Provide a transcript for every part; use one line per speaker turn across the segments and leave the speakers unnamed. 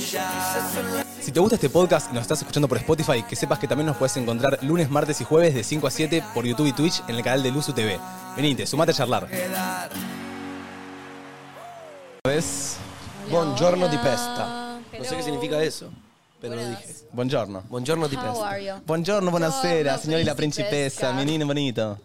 Si te gusta este podcast y nos estás escuchando por Spotify, que sepas que también nos puedes encontrar lunes, martes y jueves de 5 a 7 por YouTube y Twitch en el canal de Luzu TV. Venite, sumate a charlar. ¿Ves?
Buongiorno di pesta.
Hello.
No sé qué significa eso, pero lo
Buenas.
dije.
Buongiorno.
Buongiorno di
How
pesta.
are you?
Buongiorno, buonasera,
Buongiorno,
señor y la
principesca.
principesa, menino bonito.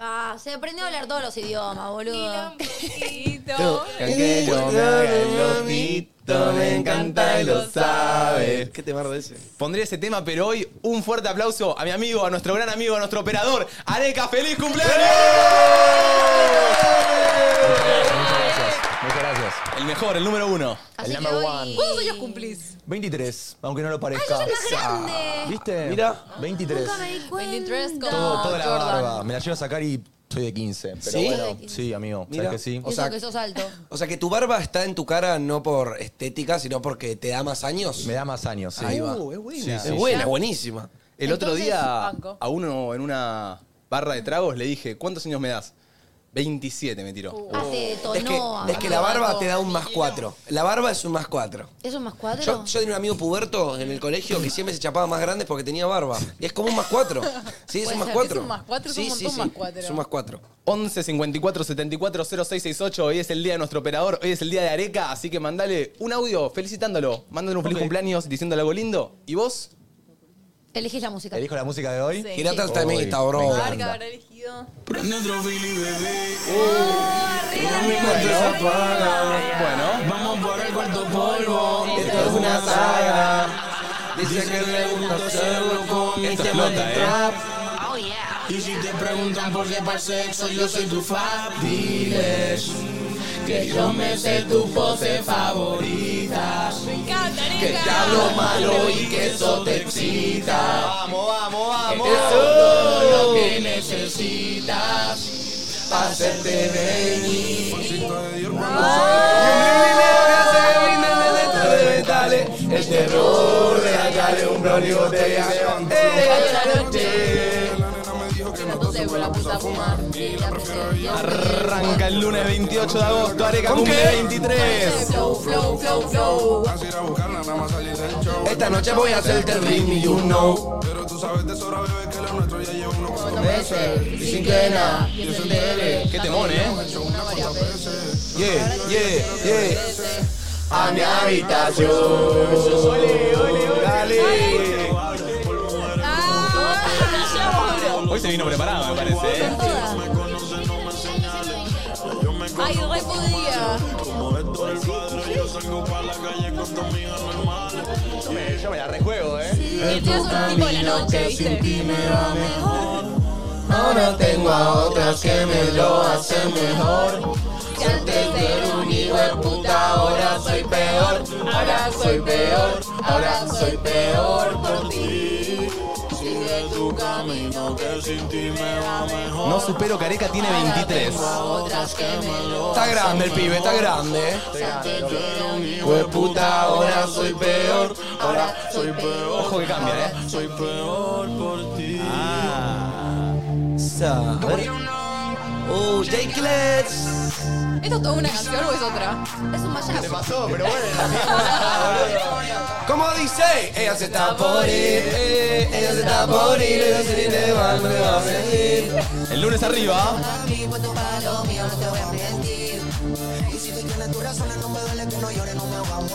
Ah, se aprendió a hablar todos los idiomas, boludo.
Quilombo,
Que yo me haga el loquito, me encanta y lo sabe.
¿Qué te bardo ese?
Pondré ese tema, pero hoy un fuerte aplauso a mi amigo, a nuestro gran amigo, a nuestro operador, Areca, feliz cumpleaños.
Muchas gracias.
El mejor, el número uno.
Así que
number
hoy...
one.
¿Cuántos
23, aunque no lo parezca.
más grande!
¿Viste?
Mira.
23.
Nunca me di cuenta.
23 como
Todo, toda la
Jordan.
barba. Me la llevo a sacar y soy de 15. Pero
¿Sí?
bueno, sí, amigo.
Mira.
¿Sabes que sí?
Y
O
eso
sea-
que sos alto.
O sea que tu barba está en tu cara no por estética, sino porque te da más años.
Me da más años, sí.
Ahí va.
Uh, es buena.
es buena, buenísima.
El otro
Entonces,
día
banco.
a uno en una barra de tragos le dije, ¿cuántos años me das? 27 me tiró.
Uh.
Oh.
Hace
Es que,
tonoa.
es que la barba te da un más cuatro. La barba es un más cuatro.
¿Eso es más cuatro?
Yo, yo tenía un amigo puberto en el colegio que siempre se chapaba más grandes porque tenía barba. Y es como un más cuatro. Sí, es
Puede
un más
ser.
cuatro.
Es un más cuatro, es
sí,
un
sí,
montón
sí.
más cuatro.
Es un más cuatro.
11 54 74 0668. Hoy es el día de nuestro operador, hoy es el día de Areca, así que mandale un audio felicitándolo, mándale un feliz cumpleaños diciéndole algo lindo. ¿Y vos?
Elegís la música.
¿Elijo la música de hoy?
Sí.
Girate hasta
Uy,
mí, está bro.
me
Marca
Anda.
habrá elegido.
Ah,
Bueno,
Vamos por el cuarto polvo.
Esto es una saga. Dice que le gusta hacerlo con
esto explota, ¿eh?
Y si te preguntan por qué para sexo, yo soy tu fab. Diles que yo me sé tus poses favoritas.
Me encanta, Areca.
Que te hablo malo y que eso te excita.
Vamos, vamos, vamos.
Todo lo que necesitas. Para hacerte venir.
El terror de acá un brolio de
Entonces, bueno, la puse a fumar. Y la presencia.
Arranca el lunes 28 de agosto, Areca cumple 23.
Flow, flow, flow, flow.
Esta noche voy a hacerte el ritmo, you know.
Pero tú sabes de sobra, bebé, que lo nuestro ya lleva unos cuantos
Y sin que nada. Y eso debe.
Qué temón, ¿eh?
Una varias veces.
Yeah, yeah, yeah.
A mi habitación.
Dale.
Ah, ya volvió.
Hoy se vino preparado, me parece, ¿eh?
Ay, re podía.
Yo me la rejuego, ¿eh?
Sí, estoy haciendo un tipo de la noche, ¿viste?
Ahora tengo a otras que me lo hacen mejor.
Que antes era un hijo de puta, ahora soy peor. Ahora soy peor, ahora soy peor por ti. Sigue tu camino que sin ti me va mejor.
No supero que Areca tiene 23.
Otras que me lo
Está grande el pibe, está grande, eh.
antes era un hijo
Pues puta, ahora soy peor. Ahora
soy peor.
Ojo que cambia, ¿eh?
Soy peor por ti.
saber. Oh, Jake Letts.
¿Esto es toda una canción o es otra?
Es un mayazo.
¿Cómo dice? Ella se está por ir. eh, Ella se está por ir. Ella se tiene mal, me va a venir.
El lunes arriba.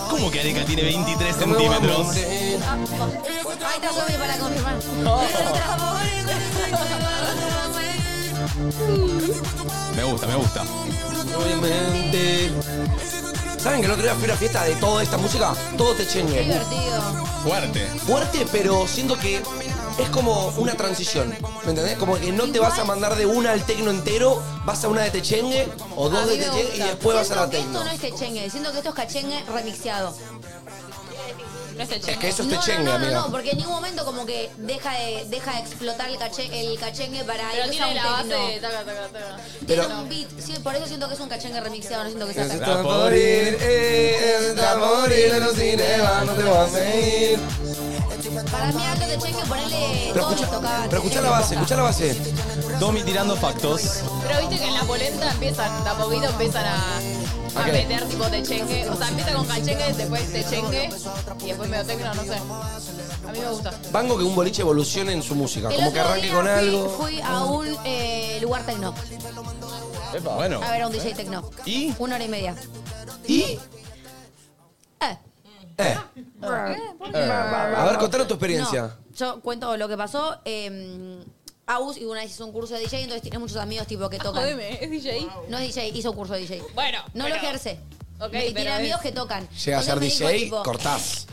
¿Cómo que Areca tiene 23 centímetros?
Ahí está Sobe para confirmar.
Me gusta, me gusta.
Obviamente. ¿Saben que el otro día fui a una fiesta de toda esta música? Todo te
Qué
chengue.
divertido.
Fuerte.
Fuerte, pero siento que es como una transición. ¿Me entendés? Como que no te vas a mandar de una al tecno entero, vas a una de techengue o
A
dos
mí
de
me
techengue y
gusta.
después vas a
Siento
la
que Esto
tecno.
no es techengue, siento que esto es cachengue remixeado.
No es el
Es
cheque.
que eso es
no,
techengue,
no, no,
amiga.
no, porque en ningún momento como que deja de, deja de explotar el, cache- el cachengue para
Pero
irse a
tiene
un
la base
tecno.
de taca, taca, taca.
Tiene
Pero-
un beat, sí, por eso siento que es un cachengue remixeado, no siento que sea
Ella se
tecno.
está por ir, eh, ella se está por ir, en los cinemas no te vas a ir.
Para mí acá de cheque ponerle
Pero
todos
escucha,
los tocaban.
pero escucha la base, escucha la base.
Domi tirando factos.
Pero viste que en la polenta empiezan, de a poquito empiezan a.
¿A
a
qué?
meter tipo techengue. O sea, empieza con cachengue, después techengue y después medio tecno, no sé. A mí me gusta.
Banco que un boliche evolucione en su música,
El
como que
otro
arranque
día
con
fui-
algo.
Fui a un eh, lugar tecno,
Bueno.
a ver a un DJ tecno.
¿Y?
Una hora y media.
Y,
Eh.
eh,
Ah.
Eh.
a ver, contanos tu experiencia.
No, yo cuento lo que pasó. Eh, Agus y una vez hizo un curso de DJ, entonces tiene muchos amigos tipo que tocan.
Jodeme, es DJ.
No es DJ, hizo curso de DJ.
Bueno,
No
pero-
lo ejerce.
Ok,
y tiene
pero
amigos
es-
que tocan.
Llega a ser
Entonces me
DJ,
dijo, tipo,
cortás.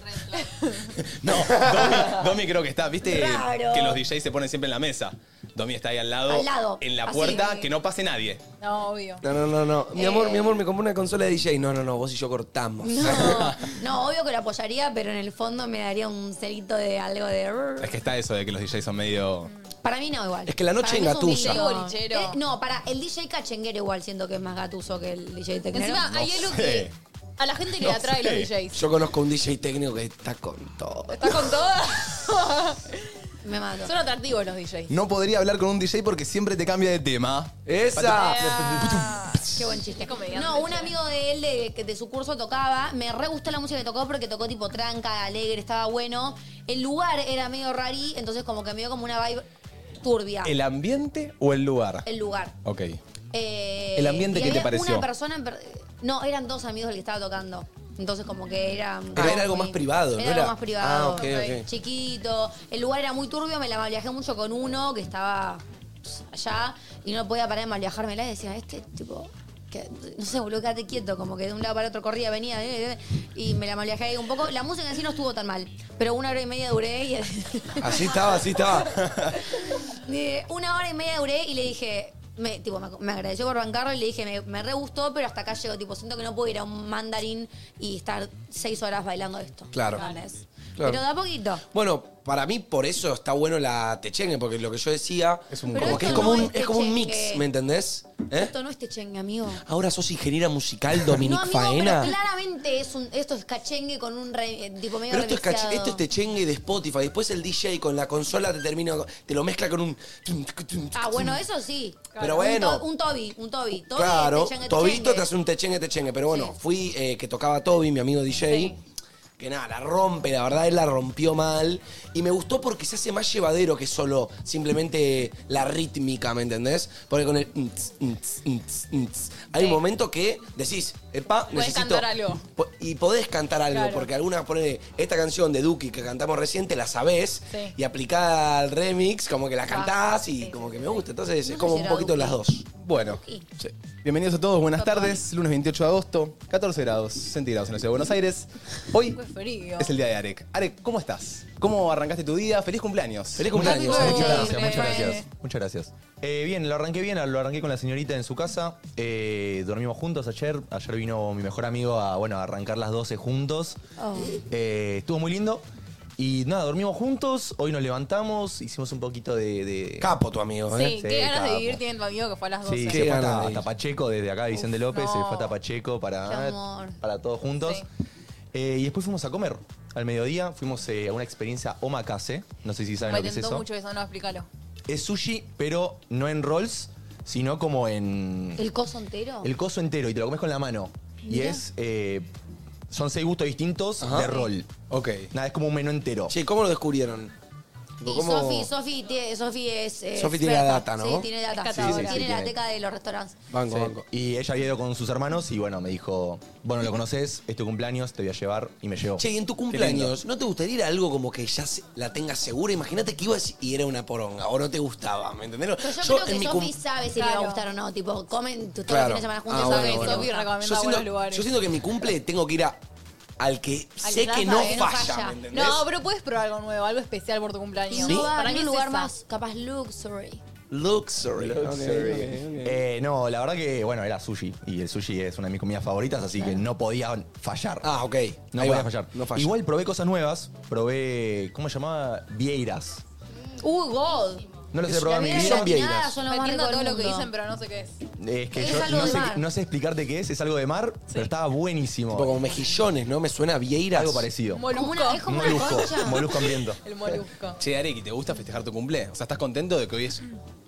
No, Domi, Domi creo que está, viste
Raro.
que los DJs se ponen siempre en la mesa. Domi está ahí al lado,
Al lado,
en la
así.
puerta, que no pase nadie.
No, obvio.
No, no, no, no. Mi
Eh.
amor, mi amor, me compré una consola de DJ. No, no, no, vos y yo cortamos.
No, no, obvio que lo apoyaría, pero en el fondo me daría un cerito de algo de.
Es que está eso de que los DJs son medio.
Para mí no, igual.
Es que la noche
Para mí es un
engatusa.
video-
DJ bolichero.
Eh, no, para el DJ cachenguero igual siento que es más gatuso que el DJ tecnero.
Encima, hay algo que
sé.
a la gente le
No
atrae los Ah,
sé.
DJs.
Yo conozco un DJ técnico que está con todo.
¿Estás con todas?
me mato.
Son atractivos los DJs.
No podría hablar con un DJ porque siempre te cambia de tema.
Ah,
Qué buen chiste.
Qué comediante,
No, un
che.
amigo de él, de, que de su curso tocaba, me re gustó la música que tocó porque tocó tipo tranca, alegre, estaba bueno. El lugar era medio rari, entonces como que me dio como una vibe turbia. El,
¿El ambiente o el lugar?
lugar.
Ok.
Eh,
¿El ambiente
y
qué te
había
pareció?
Una persona, en per- no, eran dos amigos el que estaba tocando. Entonces como que era...
Pero era algo más privado, ¿no
Era
era?
algo más privado.
Ah, ok, ok.
Chiquito. El lugar era muy turbio, me la malviajé mucho con uno que estaba pss, allá y no podía parar de malviajármela y decía, este tipo... que- no sé, boludo, quédate quieto, como que de un lado para otro corría, venía, eh, eh, y me la malviajé ahí un poco. La música en sí no estuvo tan mal, pero una hora y media duré y...
Así estaba, así estaba.
Eh, una hora y media duré y le dije, me, tipo, me, me agradeció por bancarlo y le dije, me, me re gustó, pero hasta acá llego, tipo, siento que no puedo ir a un mandarín y estar seis horas bailando esto.
Claro.
¿Entendés?
Claro.
Pero da poquito.
Bueno, para mí por eso está bueno la techengue, porque lo que yo decía es,
Pero
como,
esto
que es,
no
como, un,
es
es como un
techengue.
mix, ¿me entendés? ¿Eh?
Esto no es techengue, amigo.
Ahora sos ingeniera musical Dominic
no, amigo,
Faena.
pero claramente es un, esto es cachengue con un re- eh, tipo medio
Pero esto es, cachi-
remixeado.
esto es techengue de Spotify. Después el DJ con la consola te termina, te lo mezcla con un.
Ah, bueno, eso sí.
Pero
Un
bueno.
to- Un, Toby, un Toby. Toby
Claro,
es techengue,
Tobito
techengue.
te hace un techengue, techengue. Pero bueno,
Sí.
fui eh, que tocaba Toby, mi amigo DJ.
Sí.
Que nada, la rompe, la verdad, él la rompió mal. Y me gustó porque se hace más llevadero que solo simplemente la rítmica, ¿me entendés? Porque con el. ntz, ntz, ntz, ntz, hay un momento que decís, epa,
Podés
necesito.
cantar algo.
po- Y podés cantar algo,
Claro.
porque algunas, ponele, esta canción de Duki que cantamos reciente, la sabés.
Sí.
Y aplicada al remix, como
Ah,
que la cantás y como que me gusta. Entonces,
No
es como
sé si
un
era
poquito
Duki.
las dos.
Bueno.
Sí.
Sí. Bienvenidos a todos, buenas tardes. Lunes 28 de agosto, 14 grados centígrados en la ciudad de Buenos Aires. Hoy
Qué frío.
es el día de Arek. Arek, ¿cómo estás? ¿Cómo arrancaste tu día? ¡Feliz cumpleaños!
Feliz
Muchas
cumpleaños.
Happy
muchas
birthday.
gracias, muchas gracias. Muchas gracias. Eh, bien, lo arranqué bien, lo arranqué con la señorita en su casa. Eh, dormimos juntos ayer. Ayer vino mi mejor amigo a, bueno, a arrancar las 12 juntos.
Oh.
Eh, estuvo muy lindo. Y nada, dormimos juntos. Hoy nos levantamos, hicimos un poquito de. de-
Capo tu amigo, ¿eh?
Sí,
Sí,
qué ganas de
capo.
vivir tiene tu amigo que fue a las 12.
Sí,
Qué
se fue
ganas
hasta,
de ir.
hasta Pacheco, desde acá, Vicente López, se
no.
fue hasta Pacheco
Qué
para,
amor.
para todos juntos. Eh, y después fuimos a comer. Al mediodía fuimos eh, a una experiencia omakase. No sé si saben
Me
lo que es
tentó
eso.
mucho eso, no, explícalo.
Es sushi, pero no en rolls, sino como en
¿El coso entero?
el coso entero y te lo comes con la mano. Y
Mirá.
es. eh, son seis gustos distintos
Ajá.
de roll.
Ok.
Nada, es como un menú entero.
Che, ¿cómo lo descubrieron?
Y
¿Cómo-
Sofi, Sofi, tie- Sofi es. eh,
Sofi tiene la
experta.
data, ¿no?
Sí, tiene data.
Es catadora. Sí, sí, sí,
tiene la
tiene.
teca de los restaurantes.
Banco,
Sí.
banco.
Y ella había ido con sus hermanos y bueno, me dijo, bueno, lo conoces, es tu cumpleaños, te voy a llevar y me llevó.
Che, y en tu cumpleaños, ¿no te gustaría ir a algo como que ya se- la tengas segura? Imagínate que ibas y era una poronga, o no te gustaba, ¿me entendés?
Pero yo, creo
en mi
que
cum-
Sofi sabe si le va
Claro.
a gustar o no. Tipo, comen tu- todos
Claro.
los fines de semana juntos.
Ah,
sabe
bueno,
si le
bueno.
va a
Sofi
gustar.
recomienda
yo, siento,
buenos lugares.
yo siento que en mi cumple tengo que ir a, al que
Al
sé
que
que
ya
no
sabe,
no
falla,
falla.
¿me entendés?
No, pero puedes probar algo nuevo, algo especial por tu cumpleaños.
Y no va
Para
a
mí es
un lugar
esa.
más, capaz luxury.
Luxury. Ok, ok.
Eh, no, la verdad que, bueno, era sushi. Y el sushi es una de mis comidas favoritas, así que no podía fallar.
Eh. Ah, ok.
no
Ahí
podía
va.
fallar.
No falla.
Igual probé cosas nuevas. Probé, ¿cómo se llamaba? Vieiras.
Uh, God.
No las he
La
probado en mi
vida
vida.
son bien
gratinada
vieiras.
son lo
No
más
entiendo
rico
todo
del
lo que
mundo.
dicen, pero no sé qué es.
Es que
Es
yo
algo
no
de
sé,
mar.
no sé explicarte qué es, es algo de mar, pero estaba buenísimo.
Tipo como mejillones, ¿no? Me suena a vieiras.
algo parecido.
Mol-
Como una- Es como una
Molusco,
concha.
molusco hambriento.
El molusco.
Che, Arek, ¿te gusta festejar tu cumple? O sea, ¿estás contento de que hoy es...?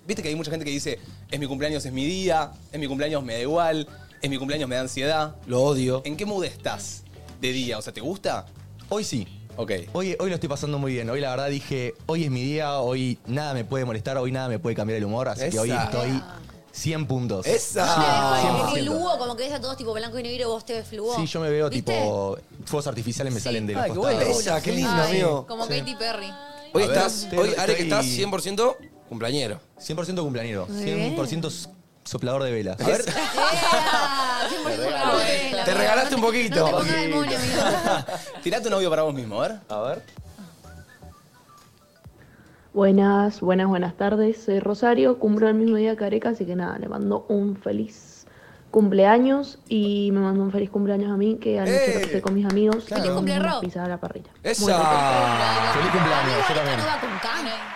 Viste que hay mucha gente que dice, es mi cumpleaños, es mi día, es mi cumpleaños, me da igual, es mi cumpleaños, me da ansiedad.
Lo odio.
¿En qué mood estás de día? O sea, ¿te gusta?
Hoy sí.
Ok.
Hoy, hoy lo estoy pasando muy bien. Hoy la verdad dije, hoy es mi día, hoy nada me puede molestar, hoy nada me puede cambiar el humor, así que hoy
Esa.
estoy 100 puntos.
¡Esa!
Como
100%.
fluo, como que ves a todos tipo blanco y negro, vos te ves fluo.
Sí, yo me veo
¿Viste?
tipo fuegos artificiales me salen de los
Ay, qué
costados.
bueno.
¡Esa! ¡Qué lindo,
Ay,
amigo!
Como Katy Perry.
Hoy
A ver,
estás,
te-
hoy, Are, que
estoy-
estás 100% cumpleañero.
100% cumpleañero,
bien.
100% soplador de velas.
A ver,
¡Ea! Siempre es una novela.
te regalaste un poquito.
No te pongas el moño, amigo.
Tirate un audio para vos mismo, a ver.
A ver.
Buenas, buenas, buenas tardes. Soy Rosario, cumplo el mismo día que Areca, así que nada, le mando un feliz cumpleaños y me mando un feliz cumpleaños a mí, que anoche
¡Eh!
pasé con mis amigos.
Claro.
y comimos
¡Feliz cumple,
unas
Ro!
pizzas a la parrilla.
¡Esa!
Feliz cumpleaños, yo
Esta
también.
no va con K.
ah.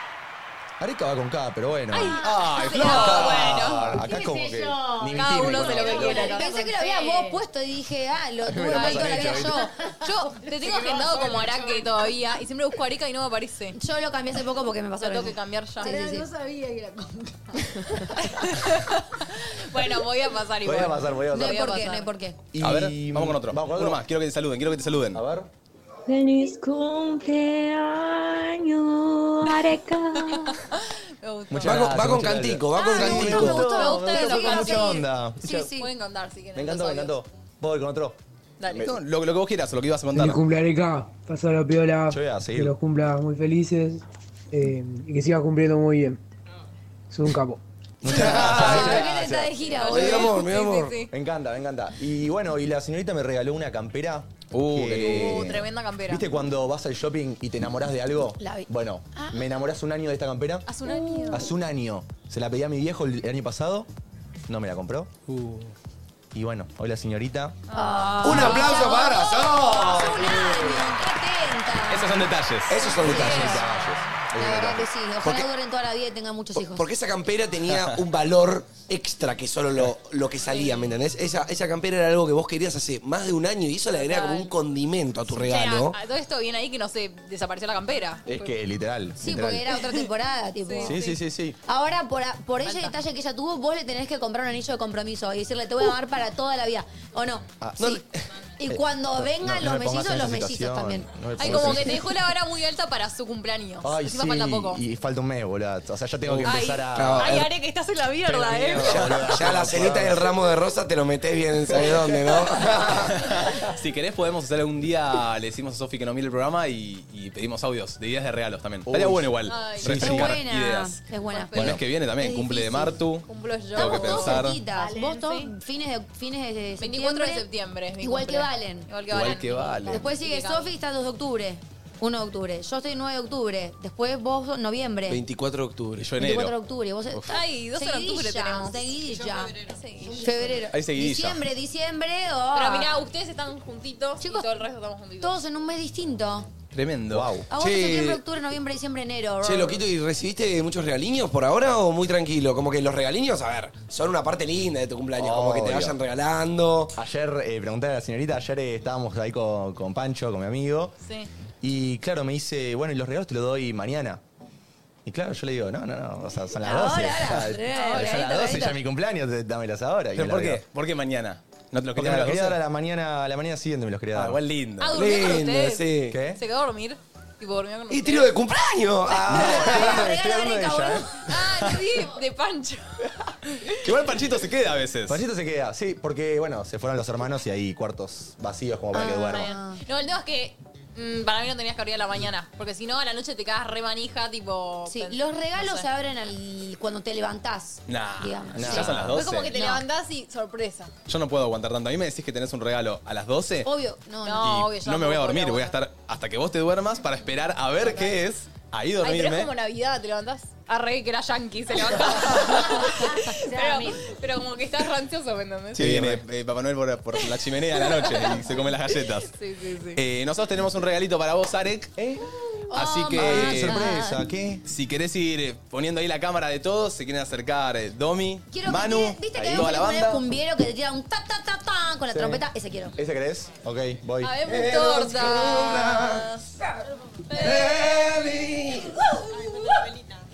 Areca va con K, pero bueno.
¡Ay,
Pero bueno.
Acá como que. Ni mi
Cada
team
uno
me
se lo que
conoce.
quiera. cada
Pensé
cual.
que lo había
Sí.
vos puesto y dije, ah, lo tuve
lo
mal
pasan
toda la vida
hecho,
yo.
Yo te tengo agendado como Araque todavía y siempre busco Arica y no me aparece.
Yo lo cambié hace poco porque me pasó
Lo tengo
lo
que
mismo.
cambiar ya.
Sí, sí, sí.
sabía que era conmigo.
bueno, voy a pasar
Voy
igual.
a pasar, voy a
No
pasar.
hay
Lo
por
voy a
qué, no hay
pasar.
por qué.
Y-
A ver, vamos con otro.
Vamos con
Uno
otro.
más, quiero que te saluden, quiero que te saluden.
A ver.
Feliz cumpleaños, Areca.
Me gustó.
Muchas
Va con,
gracias,
va con
muchas
cantico, va con
Ah, no,
gracias.
no,
cantico.
me gustó, me gustó,
Me
lo
gustó,
que
mucha
hace.
onda.
Sí, sí.
Pueden contar si quieren.
Me encantó,
los
me
audios.
encantó. Voy con otro.
Dale.
No, lo, lo que vos quieras, o lo que ibas a contar.
Areca, pasa la piola,
Yo voy a seguir. que los
cumplas muy felices eh, y que sigas cumpliendo muy bien. Soy un capo.
Ah, ¿Por qué está de gira,
Mi
boludo?
amor, mi amor.
Sí, sí, sí.
Me encanta, me encanta. Y bueno, y la señorita me regaló una campera.
Uh,
que-
Uh, tremenda campera.
¿Viste cuando vas al shopping y te enamorás de algo?
La vi.
Bueno, me enamorás un año de esta campera.
Hace un año.
Hace un año. Se la pedí a mi viejo el el año pasado. No me la compró. Uh. Y bueno, hoy la señorita.
Ah. Un aplauso para Sol.
Un año, qué atenta.
Esos son detalles.
Esos son detalles.
La verdad que sí.
Porque-
Ojalá duren toda la vida y tengan muchos hijos.
Porque esa campera tenía un valor extra que solo lo, lo que salía, ¿me entendés? Esa, esa campera era algo que vos querías hace más de un año y eso le agrega como un condimento a tu
Che,
regalo.
a- a todo esto viene ahí que no sé, desapareció la campera.
Es que literal.
Sí,
literal.
porque era otra temporada, tipo.
Sí, sí, sí, sí.
Ahora, por, por ese detalle que ella tuvo, vos le tenés que comprar un anillo de compromiso y decirle, te voy a amar para toda la vida. ¿O no?
Ah,
no
sí. Y cuando vengan
eh, No, no
los
me pongas
mellizos,
en
los
esa
mellizos
situación.
también.
No me
Ay,
pongas
como
en-
que te dejó la vara muy alta para su cumpleaños.
Ay,
Encima falta poco.
sí. Y falta un mes, boludo. O sea, ya tengo que
Ay.
empezar a.
Claro.
Ay, Are, que estás en la mierda, eh.
Ya, ya la celeta y el ramo de rosa te lo metés bien, ¿sabes dónde, no?
Si querés, podemos hacer algún día. Le decimos a Sofi que nos mire el programa y, y pedimos audios de ideas de regalos también. Estaría bueno igual.
Ay, sí,
Es
refrescar
buena.
ideas.
Es buena.
El mes que viene también,
Es
cumple de
difícil.
Martu.
Cumplo yo.
Tengo que
Vos todos
pensar.
cerquitas.
Valen,
Vos todos
sí.
fines de, fines de
24 de septiembre. es mi
Igual que
cumple.
Valen.
Igual que Valen.
Igual que vale.
Después sigue
Complicado.
Sofi, está 2 de octubre. 1 de octubre. Yo estoy 9 de octubre. Después vos, noviembre.
24 de octubre.
Yo
24 de
enero.
octubre. Vos,
Ay, 12 de octubre
Seguidilla,
tenemos.
Seguidilla.
Seguidilla.
Febrero.
Ahí seguidilla.
Diciembre, diciembre. oh.
Pero mirá, ustedes están juntitos
Chicos,
y todo el resto estamos juntitos.
Todos en un mes distinto.
Tremendo. Wow.
Agosto,
Che.
septiembre, octubre, noviembre, diciembre, enero.
Che, loquito, ¿y recibiste muchos regaliños por ahora o muy tranquilo? Como que los regaliños, a ver, son una parte linda de tu cumpleaños, como que te
Obvio.
vayan regalando.
Ayer, eh, pregunté a la señorita, ayer eh, estábamos ahí con, con Pancho, con mi amigo.
Sí.
Y claro, me dice, bueno, y los regalos te los doy mañana. Y claro, yo le digo, no, no, no, o sea, son las 12.
Ahora,
o sea,
ahora,
son
ahorita,
las 12 y ya
ahorita.
es mi cumpleaños, te- dámelas ahora. Y
¿Pero
me
por
la
qué?
dio.
¿Por qué mañana? ¿No te lo
Porque me
querías dar
lo quería dar
a
a
las
la mañana, a la mañana siguiente me los quería
12? Ah,
dar.
igual lindo.
Ah, durmió con
Lindo,
ustedes.
sí.
¿Qué?
Se quedó a dormir. Tipo, durmió con
¡Y
ustedes.
tiro de cumpleaños! Ah.
Me estoy hablando de ella, ¿eh?
Ah, sí, de Pancho.
Igual Panchito se queda a veces.
Panchito se queda, sí, porque bueno, se fueron los hermanos y hay cuartos vacíos como para
Ah,
que duerma.
No, el tema es que mm, para mí no tenías que abrir a la mañana. Porque si no, a la noche te quedas re manija, tipo.
Sí,
pen-
los regalos
no sé.
se abren al, cuando te levantás.
Nah,
digamos.
nah,
Sí.
ya son las
Fue
12.
como que te
No.
levantás y sorpresa.
Yo no puedo aguantar tanto. A mí me decís que tenés un regalo a las 12.
Obvio,
No,
no, no.
y
obvio, yo
no me voy a
tampoco
dormir,
podría
voy a estar hasta que vos te duermas para esperar a ver qué es. Ahí
Ay, pero es
dormirme.
como Navidad, te levantás. Arre que era yankee, se levantaba. pero, pero como que estás rancioso, ¿me entendés?
Sí, viene eh, Papá Noel por, por la chimenea a la noche y se come las galletas.
Sí, sí, sí.
Eh, nosotros tenemos un regalito para vos, Arek. Así
Oh,
que
mamá.
¡Qué
eh,
Eh. Ah, sorpresa! ¿Qué?
si querés ir eh, poniendo ahí la cámara de todos, se quieren acercar eh, Domi,
Quiero
Manu,
que, viste
ahí
que hay
toda
un
la
primer
banda.
cumbiero que te tira un ta ta ta ta con la
Sí.
trompeta, ese quiero.
¿Ese crees? Ok, voy.
Habemos tortas.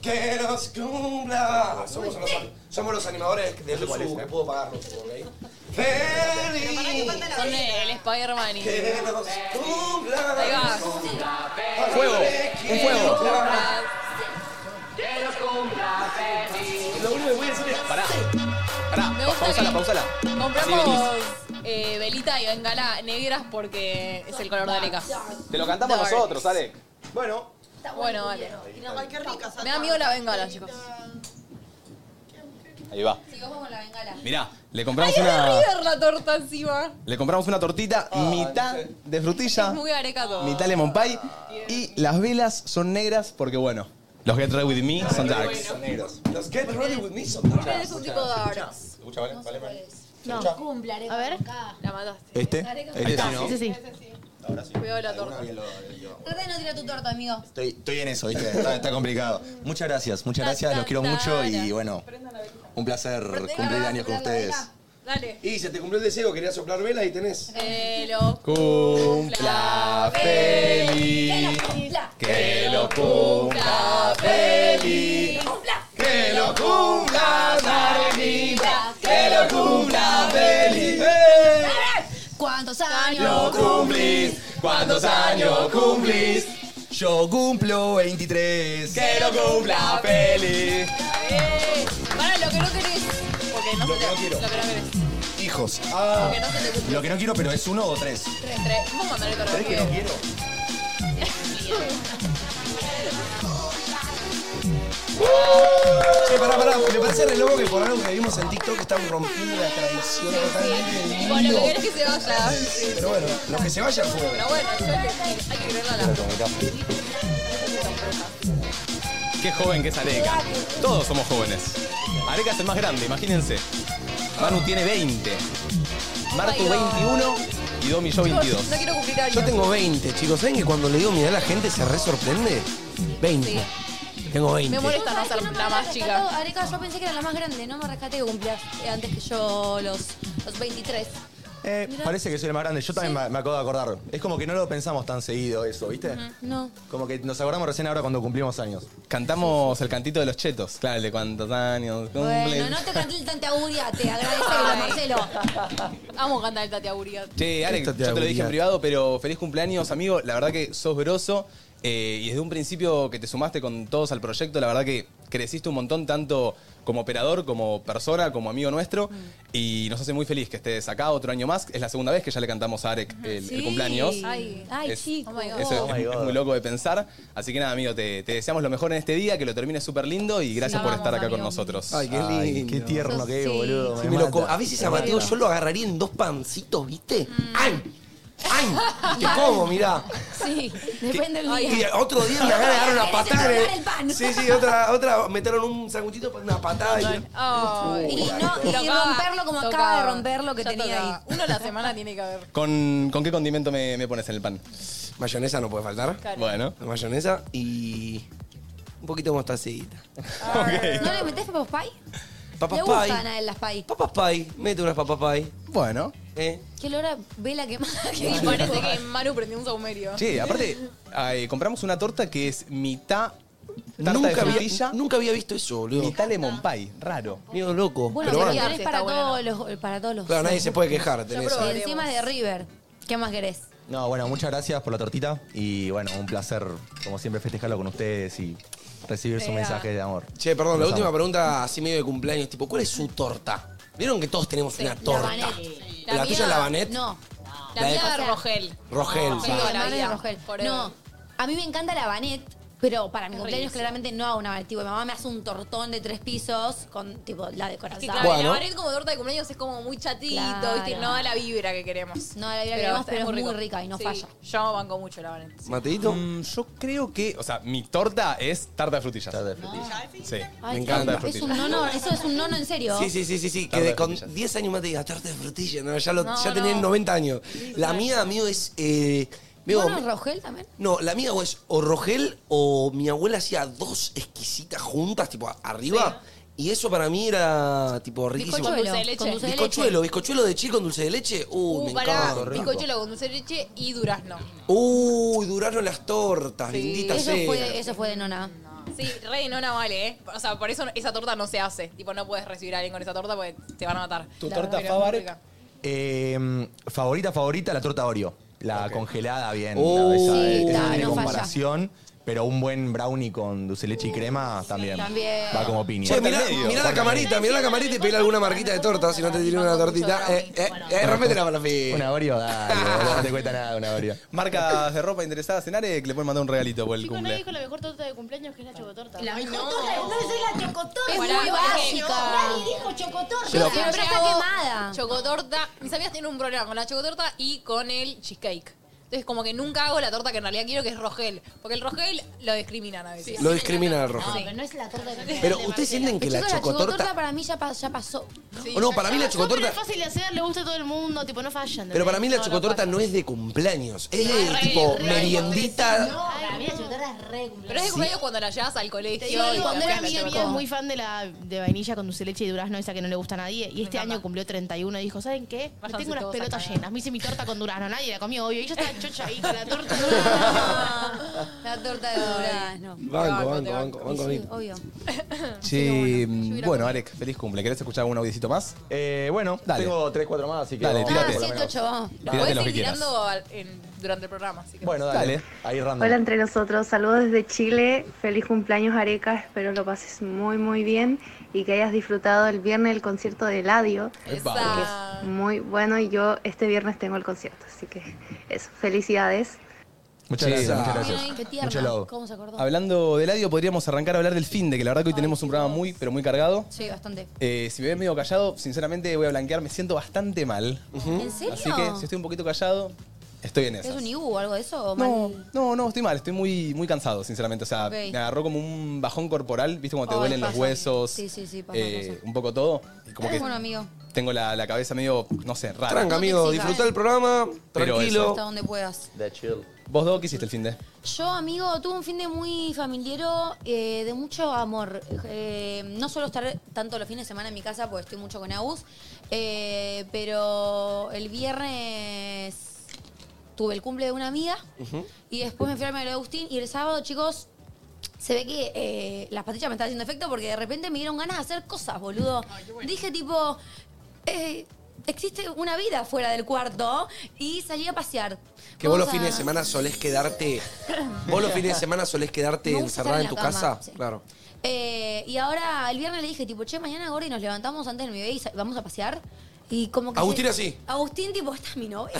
Que Ah, nos cumpla. Somos los, somos los animadores de Luzu que puedo pagar Luzu, ¿ok?
Son el Spider-Man y. Ahí va.
Fuego, un fuego.
Lo único que voy a decir es.
Pará. Pará,
Me gusta
pausala,
que-
pausala.
Compramos
Así
eh, velita y bengala negras porque es el color de Aleca.
Te lo cantamos
Dark.
nosotros, Alec.
Bueno.
Bueno, vale. Me da miedo la bengala, chicos.
Ahí va.
Chicos, vamos con la bengala.
Mirá, le
Ay,
compramos
es de
una.
River la torta encima.
Le compramos una tortita, mitad de frutilla,
Es muy areca todo.
mitad lemon pie. Y las velas son negras porque, bueno, los Get Ready With Me son darks.
Los Get Ready With Me son
Es un tipo de arroz.
No,
Cumple,
a ver.
La mataste.
Este. Este sí, ¿no?
Sí, sí.
Cuidado la torta.
Trata de no tirar tu torta, amigo.
Estoy, estoy en eso, ¿viste? Está, está complicado. Muchas gracias, muchas gracias, los quiero mucho y bueno, un placer cumplir años con ustedes.
Dale.
Y se te cumplió el deseo, querías soplar velas y tenés.
Que lo
Cumpla feliz. Que lo cumpla feliz. Que lo cumpla feliz. Que lo cumpla feliz.
¿Cuántos
Lo
años?
cumplís. ¿Cuántos años cumplís?
Yo cumplo 23.
Que lo cumpla feliz.
Eh, Para lo que no querés. Porque no se te. Lo que no querés.
Hijos.
Ah.
Ah.
Porque no se te cumple.
Lo que no quiero, pero es uno o tres.
Tres. Vamos a mandar el color. que no quiero?
Che, pará, pará, me parece re loco que por algo que vimos en TikTok están rompiendo la tradición totalmente del
Bueno, lo
mundo.
que querés que se vaya. Sí.
Pero bueno, los que se vayan fueron.
Pero bueno, yo le- hay que creerla a la.
Qué joven que es Areca. Todos somos jóvenes. Areca es el más grande, imagínense. Manu tiene 20. Martu
my God.
21 y Domi yo 22.
No quiero cumplir años.
Yo tengo 20, chicos. ¿Saben que cuando le digo mirá la gente se re sorprende? 20. Tengo 20.
Me molesta no ser la más chica.
Areca, yo pensé que era la más grande, no me rescaté que cumplías eh, antes que yo los, los 23.
Eh, parece que soy el más grande. Yo también me- me acabo de acordar. Es como que no lo pensamos tan seguido eso, ¿viste?
No.
Como que nos acordamos recién ahora cuando cumplimos años.
Cantamos el cantito de los chetos. Claro, el de cuántos años
Bueno,
cumplen.
no te canté el tante agudia, te agradecelo, Marcelo.
Amo cantar el Tati Aguría.
Che, Alex,
Esto
yo
te
te lo dije
aburría.
en privado, pero feliz cumpleaños, amigo. La verdad que sos grosso. eh, y desde un principio que te sumaste con todos al proyecto, la verdad que creciste un montón, tanto como operador, como persona, como amigo nuestro.
Mm.
Y nos hace muy feliz que estés acá otro año más. Es la segunda vez que ya le cantamos a Arek el, el cumpleaños.
Ay, ay
Es-
chico.
Oh my God.
Eso es-
Oh
es,
my God.
es muy loco de pensar. Así que nada, amigo, te, te deseamos lo mejor en este día, que lo termines súper lindo y gracias por
vamos,
estar acá con
amigo.
nosotros.
Ay, qué lindo.
Ay, qué tierno que es,
Sí.
boludo.
Si
me
me lo
mata.
com- a veces a Mateo yo lo agarraría en dos pancitos, ¿viste?
Mm.
¡Ay! ¡Ay! Te como, mirá.
Sí, depende del día.
Y otro día me agarraron una
Querés
patada.
explotar el pan.
Sí, sí, otra, otra, metieron un sanguchito para una patada. y-
Ay.
Y, no, y
Tocaba,
romperlo como acaba
tocaba.
de romper lo que
Ya
tenía
tocaba.
ahí.
Uno a la semana tiene que haber.
¿Con, con qué condimento me, me pones en el pan?
Mayonesa no puede faltar.
Claro.
Bueno.
La mayonesa y un poquito de mostacita.
¿No le metés papas pie?
Papas
Le gustan eh.
pie.
a él las pie.
Papas pie. Mete unas papas pie.
Bueno.
¿Eh?
Qué olor a vela quemada que
Y parece que Manu prendió un saumerio.
Che, aparte, ay, compramos una torta que es mitad tarta de
Nunca
frutilla,
había, nunca había visto eso, boludo.
mitad lemon pie. Raro.
Mío loco.
Bueno,
Pero
pero
bueno.
tenés para,
Está
todos los, eh, para todos los...
Claro, nadie se puede quejar. Tenés
probé.
Y
eso.
encima de River. ¿Qué más querés?
No, bueno, muchas gracias por la tortita y bueno, un placer, como siempre, festejarlo con ustedes y recibir su
Ea.
mensaje de amor.
Che, perdón, la
Los
última
amo.
pregunta así medio de cumpleaños, tipo, ¿cuál es su torta? ¿Vieron que todos tenemos una torta?
Banet.
¿La,
La
tuya es
mía-
la Banet?
No,
La
de-
mía de Rogel.
Rogel,
No,
va.
Toda
la
la
madre de
vida.
Rogel.
Forever.
No, a mí me encanta la banet, pero para mi
Es
cumpleaños
riquísimo.
claramente no hago una banet. Tipo, mi mamá me hace un tortón de tres pisos con, tipo, la decoración.
Sí, claro,
Bueno.
la Baret como torta de cumpleaños es como muy chatito,
Claro.
¿viste? no da la vibra que queremos.
No da la vibra que queremos, pero es muy rica y no falla.
Yo banco mucho la Baret.
¿Mateito?
Mm, yo creo que, o sea, mi torta es tarta de frutillas.
Tarta de frutilla.
Sí.
Ay,
Me
qué
encanta.
rico. Es un nono, eso es un nono en serio.
Sí, sí, sí, sí, sí. Que
Tarta
de
de
con
frutillas.
10 años más te diga tarta de frutilla. No, ya, lo,
No,
ya tenés
no.
90 años. La mía, amigo, es... Eh, veo-
¿Nono en Rogel también?
no, la mía es o Rogel o mi abuela hacía dos exquisitas juntas, tipo arriba. Y eso para mí era tipo riquísimo.
Con dulce de leche.
Con dulce de leche.
Bizcochuelo, bizcochuelo de chico con dulce de leche. Uy,
Uh,
me
para
encanta.
bizcochuelo con dulce de leche y durazno.
Uy, duraron las tortas,
Sí.
bendita
Eso
sea.
fue, eso fue de nona.
Sí, re no la vale, ¿eh? O sea, por eso esa torta no se hace. Tipo, no puedes recibir a alguien con esa torta porque te van a matar.
¿Tu
Claro,
torta
pero es
Favar?
muy rica.
Eh, favorita, favorita, la torta Oreo. La congelada, bien.
Oh.
la esa,
Sí,
eh, esa
ta,
tiene
no falla.
comparación. Pero un buen brownie con dulce leche y crema también.
también.
Va como piña.
Che, mirá, mirá la camarita, mirá la camarita y pedile alguna marquita de torta si no te tiran una tortita. Eh, eh, eh, rompetela para la fila.
Una Oreo, dale, boludo, no te cuesta nada una Oreo.
Marcas de ropa interesadas en Are que le pueden mandar un regalito por el
Chico, nadie
cumple.
dijo la mejor torta de cumpleaños que es la chocotorta.
La
Ay,
mejor
no.
torta de cumpleaños
es la chocotorta.
Es muy básica.
Nadie dijo chocotorta.
Yo
Pero
siempre
está
hago
quemada.
chocotorta. Mis amigas tienen un problema con la chocotorta y con el cheesecake. Entonces, como que nunca hago la torta que en realidad quiero, que es rogel. Porque el rogel lo discriminan a veces.
Lo discriminan al rojo.
pero no es la torta de
eh, Pero ustedes sienten que la
Chicos, la
chocotorta.
chocotorta para mí ya, pa- ya pasó.
Oh, no, para mí la
Pero
chocotorta.
es fácil de hacer, le gusta a todo el mundo, tipo, no fallan.
Pero para mí la
No, no
chocotorta no es de cumpleaños. Es de tipo meriendita.
fallan. Para mí la chocotorta es re cumpleaños.
Pero es de cumpleaños cuando la llevas al colegio.
Te digo,
y
cuando
la
era amiga
llevas a la
mía es
choco.
muy fan de la de vainilla con dulce leche y durazno, esa que no le gusta a nadie. Y este año cumplió 31 y dijo, ¿saben qué? Me
Váyanse
tengo unas
todos a
pelotas
cagar".
llenas. Me hice mi torta con durazno, nadie la comió, obvio. Y yo estaba chocha ahí con la torta.
La torta de durazno.
Banco, banco, banco, banco,
Sí,
banco.
obvio.
Che, bueno, Arek, feliz cumple. ¿Querés escuchar algún audiocito más?
Eh, bueno,
Dale.
tengo tres, cuatro más, así que.
Dale,
vamos por lo
tírate. Ah,
menos.
108, vamos.
Tírate
Podés
lo que
ir
quieras.
tirando al- en- durante el programa. Así que
Bueno, dale. Ahí random.
Hola entre nosotros, saludos desde Chile, feliz cumpleaños Areca, espero lo pases muy muy bien y que hayas disfrutado el viernes el concierto de Eladio,
Epa.
que es muy bueno y yo este viernes tengo el concierto, así que eso, felicidades.
Muchas
Sí.
gracias, muchas
Mira
gracias.
ahí, qué tierna.
Mucho love.
¿Cómo se acordó?
Hablando del audio, podríamos arrancar a hablar del fin de que la verdad que hoy tenemos un programa muy, pero muy cargado.
Sí, bastante.
Eh, si me ven medio callado, sinceramente voy a blanquear, me siento bastante mal.
¿En serio?
Así que si estoy un poquito callado, estoy en
¿Es
eso.
un Ibu o algo de eso? ¿O
No,
mal?
no, no, estoy mal, estoy muy, muy cansado, sinceramente. O sea,
Ok.
me agarró como un bajón corporal, viste cuando te
Ay,
duelen los
pasa.
huesos,
Sí, sí, sí, pasa,
eh, un poco todo. Y como
Es
que
bueno, amigo.
tengo la, la cabeza medio, no sé, rara.
Tranca, amigo, disfrutá el programa,
Pero
tranquilo.
Hasta donde puedas.
¿Vos, dos qué hiciste el fin de?
Yo, amigo, tuve un fin de muy familiero, eh, de mucho amor. Eh, no suelo estar tanto los fines de semana en mi casa porque estoy mucho con Agus, eh, pero el viernes tuve el cumple de una amiga y después me fui al Mario de Agustín y el sábado, chicos, se ve que eh, las pastillas me están haciendo efecto porque de repente me dieron ganas de hacer cosas, boludo. Dije tipo, eh, existe una vida fuera del cuarto y salí a pasear.
Que vos los
Vamos a-
fines de semana solés quedarte. Vos los fines de semana solés quedarte
Me gusta
encerrada en
estar
tu
en la cama,
casa.
sí.
Claro.
Eh, y ahora el viernes le dije, tipo, che, mañana Gordy nos levantamos antes del mediodía y sa- vamos a pasear. Y como que.
Agustín
se-
así.
Agustín, tipo, esta es mi novia.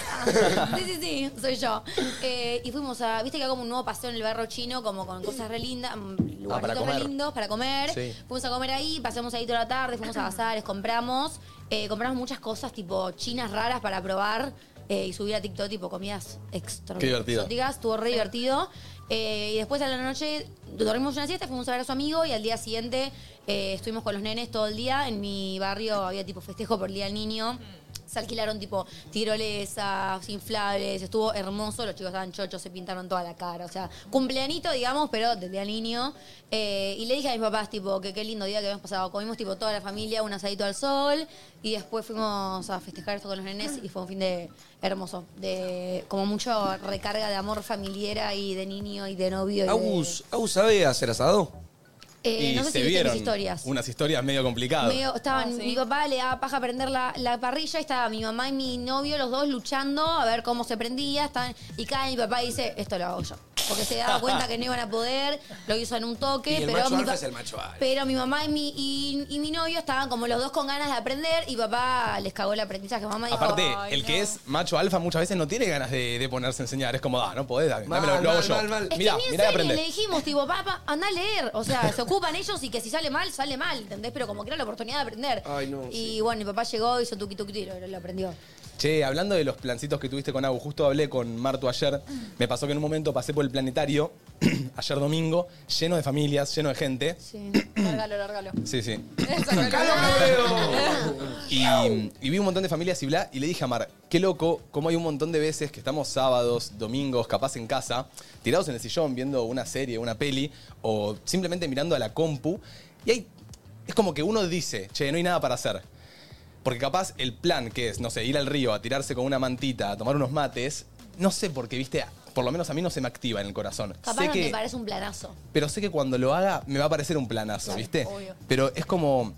sí, sí, sí, soy yo. Eh, y fuimos a. Viste que hay como un nuevo paseo en el barrio chino, como con cosas re lindas, mm,
Ah, para
lugarcitos re
comer.
lindos para comer.
Sí.
Fuimos a comer ahí, pasamos ahí toda la tarde, fuimos a bazares, compramos. eh, compramos muchas cosas, tipo, chinas raras para probar. eh, y subir a TikTok, tipo, comidas extra.
Qué divertido.
exóticas chicas, estuvo re divertido. Eh, y después a la noche dormimos una siesta, fuimos a ver a su amigo y al día siguiente eh, estuvimos con los nenes todo el día. En mi barrio había tipo festejo por el Día del Niño. Se alquilaron tipo tirolesas, inflables, estuvo hermoso, los chicos estaban chochos, se pintaron toda la cara, o sea, cumpleanito, digamos, pero del Día del Niño. Eh, y le dije a mis papás, tipo, que qué lindo día que habíamos pasado. Comimos, tipo, toda la familia, un asadito al sol, y después fuimos a festejar esto con los nenes, y fue un fin de hermoso, de como mucho recarga de amor familiar y de niño y de novio. y de-
Agus, Agus sabe hacer asado.
Eh, no sé si viste mis historias.
unas historias medio complicadas.
Medio- estaban,
Ah, sí.
Mi papá le daba paja a prender la, la parrilla y estaba mi mamá y mi novio, los dos luchando a ver cómo se prendía. Estaban, y cae y mi papá dice, esto lo hago yo. Porque se daba cuenta que no iban a poder, lo hizo en un toque.
Y el
pero
macho
mi
alfa
pa-
es el macho alfa.
Pero mi mamá y mi, y, y mi novio estaban como los dos con ganas de aprender y papá les cagó el aprendizaje. Mamá dijo,
Aparte,
"Ay,
el
no".
que es macho alfa muchas veces no tiene ganas de, de ponerse a enseñar. Es como, ah, no podés, dame,
Mal,
dámelo, lo hago
mal,
yo.
mal, mal.
Es
Mirá,
que ni en
mirá y
serio
aprende.
le dijimos, tipo, papá, anda a leer. O sea, se ocupan ellos y que si sale mal, sale mal, ¿entendés? Pero como que era la oportunidad de aprender.
Ay, no,
y
sí.
bueno, mi papá llegó, hizo tuqui tuqui y lo, lo aprendió.
Che, hablando de los plancitos que tuviste con Agus, justo hablé con Martu ayer.
Mm.
Me pasó que en un momento pasé por el planetario, ayer domingo, lleno de familias, lleno de gente.
Sí.
Lárgalo, lárgalo.
Sí, sí.
Claro,
Y, y vi un montón de familias y bla, y le dije a Mar, qué loco, cómo hay un montón de veces que estamos sábados, domingos, capaz en casa, tirados en el sillón viendo una serie, una peli, o simplemente mirando a la compu, y hay, es como que uno dice, che, no hay nada para hacer. Porque capaz el plan que es, no sé, ir al río a tirarse con una mantita, a tomar unos mates, no sé por qué, viste, por lo menos a mí no se me activa en el corazón.
Capaz
sé
no
que,
te parece un planazo.
pero sé que cuando lo haga me va a parecer un planazo, ¿viste?
obvio.
Pero es como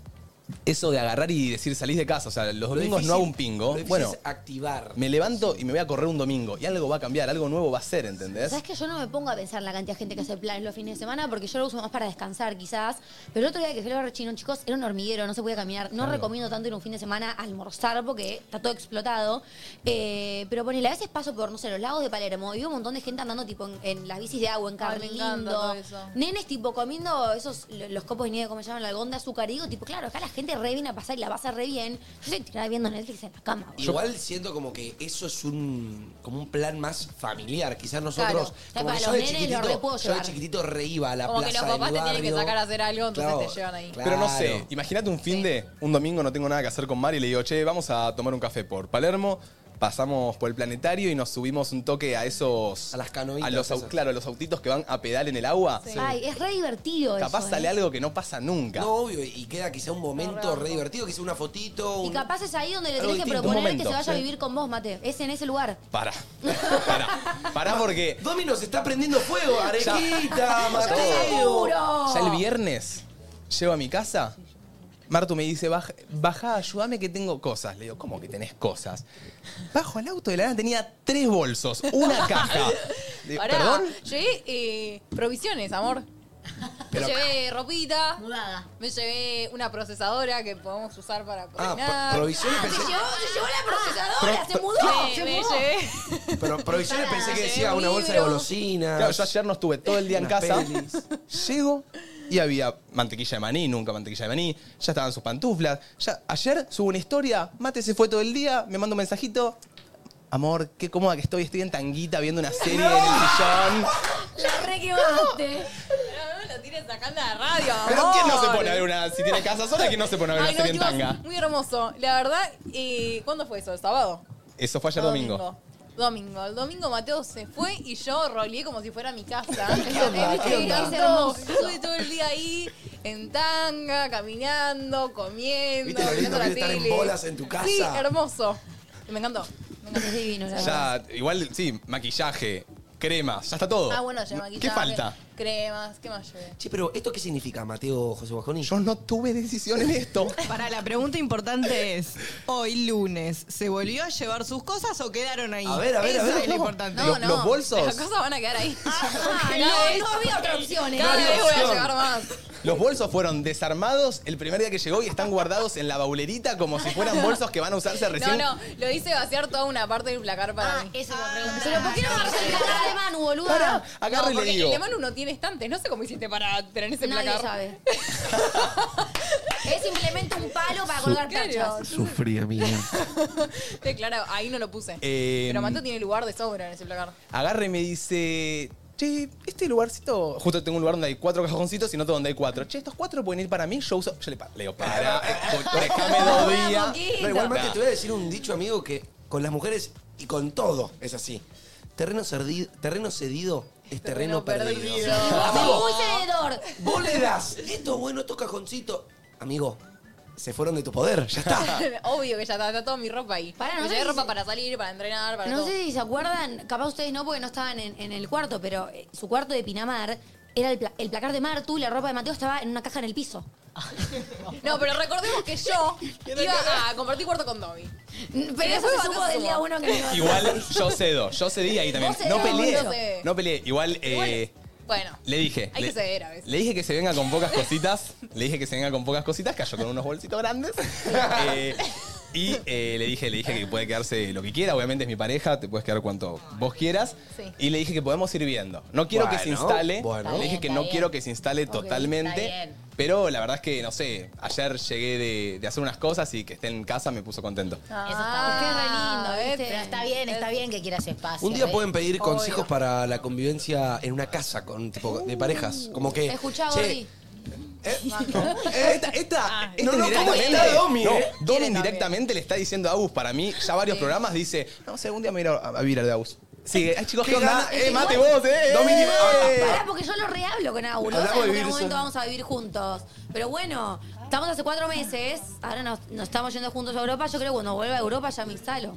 eso de agarrar y decir salís de casa, o sea, los
Lo
domingos
difícil-
no hago un
lo
pingo.
difícil
Bueno,
es activar.
me levanto y me voy a correr un domingo y algo va a cambiar, algo nuevo va a ser, ¿entendés?
¿Sabes que yo no me pongo a pensar en la cantidad de gente que hace planes los fines de semana? Porque yo lo uso más para descansar, quizás. Pero el otro día que fui al barrio chino, chicos, era un hormiguero, no se podía caminar. No
Claro.
recomiendo tanto ir un fin de semana a almorzar porque está todo explotado. Eh, pero ponele, a veces paso por, no sé, los lagos de Palermo y veo un montón de gente andando tipo en, en las bicis de agua, en
Ay, me encanta
Carlindo.
todo eso.
Nenes tipo comiendo esos, lo- los copos de nieve, como se llaman, la algodón de azúcar. Y digo, tipo, claro, acá la gente re viene a pasar y la pasa re bien. Yo estoy tirada viendo Netflix en la cama. boludo.
Igual siento como que eso es un como un plan más familiar. Quizás nosotros,
Claro.
como
Para
que
los
yo de
nenes lo
chiquitito,
re puedo
yo de
llevar.
chiquitito re iba a la
Como que
plaza
los
de mi
papás te tienen que
barrio.
sacar a hacer algo, entonces
Claro.
te llevan ahí.
Pero no sé, imagínate un fin de, un domingo no tengo nada que hacer con Mari y le digo, che, vamos a tomar un café por Palermo, pasamos por el planetario y nos subimos un toque a esos... A las
canoitas
A los, au-
esas.
claro, a los autitos que van a pedal en el agua.
Ay, es re divertido
Capaz
eso,
sale
¿eh?
algo que no pasa nunca.
No, obvio, y queda quizá un momento re divertido, quizá una fotito,
Y
un...
capaz es ahí donde le
Algo
tenés que
distinto,
proponer
un momento,
que se vaya a
sí.
vivir con vos, Mate. Es en ese lugar.
Pará. Pará. Pará porque.
Dominos está prendiendo fuego, Arequita, Mateo.
apuro.
Ya el viernes llego a mi casa. Martu me dice, "Baj- bajá, ayúdame que tengo cosas. Le digo, ¿cómo que tenés cosas? Bajo al auto de la nada tenía tres bolsos, una caja. Le digo,
Pará,
Eh, ¿Perdón?
llevé eh, provisiones, amor.
Pero-
me llevé ropita. Mudada. Me llevé una procesadora que podemos usar
Ah,
para cocinar.
pro- provisiones, pensé-
Ah, se llevó la procesadora,
Pro- pro-
Me, me llevé
Pero provisiones pensé que decía
un
una bolsa de
libro.
golosinas.
Claro, yo ayer no estuve todo el día en
Unas
casa. Llego y había mantequilla de maní, nunca mantequilla de maní. Ya estaban sus pantuflas. Ya, ayer subo una historia, Mate se fue todo el día, me manda un mensajito. Amor, qué cómoda que estoy, estoy en tanguita viendo una serie en el sillón.
La re que baste.
No lo tires sacando de radio,
Pero ¿quién no se
amor?
pone a ver una, si tiene casa sola, quién no se pone a ver
Ay,
una
no,
serie en
chicos,
tanga?
Muy hermoso. La verdad, eh, ¿cuándo fue eso? ¿El sábado?
Eso fue ayer domingo.
Domingo. El domingo Mateo se fue y yo roleé como si fuera mi casa. ¿Qué
onda? ¿Qué onda?
Estuve todo el día ahí, en tanga, caminando, comiendo,
¿Viste lo lindo
mirando
que
la
es estar en
tele.
bolas en tu
Sí,
casa?
hermoso. Me encantó. Me encantó.
Es divino, la verdad.
Ya, igual, sí, maquillaje, cremas, ya está todo.
Ah, bueno, ya maquillaje.
¿Qué falta?
Cremas, ¿qué más llevé?
Che, pero ¿esto qué significa, Mateo José Bajoni?
Yo no tuve decisión en esto.
Para la pregunta importante es, hoy lunes, ¿se volvió a llevar sus cosas o quedaron ahí?
A ver, a ver, a
Eso
ver,
es
no.
lo importante.
No, Los- no. los bolsos.
Las cosas van a quedar ahí.
no,
Cada vez-
no había otra opción, ¿eh?
Cada
No había
vez voy a
opción.
llevar más.
Los bolsos fueron desarmados el primer día que llegó y están guardados en la baulerita como si fueran bolsos que van a usarse recién.
No, no, lo hice vaciar toda una parte del placar para mí. Ah,
Eso me pregunté. Pero ¿por qué no vas a el placar de Manu, boludo?
Pará, agarro y le
porque
digo.
el de Manu no tiene estantes. No sé cómo hiciste para tener ese
Nadie
placar.
sabe. Es simplemente un palo para colgar
Claro.
tachas.
Sufrí, amiga.
Sí, claro, ahí no lo puse.
Eh,
Pero Mateo tiene lugar de sobra en ese placar.
Agarra y me dice, che, este lugarcito... Justo tengo un lugar donde hay cuatro cajoncitos y no donde hay cuatro. Che, estos cuatro pueden ir para mí, yo uso... Yo le, pa- le digo, para,
eh,
déjame dos días.
No, igual, Mate, te voy a decir un dicho, amigo, que con las mujeres y con todo es así. Terreno cedido, terreno cedido es terreno, perdido. Amigo,
Muy cededor.
vos le das, esto bueno, estos cajoncitos. Amigo, se fueron de tu poder, ya
ah.
está.
Obvio que ya está, está toda mi ropa ahí.
Pará, no
Me
sé
llevé
si-
ropa para salir, para entrenar, para
No
todo.
sé si se acuerdan, capaz ustedes no porque no estaban en, en el cuarto, pero eh, su cuarto de Pinamar era el, pla- el placar de Martu y la ropa de Mateo estaba en una caja en el piso.
Ah.
No, pero recordemos que yo iba a compartir cuarto con Dobby.
Pero
Y
eso
después
se
Mateo
supo del día uno que me iba a-
Igual yo cedo, yo cedí ahí también.
eh,
No
Vos cedés,
peleé,
yo cedé.
no peleé. Igual, eh,
Bueno,
le dije.
hay
le-
que ceder a veces.
Le dije que se venga con pocas cositas. Le dije que se venga con pocas cositas. Cayó con unos bolsitos grandes. Eh, y eh, le dije, le dije que puede quedarse lo que quiera. Obviamente es mi pareja, te puedes quedar cuanto vos quieras.
Sí.
Y le dije que podemos ir viendo. No quiero que se
Bueno,
instale.
bueno. Está
Le dije
bien,
que
está
no
bien.
quiero que se instale
Ok,
totalmente.
está bien.
Pero la verdad es que, no sé, ayer llegué de, de hacer unas cosas y que esté en casa me puso contento.
Ah,
Eso está
bueno.
re lindo, ¿viste? Pero está bien, está bien que quieras espacio.
Un día
¿eh?
pueden pedir
Obvio.
consejos para la convivencia en una casa con tipo de parejas. Como que.
Escuchá,
che,
Gordi.
Eh,
Esta, esta, este
no, no, ¿cómo
directamente-
está Domi,
no,
eh?
Domi indirectamente le está diciendo a Agus, para mí, ya varios programas dice, no sé, un día me voy a ir a, a vivir al de Agus. Sí, ay, chicos, ¿qué,
Qué
onda?
gana-
Eh,
es
mate
igual.
vos, eh.
Domi, ah,
eh.
Pará, porque yo lo rehablo con Agus. ¿no?
Hablamos
Sabemos
de
que en
vivir
algún momento
solo.
vamos a vivir juntos. Pero bueno, estamos hace cuatro meses. Ahora nos, nos estamos yendo juntos a Europa. Yo creo que cuando vuelva a Europa ya me instalo.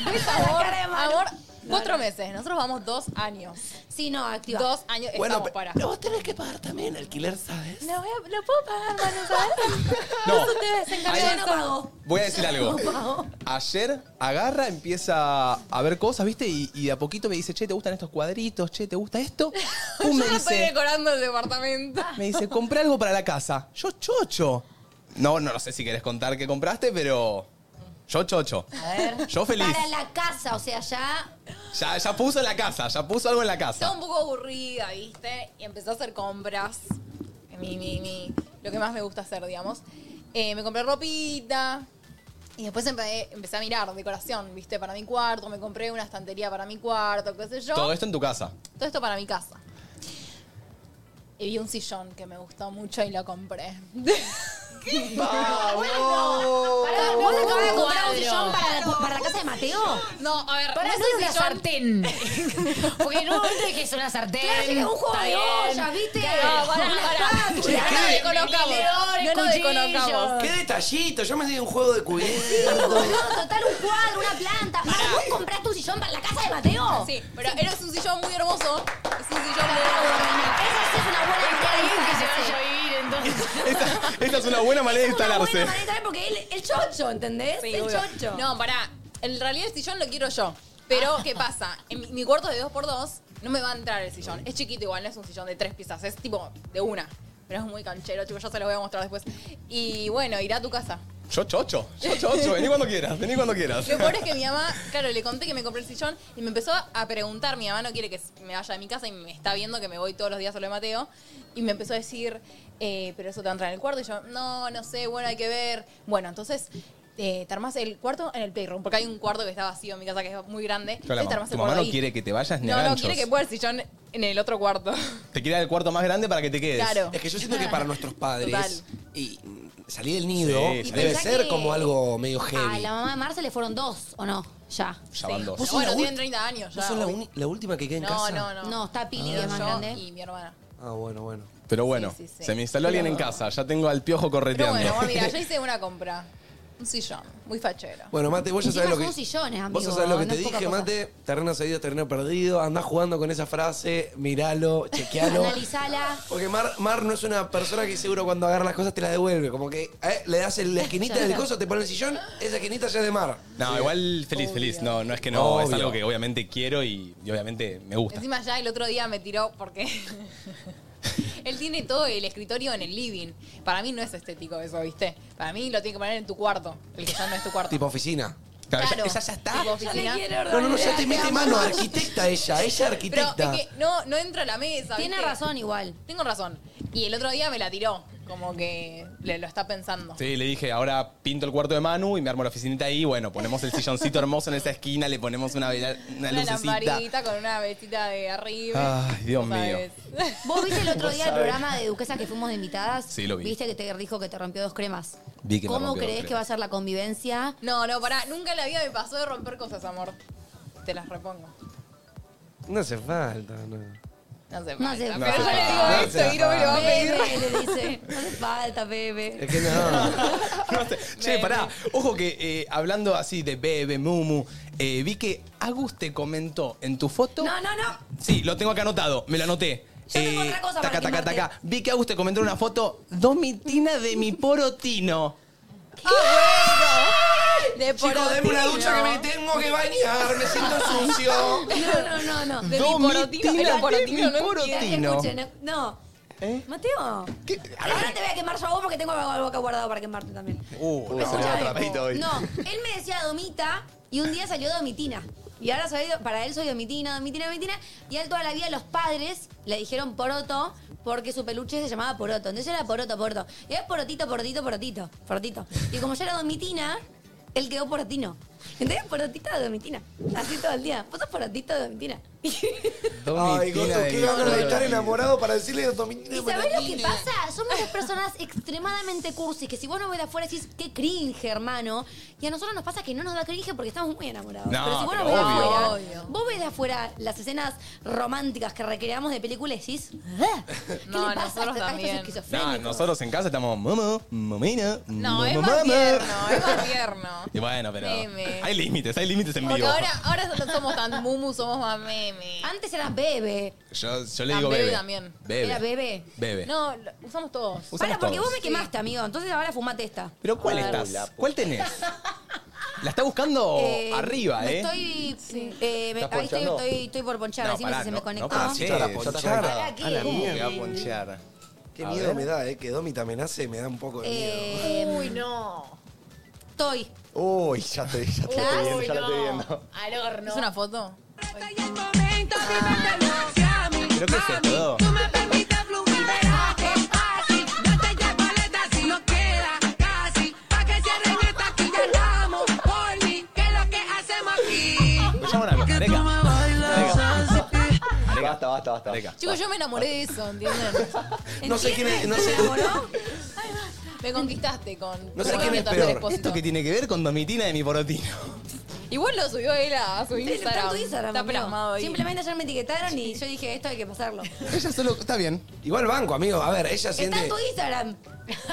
Esa es la cara de Manu.
Amor, Cuatro meses, nosotros vamos dos años.
Sí, no, activa.
Dos años,
Bueno,
estamos
pe-
para.
pero vos tenés que pagar también alquiler, ¿sabes?
No, voy a- lo puedo pagar, Manu, ¿sabes?
No.
Eso te
Ahí-
desencargo no pago.
Voy a decir algo. Ayer agarra, empieza a ver cosas, ¿viste? Y, y de a poquito me dice, che, ¿te gustan estos cuadritos? Che, ¿te gusta esto?
Yo
Pum, me
no estoy
dice,
decorando el departamento.
me dice, compré algo para la casa. Yo chocho. No, no lo sé si querés contar qué compraste, pero yo chocho.
A ver.
Yo feliz.
Para la casa, o sea, ya.
Ya, ya puso en la casa, ya puso algo en la
Estaba
casa.
un poco aburrida, ¿viste? Y empecé a hacer compras. Mi, mi, mi, lo que más me gusta hacer, digamos. Eh, me compré ropita. Y después empe- empecé a mirar decoración, ¿viste? Para mi cuarto. Me compré una estantería para mi cuarto, qué sé yo.
Todo esto en tu casa.
Todo esto para mi casa. Y vi un sillón que me gustó mucho y lo compré. ¿Qué?
Ah,
Oh.
¿Vos te acabas de comprar un
Cuadro.
sillón para la, para la casa de Mateo?
No, a ver,
Para
no
no
sé
es una
si son-
sartén. Porque en un momento dije es una sartén.
Claro, sí, un juego
está
de
bien.
ollas, ¿viste?
Claro,
pará,
una
pará.
espátula.
Ya no desconocamos.
Tenedores,
No nos desconocamos.
cuchillos.
¡Qué detallito! Yo me di un juego de
No,
cubiertos.
total, un cuadro, una planta. Pará, ¿Vos compraste un sillón para la casa de Mateo?
Sí, pero era un sillón muy hermoso. Es un sillón
Esa sí es una buena
Está
manera de
bien que se
instalarse.
vaya a vivir entonces.
Esta, esta es una buena manera de instalarse.
Buena manera de instalar porque él, el chocho, ¿entendés?
Sí,
el
obvio.
chocho.
No, pará. En realidad el sillón lo quiero yo. Pero, ¿qué pasa? En mi, mi cuarto de 2x2 no me va a entrar el sillón. Es chiquito igual, no es un sillón de tres piezas. Es tipo de una. Pero es muy canchero, chicos. Yo se los voy a mostrar después. Y bueno, irá a tu casa.
Yo chocho, yo chocho, vení cuando quieras, vení cuando quieras.
Lo peor es que mi mamá, claro, le conté que me compré el sillón y me empezó a preguntar. Mi mamá no quiere que me vaya de mi casa y me está viendo que me voy todos los días a lo de Mateo. Y me empezó a decir, eh, pero eso te va a entrar en el cuarto. Y yo, no, no sé, bueno, hay que ver. Bueno, entonces eh, te armás el cuarto en el playroom, porque hay un cuarto que está vacío en mi casa que es muy grande.
Yo la
Entonces
mam-
te armás
tu
el
mamá
cuarto
no
ahí.
quiere que te vayas ni a
No, no,
ganchos.
quiere que pueda el sillón en el otro cuarto.
Te quiere dar el cuarto más grande para que te quedes.
Claro.
Es que yo siento que para nuestros padres y mm, salir del nido
Sí, sí.
debe
Pensá
ser
que-
como algo medio
A
heavy.
Ah, la mamá de Marce le fueron dos, ¿o no? Ya.
Ya van dos.
Vos sos
Bueno,
la
tienen
ul-
30 años ya.
¿Vos sos la, uni- la última que queda en
no,
casa?
no, no.
No, está Pili,
Ah.
Yo
que es más grande.
y mi hermana.
Ah, bueno, bueno.
Pero bueno,
Sí, sí, sí.
se me instaló alguien en casa, ya tengo al piojo
Pero
correteando.
bueno, amor, mira, yo hice una compra. Un sillón, muy fachero.
Bueno, Mate, vos ya
Encima
sabés lo
son
que.
sillones,
Vos
amigo,
ya sabés lo que
no
te
es poca
dije,
cosa.
Mate. Terreno cedido, terreno perdido. Andá jugando con esa frase, miralo, chequealo.
Analizala.
Porque Mar, Mar no es una persona que seguro cuando agarra las cosas te las devuelve. Como que eh, le das el- la esquinita del coso, te pone el sillón, esa esquinita ya es de Mar.
No, igual feliz, feliz. No, no es que no, es
Obvio.
algo que obviamente quiero y, y obviamente me gusta.
Encima ya el otro día me tiró porque él tiene todo el escritorio en el living. Para mí no es estético eso, ¿viste? Para mí lo tiene que poner en tu cuarto, el que ya no es tu cuarto.
Tipo oficina.
Claro.
Esa ya está.
Tipo oficina.
No, no, no, ya te mete mano, arquitecta ella, ella
Pero
arquitecta.
es que no, no entra a la mesa.
Tiene
¿viste?
razón igual.
Tengo razón. Y el otro día me la tiró, como que le- lo está pensando.
Sí, le dije, ahora pinto el cuarto de Manu y me armo la oficinita ahí. Bueno, ponemos el silloncito hermoso en esa esquina, le ponemos una, vela- una
Una Ah.
lucecita.
lamparita con una vestita de arriba.
Ay, Dios
Vos
mío.
sabés.
¿Vos viste el otro
Vos
día el
sabés.
programa de Duquesa que fuimos de invitadas?
Sí, lo vi.
Viste que te dijo que te rompió dos cremas.
Vi que me
¿Cómo
rompió dos
crees que
cremas.
va a ser la convivencia?
No, no, pará. Nunca en la vida me pasó de romper cosas, amor. Te las repongo.
No hace falta, no.
No sé.
No hace
Pero
falta.
yo le digo
No
esto
hace
y no me lo va a
Bebe,
pedir.
le dice. No hace falta, bebe.
Es que no.
Ah,
Che, pará, ojo que eh, hablando así de Bebe, Mumu, eh, vi que Agus te comentó en tu foto.
No, no, no.
Sí, lo tengo acá anotado, me lo anoté. Eh,
Yo tengo otra cosa para
taca, taca,
quemarte.
taca. Vi que Agus te comentó en una foto, domitina de mi porotino.
De por
Chicos, denme una
otino.
ducha que me tengo que bañar, me siento sucio.
No, no, no, no.
De mi porotino.
Domitina
Era porotino,
de mi
no entiendo. ¿Eh?
porotino.
Escuchen, eh. no. Mateo. Ahora te voy a quemar yo a vos porque tengo algo algo acá guardado para quemarte también.
Uh,
Escuchame.
se me va el trapito hoy.
No, él me decía Domita y un día salió Domitina. Y ahora soy, para él soy Domitina, Domitina, Domitina. Y a él toda la vida los padres le dijeron Poroto porque su peluche se llamaba Poroto. Entonces era Poroto, Poroto. Y era Porotito, Porotito, Porotito, Porotito. Y como yo era Domitina, él quedó Porotino. Entonces Porotita, Domitina. Así todo el día. Vos sos Porotito, Domitina.
Ay, Goto, qué ganas de estar enamorado para decirle a Domitina.
¿Y sabés lo que pasa? Somos dos personas extremadamente cursis, que si vos no ves de afuera decís, qué cringe, hermano. Y a nosotros nos pasa que no nos da cringe porque estamos muy enamorados.
No,
pero si vos no
pero
ves de
obvio.
afuera, vos ves de afuera las escenas románticas que recreamos de películas y decís, "Ah, ¿qué
No,
le pasa
nosotros
a estos- a estos
también.
No,
esquizofrénicos?"
nosotros en casa estamos, mamá, mamina,
No,
mamá,
es
mamá".
¿eh?
más tierno, es más tierno.
Y bueno, pero.
Meme. Eh,
Hay límites, hay límites en
Porque
vivo.
ahora, ahora no somos tan mumu, somos más meme.
Antes eras bebe.
Yo, yo le
Ah,
digo
bebe
bebe.
también.
Bebe.
¿Era bebe?
Bebe.
No, lo- usamos todos.
Usamos Para, porque todos.
Vos me quemaste, amigo. Entonces ahora fumate esta.
¿Pero cuál
Ah.
estás? ¿Cuál tenés? La está buscando
Eh,
arriba,
me
¿eh?
Estoy, eh, me-
¿Estás
ahí estoy,
ponchando?
estoy- estoy por ponchar. Decime si se me conectó.
ponches,
Para
ya
ponchar.
está conectada.
Para
aquí,
A la
eh.
mierda, va a ponchar.
Qué
A
miedo
ver.
me da, eh. Que Domi te amenace, me da un poco de
Eh.
miedo.
Uy, no. Estoy.
Uy, ya te, ya te
¿Estás?
estoy viendo, ya la estoy viendo.
Al horno.
¿Es una foto?
¿Pero qué es esto?
Si no queda casi, pa' que cierren esta que ya estamos por mí, que es lo que hacemos aquí.
Me llaman a mí,
Que tú
Areca.
me bailas así.
Areca. Basta, basta, basta.
Chicos, yo me enamoré de eso, ¿entienden?
No sé quién es- no sé-
¿Me enamoró? Ay, va. Me conquistaste con...
No sé
con
quién es
Natalia
peor.
Espósito.
¿Esto qué tiene que ver con Domitina de mi porotino?
Igual lo subió él a su
Está en tu
Instagram.
Instagram,
Está
amigo.
plasmado ahí.
Simplemente ayer me etiquetaron y yo dije, esto hay que pasarlo.
Ella solo. Está bien.
Igual banco, amigo. A ver, ella
Está
siente.
en tu Instagram.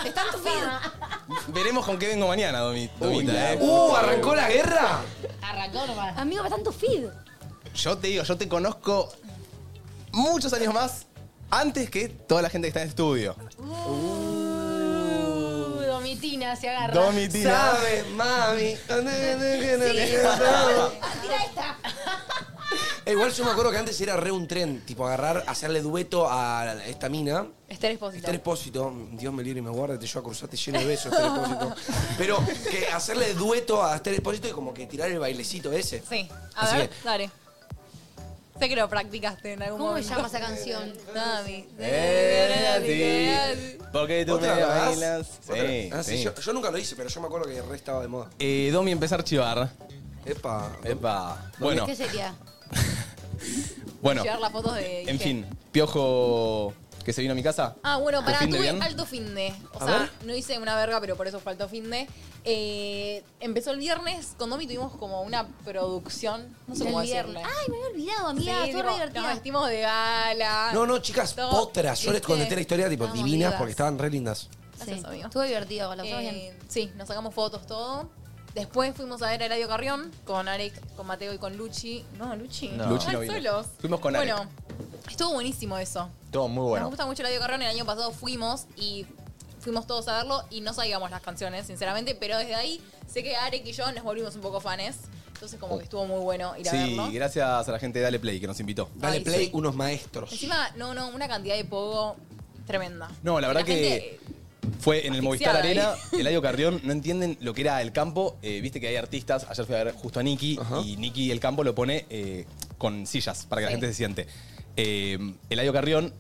Está en tu feed.
Veremos con qué vengo mañana, Domi- Domita, ¿eh?
¡Uh! ¿Arrancó la guerra?
Arrancó nomás. Amigo, está en tu feed.
Yo te digo, yo te conozco muchos años más antes que toda la gente que está en estudio.
Uh, Domitina se agarra.
Domitina.
Sabe, mami.
Tira esta.
Eh, igual yo me acuerdo que antes era re un tren, tipo agarrar, hacerle dueto a esta mina.
Esther Espósito.
Este Espósito, Dios me libre y me guarde, te llevo a cruzarte lleno de besos, Esther Espósito. Pero que hacerle dueto a Esther Espósito y como que tirar el bailecito ese.
Sí. A
Así
ver,
que-
dale. Sé que lo practicaste en algún
¿Cómo se
momento.
llama esa canción?
Dami.
Eh, Porque tú me
¿Otra más?
bailas.
Otra-
Sí,
ah, sí,
sí.
Yo, yo nunca lo hice, pero yo me acuerdo que re estaba de moda.
Eh, Domi empezó a archivar.
Epa.
Epa. Bueno,
¿Qué sería?
bueno.
Llevar las fotos de...
En fin, piojo que se vino a mi casa.
Ah, bueno,
¿Tu
pará,
fin de
tuve
bien?
alto fin de. O
A
sea,
ver.
no hice una verga, pero por eso faltó fin de. Eh, empezó el viernes, con Domi tuvimos como una producción, no sé
El
cómo
viernes.
decirle.
Ay, me había olvidado, amiga.
Sí,
Estuvo
tipo,
re divertida.
Nos vestimos de gala.
No, no, chicas,
Ah, Todo,
potras. Yo les
¿viste?
conté la historia, tipo,
Estábamos
divinas,
vivas.
porque estaban re lindas.
Gracias, amigo.
Estuvo divertido, la pasamos
Eh,
bien.
Sí, nos sacamos fotos, todo. Después fuimos a ver a Eladio Carrión con Arek, con Mateo y con Luchi. No, Luchi.
No. Luchi no
Ay,
vino.
solos.
Fuimos con Arek.
Bueno, estuvo buenísimo eso.
Todo muy bueno.
Nos gusta mucho Eladio Carrión. El año pasado fuimos y fuimos todos a verlo y no sabíamos las canciones, sinceramente. Pero desde ahí sé que Arek y yo nos volvimos un poco fanes. Entonces como que estuvo muy bueno ir a
Sí,
verlo.
gracias a la gente de Dale Play que nos invitó.
Dale
Ay,
play,
sí.
unos maestros.
Encima, no, no, una cantidad de pogo tremenda.
No, la verdad que
gente-
fue en el Movistar
ahí.
Arena, Eladio Carrión, no entienden lo que era el campo. Eh, Viste que hay artistas, ayer fui a ver justo a Nicky y Nicky el campo lo pone eh, con sillas para que la gente se siente. Eh, Eladio Carrión,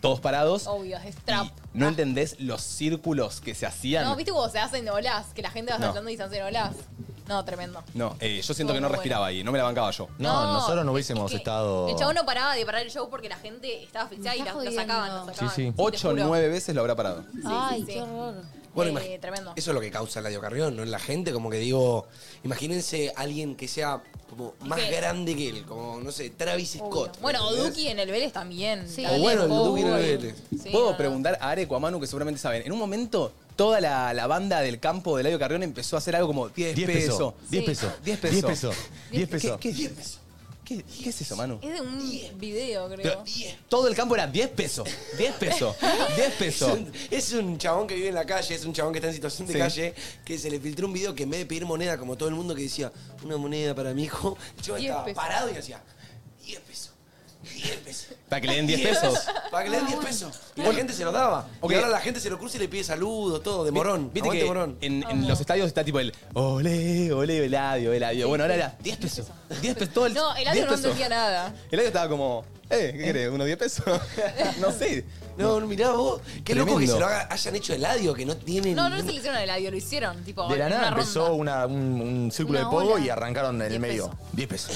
todos parados.
Obvio, es trap.
No entendés los círculos que se hacían.
Ah. No, ¿viste cómo se hacen de olas? Que la gente va
No.
saltando y se hacen olas. No, tremendo.
No, eh, yo siento
Estuvo
que no
muy
respiraba ahí, no me la bancaba yo.
No, No, nosotros
no hubiésemos
estado.
El chabón no paraba de parar el show porque la gente estaba asfixiada y la, lo sacaban, lo
Sí,
sacaban.
sí. Ocho o
juro.
nueve veces lo habrá parado.
Ay, qué horror. Bueno,
imagi-
Eh, tremendo.
Eso es lo que causa el radiocarrión, ¿no? En la gente, como que digo, imagínense alguien que sea como más
que-
grande que él, como, no sé, Travis Scott.
Bueno,
¿entendés?
Duki en el Vélez también. Oh, Sí.
O bueno, el Duki no
Sí,
Puedo
no, no.
preguntar a Areco, a Manu, que seguramente saben. En un momento, toda la, la banda del campo de Ladio Carrión empezó a hacer algo como 10,
10 pesos,
pesos.
10 pesos,
10
10
pesos.
pesos, 10 pesos.
¿Qué, qué, 10 pesos? ¿Qué, qué es eso, Manu?
Es de un video, creo.
Pero todo el campo era 10 pesos. 10 pesos. 10 pesos.
Es un chabón que vive en la calle, es un chabón que está en situación de
Sí.
calle, que se le filtró un video que en vez de pedir moneda, como todo el mundo que decía, una moneda para mi hijo, el chabón
10
estaba
pesos.
parado y hacía, 10 pesos, 10 pesos.
Para que le den 10 pesos.
Para que le den
Ah,
10
bueno.
pesos. Y la gente se lo daba.
Ok.
Y ahora la gente se lo cruza y le pide saludos, todo, de morón.
Viste
Aguante
que
morón.
en, en los estadios está tipo el ole, ole, Eladio, Eladio. Bueno, ahora era 10 pesos. 10 pesos. Todo el,
No, el audio
10
no
pesos.
entendía nada.
Eladio estaba como, eh, ¿qué querés? ¿Unos 10 pesos? no sé.
No, no, mirá vos. Qué loco que
Tremendo.
se lo haga- hayan hecho Eladio, que no tienen...
No, no se le hicieron el audio, lo hicieron. Tipo,
De la
en
nada
una ronda.
empezó una- un, un círculo
Una
de pogo
ola.
y arrancaron en el
10
medio. 10 pesos.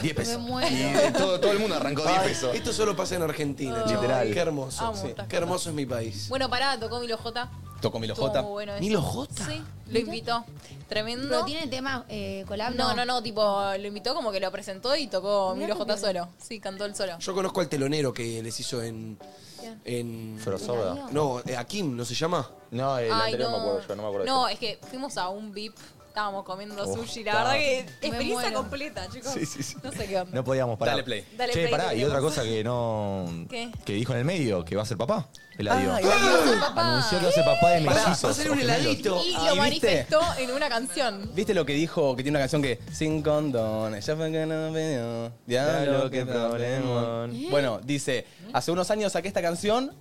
10 pesos.
muero.
Y eh, todo, todo el mundo arrancó 10
Ay,
pesos.
Esto solo pasa en Argentina,
Ay.
chabón.
Literal.
Qué hermoso.
Amo
sí.
estas
Qué hermoso es mi país.
Bueno, pará, tocó Milo J.
Tocó Milo
Estuvo
J.
muy bueno eso.
¿Milo J?
Sí, lo invitó. Tremendo.
¿Pero tiene tema eh, collab?
No, no, no, tipo, lo invitó como que lo presentó y tocó
Mirá
Milo
qué
J
bien.
solo. Sí, cantó él solo.
Yo conozco al telonero que les hizo en.
¿Quién?
en
Frosoda.
No, eh, a Kim, ¿no se llama?
No,
Ay, no.
yo, no me acuerdo.
No, es que fuimos a un VIP. estábamos comiendo
Oh,
sushi. La
está.
verdad que
Me
experiencia
muero.
completa, chicos.
Sí, sí, sí.
No sé qué onda.
No podíamos parar.
Dale play.
Dale
che,
play,
pará, y
dale.
otra cosa que no.
¿Qué?
Que dijo en el medio, que va a ser papá. El
Ay,
adiós.
va a ser papá.
Anunció que va a ser papá de
Pará, va a
mellizos.
ser un
o gemelos.
heladito.
Y
Ah,
lo
¿y viste?
manifestó en una canción.
¿Viste lo que dijo que tiene una canción que sin condones, ya fue que no veo, diablo, qué problema?
¿Eh?
Bueno, dice, hace unos años saqué esta canción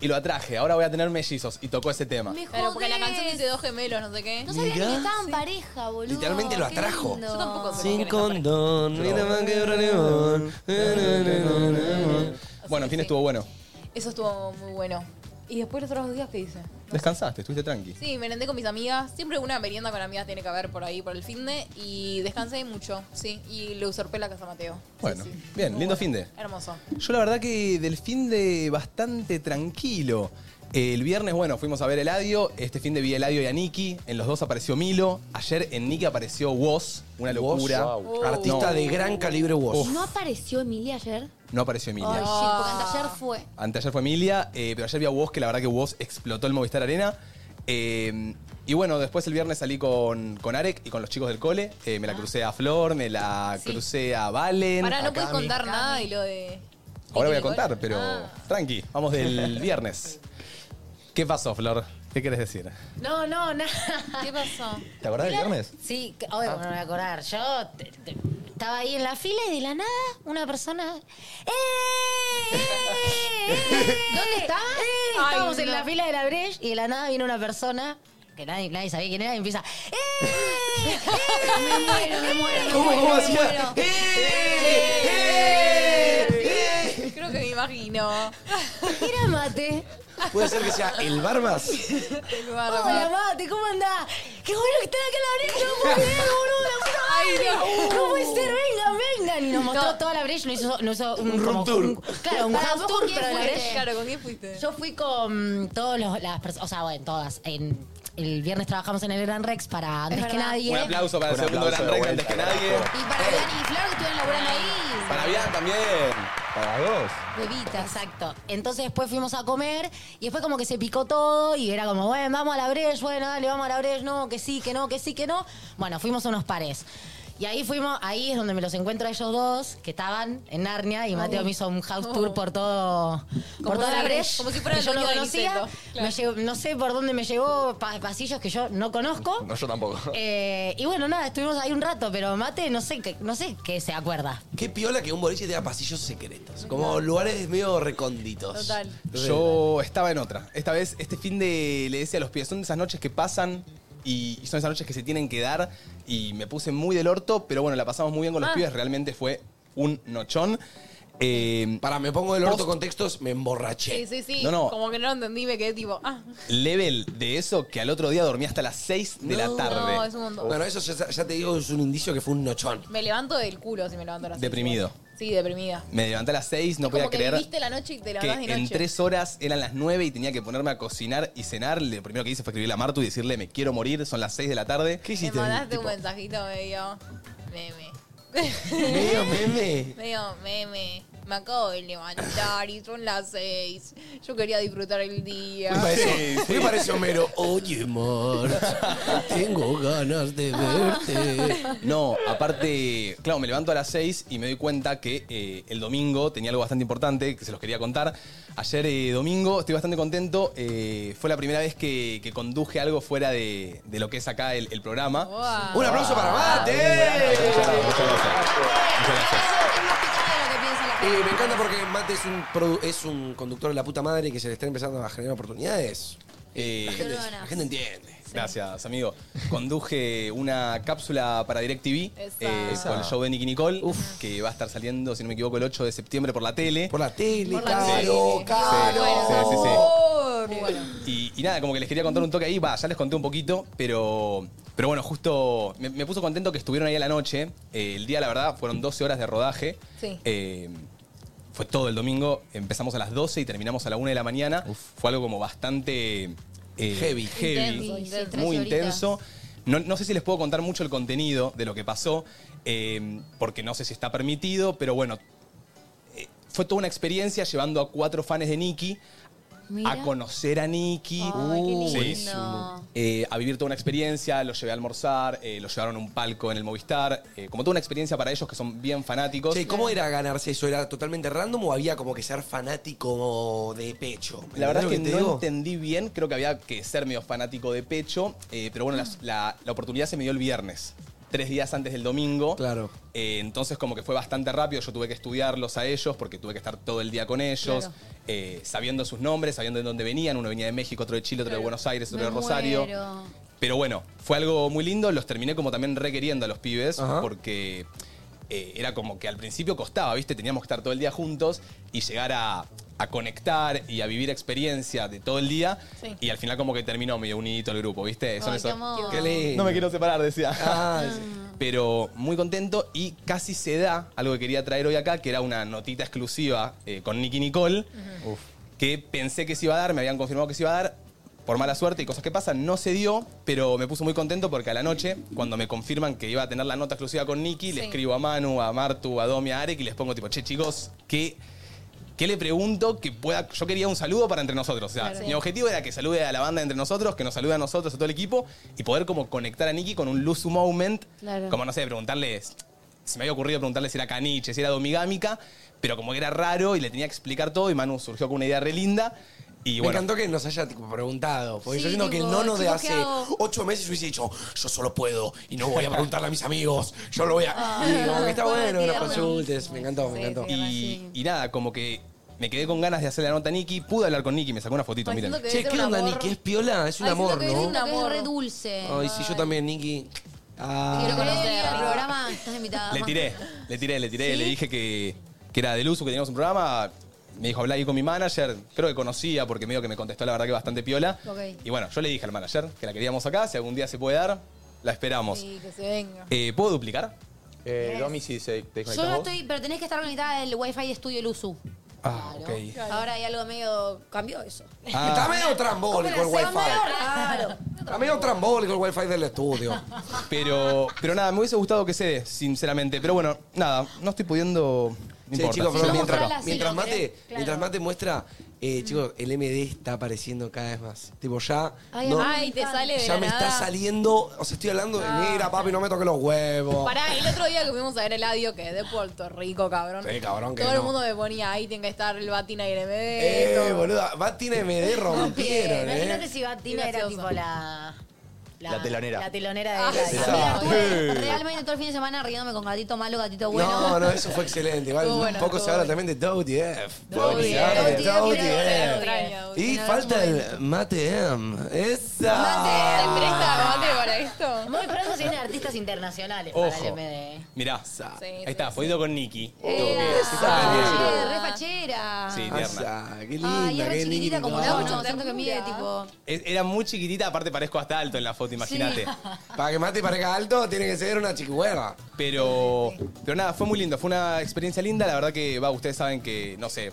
y lo atraje, ahora voy a tener mellizos y tocó ese tema.
Claro, porque la canción dice dos gemelos, no sé qué. No
sabía Mirá. que estaban
pareja, boludo.
Literalmente lo atrajo.
Yo tampoco sabía que
Sin
eran
condón, ni nada más que problema.
Bueno, en fin, estuvo bueno.
Eso estuvo muy bueno. ¿Y después los otros dos días qué hice?
Descansaste, estuviste tranqui.
Sí, merendé con mis amigas. Siempre una merienda con amigas tiene que haber por ahí, por el fin de. Y descansé mucho, sí. Y le usurpé la casa a Mateo.
Bueno, bien, lindo fin de.
Hermoso.
Yo la verdad que del fin de bastante tranquilo. El viernes, bueno, fuimos a ver Eladio. Este fin de vi a Eladio y a Nicky. En los dos apareció Milo. Ayer en Nicky apareció Woz. Una
Woz,
locura.
wow. Artista de gran calibre Woz.
¿No apareció Emilia ayer?
No apareció Emilia.
Ay, shit, porque anteayer
Eh.
fue.
Anteayer fue Emilia, eh, pero ayer vi a Woz, que la verdad que Woz explotó el Movistar Arena. Eh, y bueno, después el viernes salí con, con Arek y con los chicos del cole. Eh,
Ah.
me la crucé a Flor, me la crucé a Valen.
Pará,
a
no puedes
Cami.
contar nada y lo de.
Ahora voy a
del cole.
contar, pero
Ah.
tranqui, vamos del viernes. ¿Qué pasó, Flor? ¿Qué querés decir?
No, no, nada. ¿Qué pasó?
¿Te acordás del viernes?
Sí, que- obvio, me voy a acordar. Yo te- te- estaba ahí en la fila y de la nada una persona. eh, ¿Dónde estabas?
Eh,
Ay,
estábamos en
no.
la fila de la Breche y de la nada vino una persona que nadie, nadie sabía quién era y empieza.
Me muero, me muero.
¿Cómo,
me
cómo
muero,
hacía?
me muero.
Creo que me imagino.
Eh, Era mate.
Puede ser que sea el Barbas.
El
Hola,
barba.
mate, ¿cómo andás? Qué bueno que están acá en la brecha, no puedo creer, boludo, la puta
Ay,
madre.
no.
No puede ser, vengan, vengan. Y nos mostró
No.
toda la brecha, no hizo, no hizo un,
Un room
como-
tour.
un- claro, un
Pará,
house
¿vos
tour,
con quién
pero de la
fuiste?
brecha.
Claro, ¿con quién fuiste?
Yo fui con todas las personas, o sea, bueno, todas. En, el viernes trabajamos en el Gran Rex para antes que
verdad.
nadie.
Un aplauso para
Un
el segundo
aplauso
Gran
de
Rex antes
vuelta,
que nadie.
Y para Dani y Flor que estuvieron laburando ahí.
Para Bian también.
Para dos.
Bebita. Exacto. Entonces después fuimos a comer y después como que se picó todo y era como, bueno, vamos a la Breche, bueno, dale, vamos a la Breche, no, que sí, que no, que sí, que no. Bueno, fuimos a unos pares. Y ahí fuimos, ahí es donde me los encuentro a ellos dos, que estaban en Narnia, y Mateo
Oh.
me hizo un house tour por todo, por
Como
toda
si-
la Breche.
como si fuera
que
el
yo no
dueño del
conocía,
Niceto, claro.
me llevó- no sé por dónde me llevó, pa- pasillos que yo no conozco.
No, yo tampoco.
Eh, y bueno, nada, estuvimos ahí un rato, pero Mate no sé, qué- no sé qué se acuerda.
Qué piola que un boliche tenga pasillos secretos. Como lugares medio recónditos.
Total.
Yo estaba en otra. Esta vez, este fin de le decía a los pibes, son de esas noches que pasan y, y son esas noches que se tienen que dar. Y me puse muy del orto, pero bueno, la pasamos muy bien con los
Ah.
pibes. Realmente fue un nochón. Eh,
Para, me pongo del orto contextos, me emborraché.
Sí, sí, sí.
No, no.
Como que no lo entendí, me quedé tipo, ah.
Level de eso que al otro día dormí hasta las 6 de la tarde.
No, es un montón.
Bueno, eso ya, ya te digo, es un indicio que fue un nochón.
Me levanto del culo si me levanto a las seis.
Deprimido.
Sí, deprimida.
Me levanté a las 6, no podía
como que
creer.
viviste la noche y te
que
levantás de noche.
en tres horas eran las nueve y tenía que ponerme a cocinar y cenar. Lo primero que hice fue escribirle a Martu y decirle, me quiero morir, son las seis de la tarde. ¿Qué
Me mandaste un mensajito medio meme.
Medio meme.
medio meme. Me acabo de levantar y son las seis. Yo quería disfrutar el día.
Me parece,
sí.
me parece Homero, oye, amor, tengo ganas de verte.
No, aparte, claro, me levanto a las 6 y me doy cuenta que eh, el domingo tenía algo bastante importante que se los quería contar. Ayer eh, domingo, estoy bastante contento, eh, fue la primera vez que, que conduje algo fuera de, de lo que es acá el, el programa.
Ah.
Un aplauso para Mate.
Muchas gracias, muchas gracias. Muchas gracias.
Eh, me encanta porque Mate es un, produ- es un conductor de la puta madre que se le está empezando a generar oportunidades.
Eh,
La gente, la gente entiende.
Gracias, amigo. Conduje una cápsula para DirecTV eh,
Esa.
con el show de Nicky Nicole, que va a estar saliendo, si no me equivoco, el 8 de septiembre por la tele.
Por la tele,
Por la
caro,
tele.
caro.
Sí, sí, sí.
Muy bueno.
Y, y nada, como que les quería contar un toque ahí, va, ya les conté un poquito, pero, pero bueno, justo me, me puso contento que estuvieron ahí a la noche. Eh, el día, la verdad, fueron 12 horas de rodaje.
Sí.
Eh, fue todo el domingo, empezamos a las 12 y terminamos a la 1 de la mañana. Fue algo como bastante eh,
Heavy.
heavy,
Intenso, sí, sí, tres
muy
horitas.
intenso. No, no sé si les puedo contar mucho el contenido de lo que pasó, eh, porque no sé si está permitido, pero bueno, eh, fue toda una experiencia llevando a cuatro fans de Nicky
Mira.
a conocer a Nicky. Uh, Sí. Eh, a vivir toda una experiencia, los llevé a almorzar, eh, los llevaron a un palco en el Movistar, eh, como toda una experiencia para ellos que son bien fanáticos.
Che, ¿cómo era ganarse eso? ¿Era totalmente random o había como que ser fanático de pecho? ¿Me
La verdad es
entendés lo
que
te
no
digo?
entendí bien, creo que había que ser medio fanático de pecho, eh, pero bueno, las- la, la oportunidad se me dio el viernes, tres días antes del domingo. Claro. entonces como que fue bastante rápido, yo tuve que estudiarlos a ellos porque tuve que estar todo el día con ellos,
Claro.
eh, sabiendo sus nombres, sabiendo de dónde venían, uno venía de México, otro de Chile, otro de Buenos Aires, otro de Rosario. Pero bueno, fue algo muy lindo. Los terminé como también requiriendo a los pibes porque eh, era como que al principio costaba, ¿viste? Teníamos que estar todo el día juntos y llegar a, a conectar y a vivir experiencia de todo el día.
Sí.
Y al final como que terminó medio unidito el grupo, ¿viste? Son
Ay,
esos-
qué amor.
Qué lindo. No me quiero separar, decía.
Ah,
Pero muy contento y casi se da algo que quería traer hoy acá, que era una notita exclusiva eh, con Nicky Nicole, que pensé que se iba a dar, me habían confirmado que se iba a dar. Por mala suerte y cosas que pasan, no se dio, pero me puso muy contento porque a la noche, cuando me confirman que iba a tener la nota exclusiva con Nicky, le
Sí.
escribo a Manu, a Martu, a Domi, a Arek y les pongo tipo, che chicos, ¿qué, qué le pregunto que pueda? Yo quería un saludo para entre nosotros. O sea,
Claro.
mi objetivo era que salude a la banda entre nosotros, que nos salude a nosotros, a todo el equipo, y poder como conectar a Nicky con un Luzu Moment
Claro.
como no sé, preguntarles. Se me había ocurrido preguntarle si era caniche, si era domigámica, pero como que era raro y le tenía que explicar todo, y Manu surgió con una idea re linda. Y
Me
bueno,
encantó que nos haya tipo, preguntado. Porque
Sí,
yo siento que el
tipo,
nono de
chicos, ¿qué
hace
hago?
ocho meses hubiese dicho, yo solo puedo y no voy a preguntarle a mis amigos. Yo lo voy a.
Ah.
Y como que está
Bueno,
bueno, que nos
tierno.
consultes. Me encantó, me encantó.
y, y nada, como que me quedé con ganas de hacer la nota a Nicky, pude hablar con Nicky, me sacó una fotito,
Ay,
miren.
siento que debe Che, ser ¿qué un onda, amor. Nicky?
¿Es piola? Ah, Es un
Ay,
amor,
siento que es un
¿no?
amor. Es re dulce.
Ay, sí, yo también, Nicky. Ah.
Quiero conocer el programa, estás invitada.
Le
Ma.
tiré, le tiré, le tiré,
¿Sí?
le dije que, que era del uso, que teníamos un programa. Me dijo, hablá ahí con mi manager, creo que conocía, porque medio que me contestó la verdad que bastante piola.
Ok.
Y bueno, yo le dije al manager que la queríamos acá, si algún día se puede dar, la esperamos.
Sí, que se venga.
Eh, ¿Puedo duplicar?
Eh, Domi, si se te
Yo no estoy, pero tenés que estar conectada al Wi-Fi de Estudio Luzu.
Ah, ok.
Ahora hay algo medio. cambió eso.
Ah.
Está medio trambólico el wifi.
Claro.
Está medio trambólico el wifi del estudio.
Pero, pero nada, me hubiese gustado que se dé, sinceramente. Pero bueno, nada, no estoy pudiendo. No
Sí,
importa,
chicos,
se
pero
la muestro acá.
mientras, mientras mate, mientras mate muestra, eh, chicos, el MD está apareciendo cada vez más. Tipo, ya.
Ay,
no-
ay, te sale de
ya
la
me
nada.
está saliendo. O sea, estoy hablando de. Mira, papi, no me toques los huevos.
Pará, el otro día que fuimos a ver el adio que es de Puerto Rico, cabrón.
Sí, cabrón, que
Todo el
no.
mundo me ponía ahí, tiene que estar el Batina y el MD.
Eh, boluda, Batina MD rompieron,
Imagínate
eh.
si Batina era tipo la.
La telonera.
La telonera de.
Esa.
Ah, Mira, estuve
Sí.
realmente todo el fin de semana riéndome con gatito malo, gatito Ah, bueno.
No, no, eso fue excelente. Igual
Estuvo bueno,
un poco se
estuvo
habla también de Doughty F. Doughty
Doughty F. Doughty
F.
F.
Y falta el Mate M. Esa.
Mate,
¿Presta
Ah.
mate para esto?
Muy pronto se vienen artistas internacionales para
Ojo.
el MD.
Mirá, ahí está, fotito con Nicky.
Ay, Ah, re fachera.
Sí, tierna.
Ah,
Ah,
qué
Ay, es re chiquitita como la uno, siento que mide tipo. ah,
Era muy chiquitita, aparte parezco hasta alto en la foto, imagínate.
Sí.
Para que Mate parezca alto, tiene que ser una chiquihueva.
Pero, pero nada, fue muy lindo, fue una experiencia linda. La verdad que, va, ustedes saben que, no sé,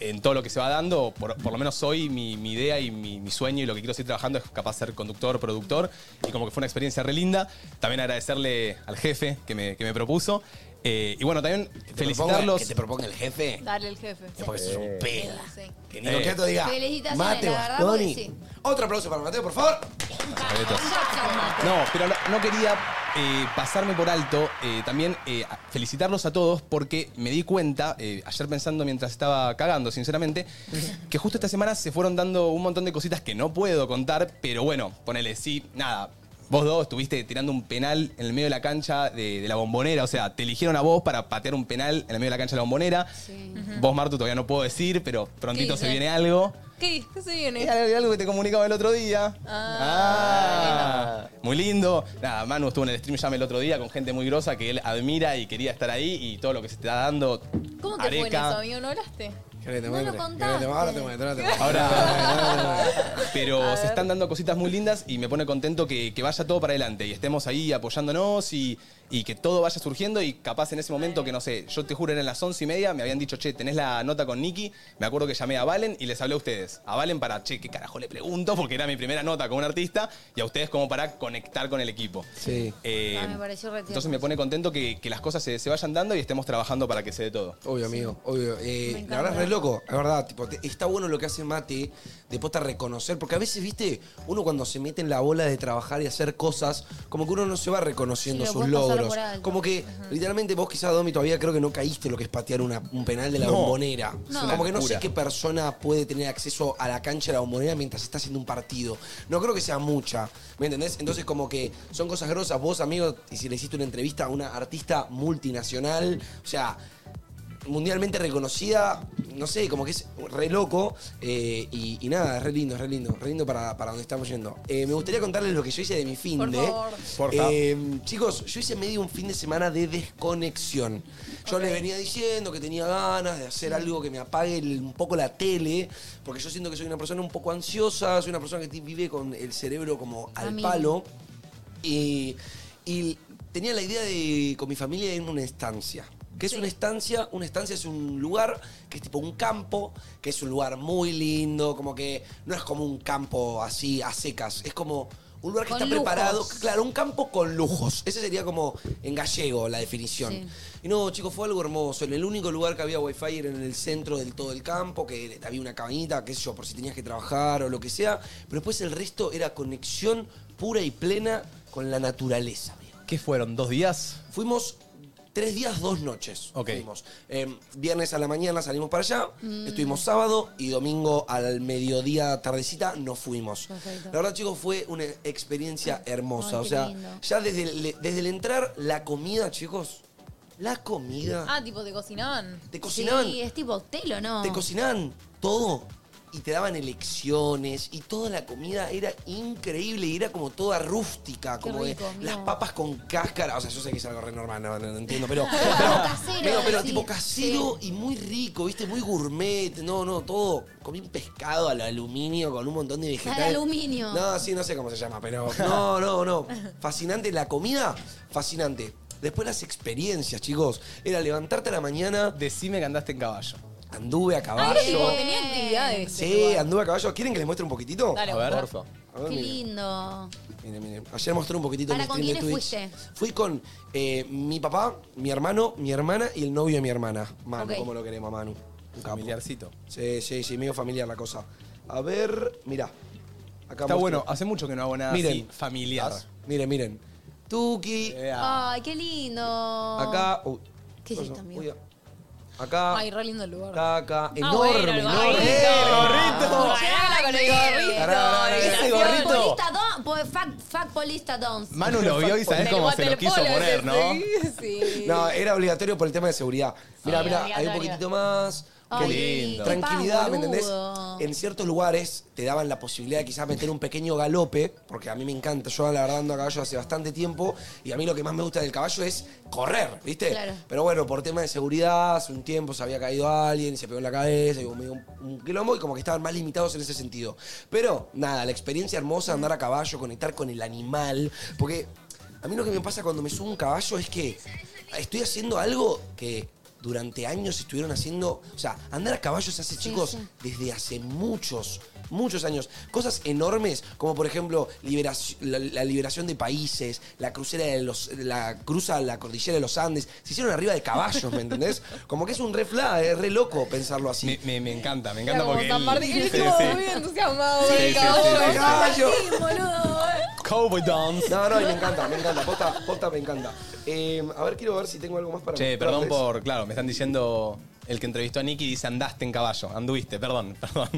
en todo lo que se va dando, por, por lo menos hoy, mi, mi idea y mi, mi sueño y lo que quiero seguir trabajando es capaz ser conductor, productor. Y como que fue una experiencia re linda. También agradecerle al jefe que me, que me propuso. Eh, y bueno, también felicitarlos.
que te proponga el jefe.
Dale el jefe.
Porque sos un peda.
Sí.
Que Nico
Eh.
Quieto diga.
Felicitaciones,
Mate
la verdad,
Bastoni.
porque sí.
Otro aplauso para Mateo, por favor.
No, pero no, no quería eh, pasarme por alto. eh, también eh, a- felicitarlos a todos porque me di cuenta, eh, ayer pensando mientras estaba cagando, sinceramente, que justo esta semana se fueron dando un montón de cositas que no puedo contar, pero bueno, ponele, sí, nada. Vos dos estuviste tirando un penal en el medio de la cancha de, de la bombonera, o sea, te eligieron a vos para patear un penal en el medio de la cancha de la bombonera. Vos, Martu, todavía no puedo decir, pero prontito se
hice?
viene algo.
¿Qué? ¿Qué se viene?
Hay algo que te comunicaba el otro día. Ah, muy lindo. Nada, Manu estuvo en el stream jam el otro día con gente muy grosa que él admira y quería estar ahí y todo lo que se está dando.
¿Cómo te fue en
Areca.
eso, amigo? ¿No hablaste?
Querete,
No lo
muévete,
contaste.
querete, Ahora te muestro, ahora te muestro.
Ahora. Pero se están dando cositas muy lindas y me pone contento que, que vaya todo para adelante y estemos ahí apoyándonos y, y que todo vaya surgiendo y capaz en ese momento que no sé, yo te juro eran las once y media, me habían dicho, che, tenés la nota con Nicky, me acuerdo que llamé a Valen y les hablé a ustedes. A Valen para, che, qué carajo le pregunto, porque era mi primera nota con un artista y a ustedes como para conectar con el equipo.
Sí.
Eh,
Ah, me pareció re tierno.
entonces me pone contento que, que las cosas se, se vayan dando y estemos trabajando para que se dé todo.
Obvio, amigo, obvio. Eh, la verdad es re loco, es verdad. Tipo, te- está bueno lo que hace Mate de posta reconocer, porque a veces, viste, uno cuando se mete en la bola de trabajar y hacer cosas, como que uno no se va reconociendo
Sí, lo
sus
puedes pasar
logros.
por alto.
Como que, literalmente, vos quizás, Domi, todavía creo que no caíste lo que es patear una- un penal de la
No.
bombonera.
No.
Como que no sé
Locura.
qué persona puede tener acceso a la cancha de la bombonera mientras está haciendo un partido. No creo que sea mucha, ¿me entendés? Entonces como que son cosas grosas. Vos, amigo, y si le hiciste una entrevista a una artista multinacional, o sea, mundialmente reconocida, no sé, como que es re loco. eh, y, y nada, es re lindo, es re lindo, re lindo para, para donde estamos yendo. Eh, me gustaría contarles lo que yo hice de mi fin
Por
de...
favor. Por favor.
Eh, chicos, yo hice medio un fin de semana de desconexión. Yo les venía diciendo que tenía ganas de hacer algo que me apague el- un poco la tele, porque yo siento que soy una persona un poco ansiosa, soy una persona que ti- vive con el cerebro como al
A mí.
palo. Y, y tenía la idea de, con mi familia, irme a una estancia. ¿Qué es una estancia? Una estancia es un lugar que es tipo un campo, que es un lugar muy lindo, como que no es como un campo así a secas, es como un lugar que
Con
está preparado,
lujos.
claro, un campo con lujos. Ese sería como en gallego la definición.
Sí.
Y no, chicos, fue algo hermoso. En el único lugar que había wifi era en el centro del todo el campo, que había una cabañita, qué sé yo, por si tenías que trabajar o lo que sea. Pero después el resto era conexión pura y plena con la naturaleza.
¿Qué fueron? ¿Dos días?
Fuimos tres días, dos noches.
Ok.
Fuimos. Eh, viernes a la mañana salimos para allá,
Mm.
estuvimos sábado y domingo al mediodía, tardecita, nos fuimos.
Perfecto.
La verdad, chicos, fue una experiencia hermosa.
Ay,
o
qué
sea,
lindo.
ya desde el, desde el entrar, la comida, chicos. La comida.
Ah, tipo, te cocinaban.
Te cocinaban.
Sí, es tipo hotel o no.
Te cocinaban todo. Y te daban elecciones. Y toda la comida era increíble. Y era como toda rústica. como de
rico, amigo.
las papas con cáscara. O sea, yo sé que es algo re normal, no, no, no entiendo. Pero,
casero,
pero, pero
sí,
tipo casero y muy rico, ¿viste? Muy gourmet. No, no, todo. Comí un pescado al aluminio con un montón de vegetales.
Al aluminio.
Ah,
No, sí, no sé cómo se llama, pero. No, no, no. Fascinante la comida, fascinante. Después las experiencias, chicos. Era levantarte a la mañana.
Decime que andaste en caballo.
Anduve a
Ah,
caballo.
tipo, tenía actividades.
Sí, anduve a caballo. ¿Quieren que les muestre un poquitito?
Dale, A por ver. favor.
A ver,
Qué
miren.
lindo.
Miren, miren. Ayer mostré un poquitito
¿Para
mi
con
stream de
quiénes
Twitch.
fuiste?
Fui con eh, mi papá, mi hermano, mi hermana y el novio de mi hermana. Manu,
Ok.
como lo queremos, a Manu. Un capo.
Familiarcito.
Sí, sí, sí, medio familiar la cosa. A ver, mira. Acá
Está
muestro.
bueno, hace mucho que no hago nada
Miren.
así familiar.
Miren, miren. Tuki. Ah.
Ay, qué lindo.
Oh.
Acá. ah. uy,
¿Qué es
cosa.
esto, amigo?
Uy, acá.
Ay, re lindo el lugar.
Acá, acá.
Ah, bueno,
Enorme,
el
enorme.
gorrito.
¡Eh,
Pará, con el gorrito.
Pará, pará, pará, ese
Fuck
gorrito.
Polista don, po- fuck, fuck polista dons.
Manu lo vio y sabés cómo se lo quiso poner, ¿no?
Sí.
No, era obligatorio por el tema de seguridad. Mira,
Sí,
mira, hay un
obligatorio.
poquitito más.
Ay,
Qué
qué
lindo.
pan,
Tranquilidad, ¿me entendés?
boludo.
En ciertos lugares te daban la posibilidad de quizás meter un pequeño galope, porque a mí me encanta. Yo, la verdad, ando a caballo hace bastante tiempo y a mí lo que más me gusta del caballo es correr, ¿viste?
Claro.
Pero bueno, por tema de seguridad, hace un tiempo se había caído alguien, se pegó en la cabeza, y hubo medio un, un quilombo y como que estaban más limitados en ese sentido. Pero nada, la experiencia hermosa de andar a caballo, conectar con el animal, porque a mí lo que me pasa cuando me subo a un caballo es que estoy haciendo algo que durante años estuvieron haciendo. O sea, andar a caballo se hace, chicos, desde hace muchos, muchos años. Cosas enormes, como por ejemplo liberaci- la, la liberación de países, la crucera de los. la cruza la cordillera de los Andes. Se hicieron arriba de caballos, ¿me entendés? Como que es un re fla, es re loco pensarlo así. Me,
encanta, me
Era como San Martín. Él estuvo muy entusiasmado
Sí,
con el
sí,
caballo.
sí, sí, caballo.
Sí, boludo.
Cowboy Dance.
No, no, y me encanta, me encanta. Posta, posta me encanta. Eh, a ver, quiero ver si tengo algo más para
Che,
mostrarles.
perdón por, claro, me están diciendo el que entrevistó a Nicky dice andaste en caballo, anduiste, perdón, perdón.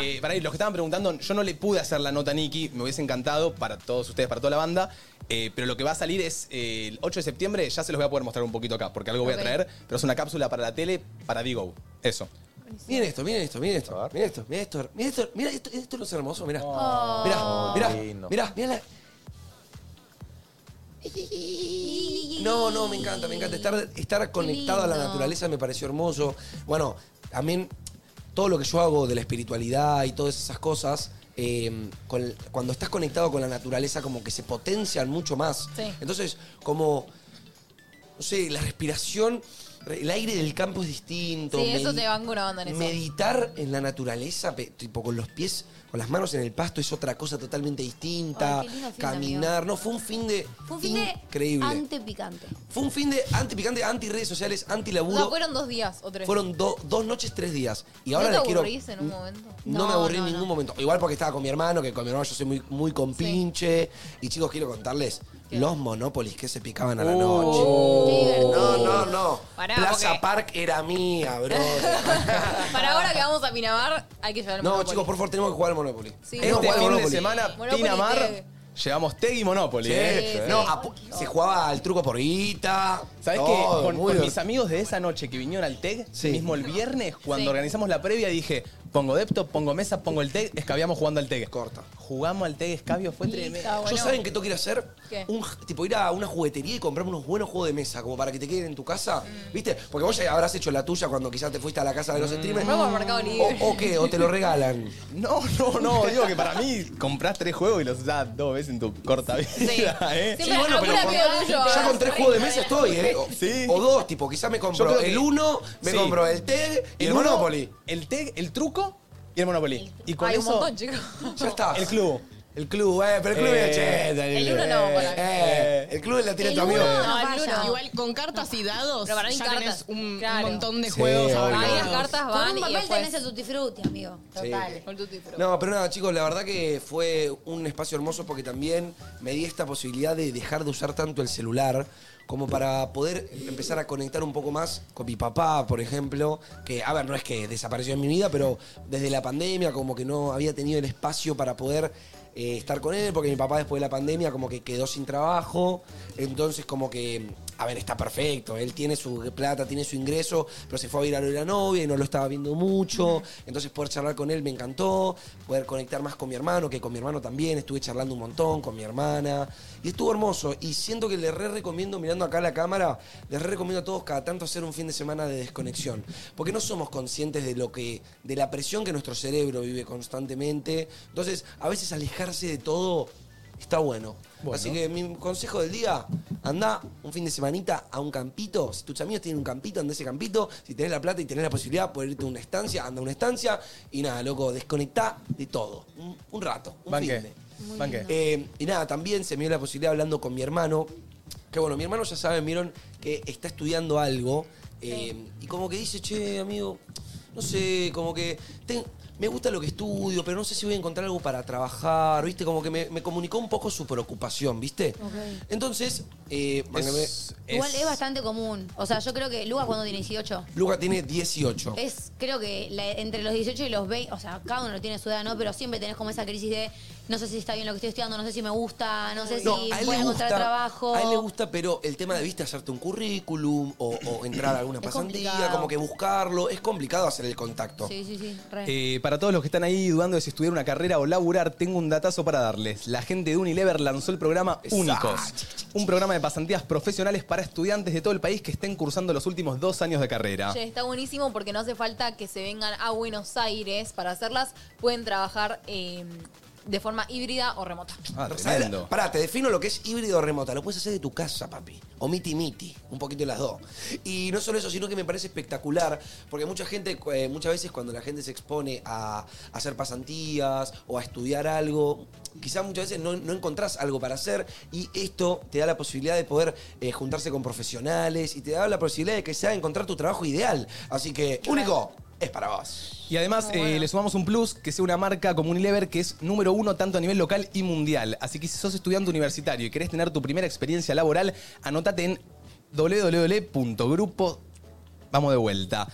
Eh, para ahí, los que estaban preguntando, yo no le pude hacer la nota a Nicky, me hubiese encantado para todos ustedes, para toda la banda, eh, pero lo que va a salir es eh, el 8 de septiembre, ya se los voy a poder mostrar un poquito acá, porque algo voy
Ok.
a traer, pero es una cápsula para la tele, para Digo, eso.
Miren esto, miren esto, miren esto, miren esto, miren esto, miren esto, miren esto, esto no es hermoso, mirá.
Oh.
Mirá,
Oh,
mirá,
qué lindo.
mirá, mirá la- No, no, me encanta, me encanta. Estar, estar conectado a la
lindo.
naturaleza me pareció hermoso. Bueno, también todo lo que yo hago de la espiritualidad y todas esas cosas, eh, con- cuando estás conectado con la naturaleza como que se potencian mucho más.
Sí.
Entonces, como, no sé, la respiración El aire del campo es distinto.
Sí, eso
medi-
te banco una banda en eso.
Meditar en la naturaleza, pe- tipo con los pies, con las manos en el pasto, es otra cosa totalmente distinta.
Ay, qué lindo fin de,
Caminar, no, fue un fin de
Fue un fin de
increíble.
antepicante.
fue un fin de anti-picante, anti-redes sociales,
O
anti-laburo.
sea, fueron dos días o tres.
Fueron do- dos noches, tres días. Y
¿No
ahora
te
les quiero.
aburrís en un momento?
No, me aburrí en ningún momento. Igual porque estaba con mi hermano, que con mi hermano yo soy muy, muy compinche. Y chicos, quiero contarles los Monopolis que se picaban a la noche. no, no, no.
Pará,
Plaza
porque-
Park era mía, bro.
Para ahora que vamos a Pinamar, hay que llevar el
no,
Monopoly.
chicos, por favor, tenemos que jugar al Monopoly.
Sí.
Tenemos que
Este
jugar al
fin de
Monopoly.
semana,
Monopoly
Pinamar,
Teg.
llevamos Teg y Monopoly.
Sí,
¿eh?
sí. No, apu- se jugaba al truco por guita.
¿Sabes
todo,
qué?
muy
Con, con
divertido.
mis amigos de esa noche que vinieron al TEG,
Sí.
mismo el viernes, cuando
Sí.
organizamos la previa, dije, pongo depto, pongo mesa, pongo el TEG, escabiamos jugando al TEG.
Corta.
Jugamos al TEG, escabio, fue tremendo.
Yo saben que tengo que ir a hacer
¿Qué?
un tipo ir a una juguetería y comprarme unos buenos juegos de mesa, como para que te queden en tu casa,
Mm.
¿viste? Porque vos ya habrás hecho la tuya cuando quizás te fuiste a la casa de los
Mm.
streamers.
Vamos al Mercado Libre.
O, o qué, o te lo regalan.
No, no, no, digo que para mí comprás tres juegos y los usás dos veces en tu corta vida, ¿eh?
Sí, bueno, pero
algún
con-
amigo tuyo
ya
habrá
con tres juegos de mesa estoy, ¿eh? O, o dos, tipo, quizás me
Yo
compro
creo que-
el uno, me
Sí.
compro el TEG y el,
uno,
Monopoly.
El TEG, el truco y el Monopoly. Y con
Hay un
eso,
montón, chicos.
Ya está.
el club.
El club, eh, pero el club
Eh,
es 80.
el uno no, para mí.
eh, El club la tiene tu amigo.
No,
No, el
falla.
uno.
Igual con cartas y dados
Pero para mí
ya tenés
cartas,
un
claro.
montón de
Sí,
juegos.
obvio.
abarcados.
Varias cartas
Con
van
un
y
papel
después...
tenés el tutti frutti, amigo.
Total.
Con tutti frutti.
No, pero nada, chicos, la verdad que fue un espacio hermoso porque también me di esta posibilidad de dejar de usar tanto el celular como para poder empezar a conectar un poco más con mi papá, por ejemplo, que, a ver, no es que desapareció en mi vida, pero desde la pandemia como que no había tenido el espacio para poder eh, estar con él, porque mi papá después de la pandemia como que quedó sin trabajo, entonces como que, a ver, está perfecto, él tiene su plata, tiene su ingreso, pero se fue a vivir a lo de la novia y no lo estaba viendo mucho, entonces poder charlar con él me encantó, poder conectar más con mi hermano, que con mi hermano también estuve charlando un montón, con mi hermana, y estuvo hermoso, y siento que le re recomiendo, mirando acá la cámara, les re recomiendo a todos cada tanto hacer un fin de semana de desconexión, porque no somos conscientes de lo que, de la presión que nuestro cerebro vive constantemente, entonces a veces alejarse de todo está bueno. Así que mi consejo del día, anda un fin de semanita a un campito. Si tus amigos tienen un campito, anda a ese campito. Si tenés la plata y tenés la posibilidad de poder irte a una estancia, anda a una estancia. Y nada, loco, desconectá de todo. Un, un rato, un
Banqué.
fin de.
Muy Banqué. lindo.
Eh, y nada, también se me dio la posibilidad hablando con mi hermano. Que bueno, mi hermano ya saben, vieron que está estudiando algo. eh, Y como que dice, che, amigo, no sé, como que ten- me gusta lo que estudio, pero no sé si voy a encontrar algo para trabajar, ¿viste? Como que me, me comunicó un poco su preocupación, ¿viste? Entonces, eh,
Es-
Igual es bastante común. O sea, yo creo que Lucas cuando tiene 18.
Luca tiene 18.
Es, creo que la- entre los 18 y los 20, o sea, cada uno tiene su edad, ¿no? Pero siempre tenés como esa crisis de no sé si está bien lo que estoy estudiando, no sé si me gusta, no sé
No,
si
a él
voy
le
a encontrar
gusta-
trabajo.
A él le gusta, pero el tema de viste hacerte un currículum o, o entrar a alguna
Es
pasantía,
complicado.
como que buscarlo. Es complicado hacer el contacto.
Sí, sí, sí, re.
Eh, para todos los que están ahí dudando de si estudiar una carrera o laburar, tengo un datazo para darles. La gente de Unilever lanzó el programa
Exacto.
Únicos, un programa de pasantías profesionales para estudiantes de todo el país que estén cursando los últimos dos años de carrera.
Che, está buenísimo porque no hace falta que se vengan a Buenos Aires para hacerlas. Pueden trabajar eh, de forma híbrida o remota.
Ah,
¿Sabes?
tremendo.
Pará, te defino lo que es híbrido o remota. Lo puedes hacer de tu casa, papi. O miti miti. Un poquito de las dos. Y no solo eso, sino que me parece espectacular. Porque mucha gente, eh, muchas veces cuando la gente se expone a hacer pasantías o a estudiar algo, quizás muchas veces no, no encontrás algo para hacer. Y esto te da la posibilidad de poder eh, juntarse con profesionales y te da la posibilidad de que sea encontrar tu trabajo ideal. Así que, único, es para vos.
Y
Ah,
además eh, le sumamos un plus que sea una marca como Unilever que es número uno tanto a nivel local y mundial. Así que si sos estudiante universitario y querés tener tu primera experiencia laboral, anótate en www.grupo Vamos de vuelta.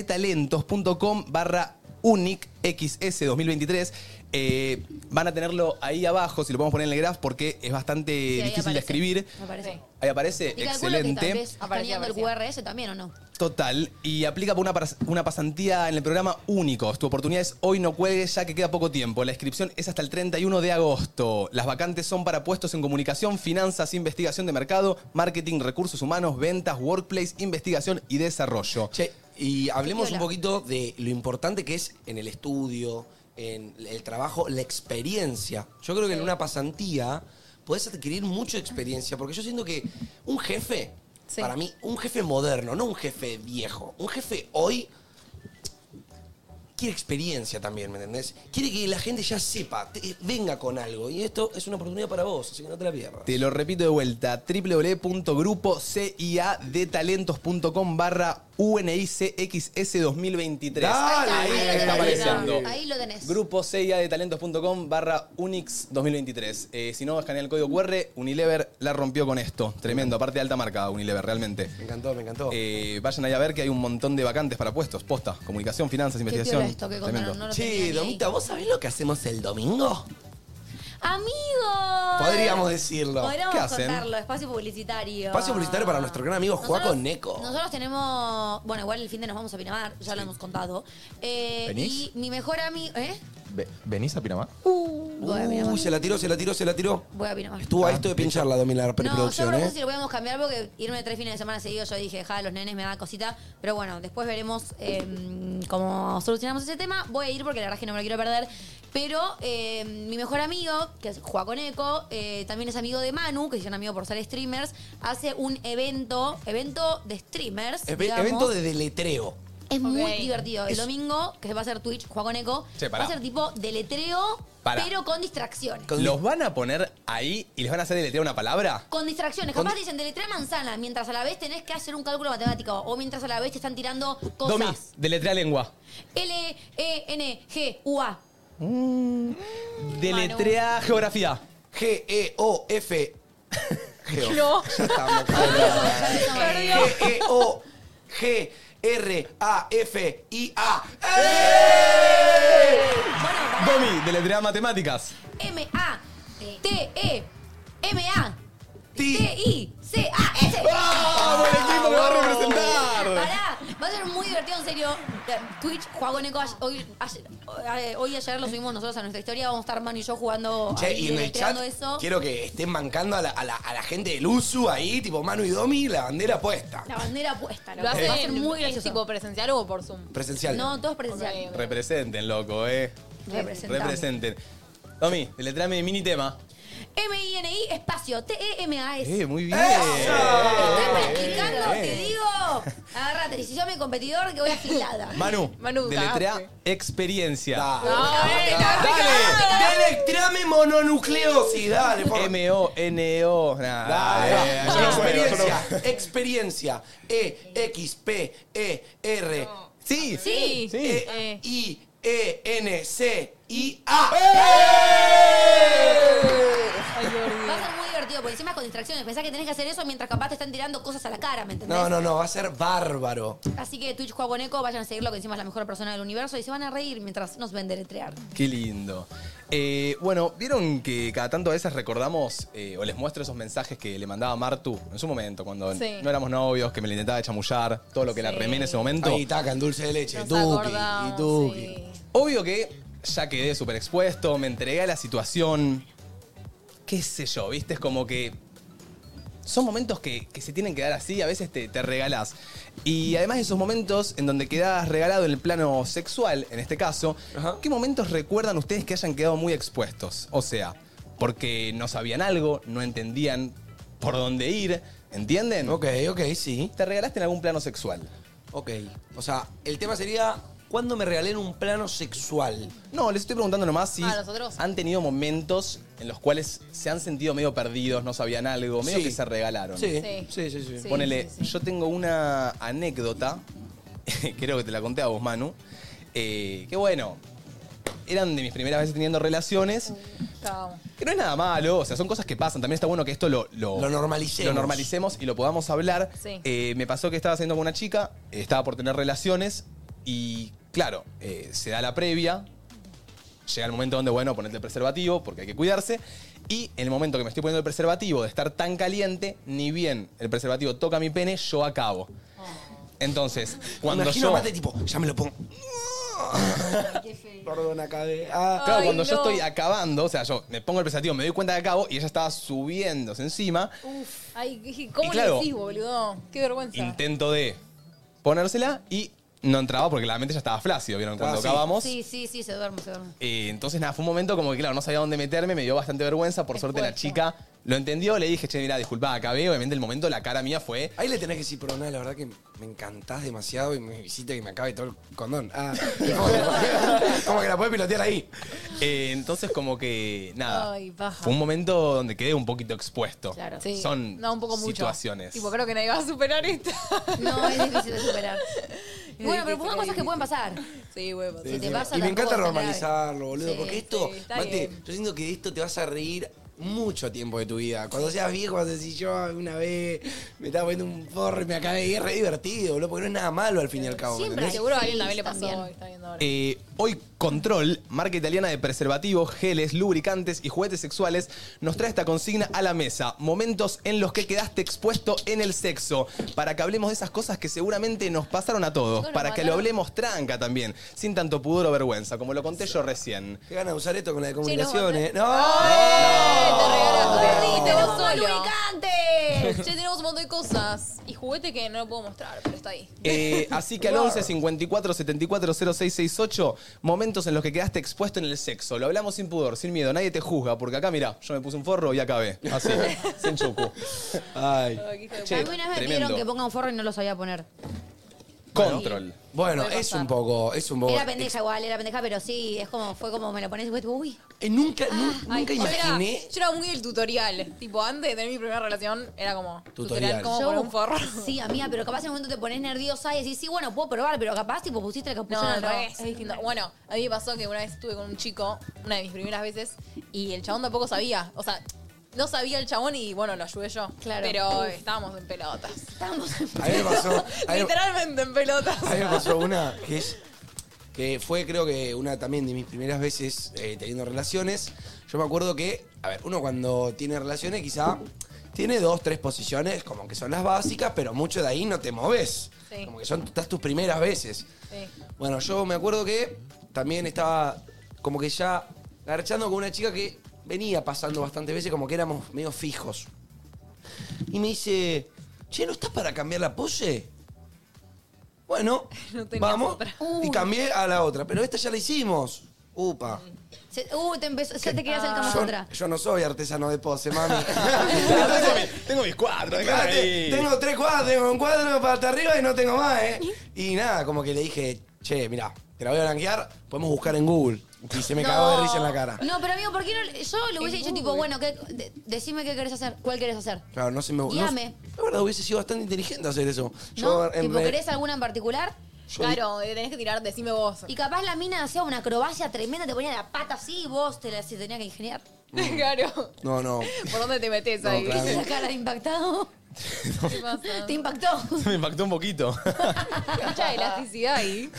www.gruposiadetalentos.com barra UNIC XS 2023. Eh, van a tenerlo ahí abajo, si lo podemos poner en el graph, porque es bastante
Sí, ahí
difícil de
aparece.
escribir.
Aparece.
Ahí aparece,
Y calculo que tal
excelente.
vez escaneando el QRS también, ¿o no?
Total, y aplica por una, pas- una pasantía en el programa Únicos. Tu oportunidad es hoy, no cuelgues, ya que queda poco tiempo. La inscripción es hasta el 31 de agosto. Las vacantes son para puestos en comunicación, finanzas, investigación de mercado, marketing, recursos humanos, ventas, workplace, investigación y desarrollo.
Che, y hablemos
Piola.
un poquito de lo importante que es en el estudio, en el trabajo, la experiencia. Yo creo que en una pasantía podés adquirir mucha experiencia, porque yo siento que un jefe
Sí.
Para mí, un jefe moderno, no un jefe viejo. Un jefe hoy quiere experiencia también, ¿me entendés? Quiere que la gente ya sepa, te- venga con algo. Y esto es una oportunidad para vos, así que no te la pierdas.
Te lo repito de vuelta, www.grupociadatalentos.com barra UNICXS 2023.
Dale,
Ahí
ahí
está
lo tenés.
apareciendo.
Ahí lo tenés.
Grupo CIADetalentos.com barra Unix 2023. Eh, si no, escanea el código QR. Unilever la rompió con esto. Tremendo. Aparte de alta marca, Unilever, realmente.
Me encantó, me encantó.
Eh, vayan ahí a ver que hay un montón de vacantes para puestos. Posta, comunicación, finanzas, investigación.
piola esto que contaron, no lo tenía ni
Che,
ahí.
Domita, ¿vos sabés lo que hacemos el domingo?
¡Amigos!
Podríamos decirlo.
Podríamos
¿Qué hacen?
contarlo. Espacio publicitario.
Espacio publicitario para nuestro gran amigo Juaco Neco.
Nosotros tenemos. Bueno, igual el fin de nos vamos a Pinamar, ya lo hemos contado. Eh,
¿Venís?
Y mi mejor amigo. ¿Eh?
Ve- ¿Venís a Pinamar?
Voy a Pinamar.
Uy, Uh, se la tiró, se la tiró, se la tiró.
Voy a Pinamar.
Estuvo a esto de pincharla, Domi, la
No, yo
preproducción,
propuse
¿eh?
si lo podíamos cambiar porque irme tres fines de semana seguidos yo dije, ja, los nenes me da cosita. Pero bueno, después veremos eh, cómo solucionamos ese tema. Voy a ir porque la verdad es que no me lo quiero perder. Pero eh, mi mejor amigo, que es Joaco Neco, eh, también es amigo de Manu, que es un amigo por ser streamers, hace un evento, evento de streamers.
Eve-
digamos.
evento de deletreo.
Es muy
Ok.
divertido. El
Es-
domingo, que va a ser Twitch, Joaco Neco,
Che,
va
pará.
a ser tipo deletreo,
Pará.
pero con distracciones.
¿Los van a poner ahí y les van a hacer deletrear una palabra?
Con distracciones. Capaz dicen deletrea manzana, mientras a la vez tenés que hacer un cálculo matemático. O mientras a la vez te están tirando cosas.
Domi, deletrea lengua.
L, E, N, G, U, A.
Deletrea geografía.
G-E-O-F. Geo.
No.
Ya estamos. G-E-O. G-R-A-F-I-A. ¡Eh! E.
Domi, deletrea matemáticas.
M, A, T, E, M, A, T, I, C, A, S.
¡Vamos, el equipo que va a representar!
Pará, va a ser muy divertido, en serio. Eh, Twitch, Juago Neco, ay- hoy, ayer- eh, hoy y ayer lo subimos nosotros a nuestra historia. Vamos a estar Manu y yo jugando,
Che,
ahí,
y en el chat
deletreando eso.
quiero que estén mancando a la, a la- a la gente del USU ahí, tipo Manu y Domi, la bandera puesta.
La bandera puesta.
¿Lo hacen
Va a ser muy
en
gracioso.
tipo presencial o por Zoom?
Presencial.
No, todo es presencial.
Representen, loco, eh.
Representamos.
Representen. Domi, deletreame mini tema.
M-I-N-I espacio E T-E-M-A-S.
Eh, muy bien.
Practicando,
Eh.
te digo. Agárrate, y si yo mi competidor, que voy afilada.
Manu,
Manu,
deletrea experiencia.
Dale, deletreame mononucleosis, dale, por
M-O-N-O. Nah, eh, yo no puedo, yo no
experiencia, experiencia. E, X, P, E, R.
Sí,
Sí. sí.
E, I, E, N, C, I, A.
¡Eh!
Va a ser muy divertido, porque encima es con distracciones. Pensás que tenés que hacer eso mientras capaz te están tirando cosas a la cara, ¿me entendés?
No, no, no, va a ser bárbaro.
Así que Twitch Juagoneco, vayan a seguirlo, que encima es la mejor persona del universo y se van a reír mientras nos ven deletrear.
Qué lindo. Eh, bueno, vieron que cada tanto a veces recordamos eh, o les muestro esos mensajes que le mandaba Martu en su momento, cuando
Sí.
no éramos novios, que me le intentaba chamullar, todo lo que la
Sí.
remé en ese momento.
Ahí taca, en dulce de leche.
Nos
Duki, y
acordamos,
Duki.
Obvio que ya quedé súper expuesto, me entregué a la situación. Qué sé yo, viste, es como que. Son momentos que, que se tienen que dar así, a veces te, te regalás. Y además de esos momentos en donde quedás regalado en el plano sexual, en este caso, ¿qué momentos recuerdan ustedes que hayan quedado muy expuestos? O sea, porque no sabían algo, no entendían por dónde ir, ¿entienden? Ok,
ok, sí.
¿Te regalaste en algún plano sexual?
Ok. O sea, el tema sería, ¿cuándo me regalé en un plano sexual?
No, les estoy preguntando nomás si
Ah, nosotros.
han tenido momentos en los cuales se han sentido medio perdidos, no sabían algo, medio
Sí.
que se regalaron.
Sí, sí, sí. sí, sí.
Ponele, yo tengo una anécdota, creo que te la conté a vos, Manu, eh, que bueno, eran de mis primeras veces teniendo relaciones, que no es nada malo, o sea, son cosas que pasan. También está bueno que esto lo, lo,
Lo normalicemos.
lo normalicemos y lo podamos hablar.
Sí.
Eh, me pasó que estaba saliendo con una chica, eh, estaba por tener relaciones y, claro, eh, se da la previa. Llega el momento donde, bueno, ponerte el preservativo porque hay que cuidarse. Y en el momento que me estoy poniendo el preservativo, de estar tan caliente, ni bien el preservativo toca mi pene, yo acabo. Entonces, cuando
Imagino
yo.
mate tipo, ya me lo pongo. Perdón, acabé. Ah.
Claro, cuando yo estoy acabando, o sea, yo me pongo el preservativo, me doy cuenta que acabo y ella estaba subiéndose encima.
Uf, ay, ¿cómo
Y claro,
le decís, boludo? Qué vergüenza.
Intento de ponérsela y no entraba porque claramente ya estaba flácido, ¿vieron?
Ah,
Cuando acabamos.
Sí, sí, sí, se duerme, se duerme.
Eh, entonces, nada, fue un momento como que, claro, no sabía dónde meterme, me dio bastante vergüenza. Por suerte, la chica lo entendió, le dije, che, mira, disculpa, acabé. Obviamente, el momento, la cara mía fue.
Ahí le tenés que decir, pero nada, la verdad que me encantás demasiado y me visita que me acabe todo el condón. Ah, como que la puedes pilotear ahí.
Eh, entonces, como que, nada.
Ay, baja.
Fue un momento donde quedé un poquito expuesto.
Claro. Sí.
Son
No, un poco mucho.
situaciones.
Tipo, creo que nadie va a superar esto.
No, es difícil de superar. Bueno, pero son cosas que pueden pasar.
Sí, huevo.
Si te pasa
y me
las
encanta
cosas,
normalizarlo, boludo,
Sí,
porque esto,
sí, está
Mate,
bien.
yo siento que de esto te vas a reír mucho tiempo de tu vida. Cuando seas viejo vas a decir, yo una vez me estaba poniendo un porro y me acabé y es re divertido, boludo, porque no es nada malo al fin y al cabo.
Siempre,
¿entendés?
seguro a alguien también le pasó. Está viendo ahora.
Eh, hoy Control, marca italiana de preservativos, geles, lubricantes y juguetes sexuales, nos trae esta consigna a la mesa. Momentos en los que quedaste expuesto en el sexo. Para que hablemos de esas cosas que seguramente nos pasaron a todos.
Bueno,
Para que
mataron.
lo hablemos tranca también. Sin tanto pudor o vergüenza, como lo conté yo recién.
Qué ganas de usar esto con la de comunicaciones. ¡No!
Oh.
Sí, tenemos un
solo.
lubricante. Che, tenemos un montón de cosas. Y juguete que no lo puedo mostrar, pero está ahí.
Eh, así que al 11 54 74 0668, momentos en los que quedaste expuesto en el sexo. Lo hablamos sin pudor, sin miedo, nadie te juzga, porque acá, mira, yo me puse un forro y acabé. Así, sin chucu. Ay.
a mí una vez me pidieron que ponga un forro y no lo sabía poner.
Control.
Bueno, es un poco, es un poco.
Era pendeja igual, era pendeja, pero sí, es como, fue como me lo pones y fue tipo, uy.
Eh,
Ah,
nunca,
Ay, yo, era,
imaginé-
yo era muy del tutorial. Tipo, antes de tener mi primera relación, era como tutorial,
Tutorial.
como
Yo-
poner un forro.
Sí, amiga, pero capaz en un momento te pones nerviosa y decís, sí, bueno, puedo probar, pero capaz tipo pusiste el capuchón
No,
al
no,
revés.
es distinto. Bueno, a mí me pasó que una vez estuve con un chico, una de mis primeras veces, y el chabón tampoco sabía. O sea, no sabía el chabón y bueno, lo ayudé yo.
Claro.
Pero
Uf.
estábamos en pelotas.
Estábamos en
A mí me pasó. a mí-
Literalmente en pelotas.
A mí me pasó una que es. Que fue, creo que una también de mis primeras veces eh, teniendo relaciones. Yo me acuerdo que, a ver, uno cuando tiene relaciones, quizá tiene dos, tres posiciones, como que son las básicas, pero mucho de ahí no te moves.
Sí.
Como que son estás tus primeras veces.
Sí.
Bueno, yo me acuerdo que también estaba como que ya garchando con una chica que venía pasando bastantes veces, como que éramos medio fijos. Y me dice, che, ¿no estás para cambiar la pose? Bueno, vamos. Y cambié a la otra, pero esta ya la hicimos. Upa.
Se- uh, te empezó, ya te querías el Kama
Yo-
Sutra.
Yo no soy artesano de pose, mami.
tengo mis cuadros,
Espérate, tengo tres cuadros, tengo un cuadro para hasta arriba y no tengo más, ¿eh? Y nada, como que le dije, che, mirá, te la voy a blanquear, podemos buscar en Google. Y se me cagó de risa en la cara.
No, pero amigo, ¿por qué no? Yo le hubiese dicho, tipo, bueno, ¿qué- de- decime qué querés hacer, cuál querés hacer.
Claro, no se me no-
Guíame.
La verdad, hubiese sido bastante inteligente hacer eso.
¿No?
en
Tipo,
vez-
¿querés alguna en particular?
Yo-
Claro, le tenés que tirar, decime vos.
Y capaz la mina hacía una acrobacia tremenda, te ponía la pata así y vos te la se tenía que ingeniar.
Mm.
claro.
No, no.
¿Por dónde te metes
No,
ahí?
claro.
La cara de impactado. ¿Te impactó?
Me impactó un poquito.
Mucha elasticidad ahí.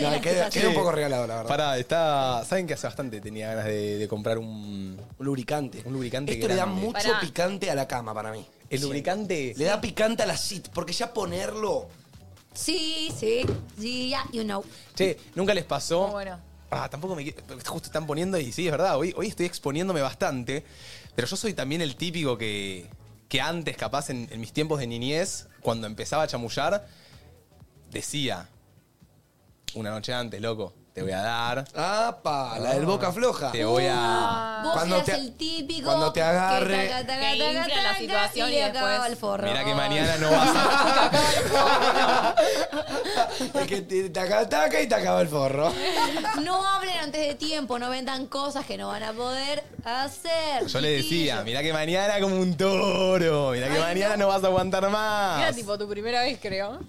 No, quedé, quedé un poco regalado, la verdad.
Pará, está. ¿Saben que hace bastante tenía ganas de, de comprar un.
Un lubricante.
Un lubricante
Esto le da
grande.
mucho
Pará.
picante a la cama para mí.
El lubricante.
Le da picante a la sit, porque ya ponerlo.
Sí, sí, sí, ya, you know.
Che, ¿nunca les pasó?
bueno.
Ah, tampoco me quiero- Justo están poniendo y sí, es verdad. Hoy, hoy estoy exponiéndome bastante. Pero yo soy también el típico que, que antes, capaz, en, en mis tiempos de niñez, cuando empezaba a chamullar, decía. Una noche antes, loco, te voy a dar. Ah,
¡Apa! La del boca floja.
Te voy
Uh,
a.
Vos
Cuando
eras
te-
el típico.
cuando te
que
agarre-
taca, taca,
Que
taca,
infla la
taca,
situación y
le acababa
después-
el forro.
Mira que mañana no vas a.
Es que te, te acaba- taca y te acaba el forro.
No hablen antes de tiempo, no vendan cosas que no van a poder hacer.
Yo le decía, mirá que mañana como un toro, mirá que mañana no. vas a aguantar
Era
más.
tipo tu primera vez, creo.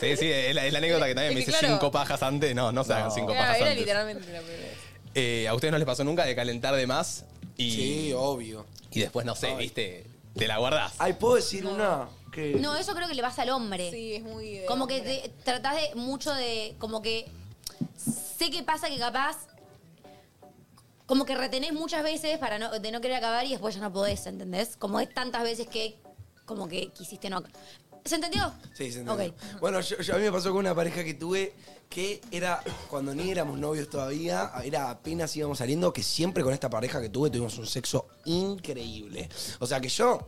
Sí, sí, es la, es la anécdota que también me
Es que
dice
claro.
cinco pajas antes. No, no se hagan cinco
Era,
pajas
era
antes.
literalmente la primera vez.
Eh, ¿A ustedes no les pasó nunca de calentar de más? Y,
Sí, obvio.
Y después, no sé, viste, te la guardás.
Ay, ¿puedo decir una? Que...
No, eso creo que le pasa al hombre.
Sí, es muy.
Como que te- tratás de mucho de. Como que. Sé que pasa que capaz. Como que retenés muchas veces para no, de no querer acabar y después ya no podés, ¿entendés? Como es tantas veces que. Como que quisiste no. ¿Se entendió?
Sí, se entendió. Bueno, yo, yo- a mí me pasó con una pareja que tuve que era cuando ni éramos novios todavía, era apenas íbamos saliendo, que siempre con esta pareja que tuve tuvimos un sexo increíble. O sea que yo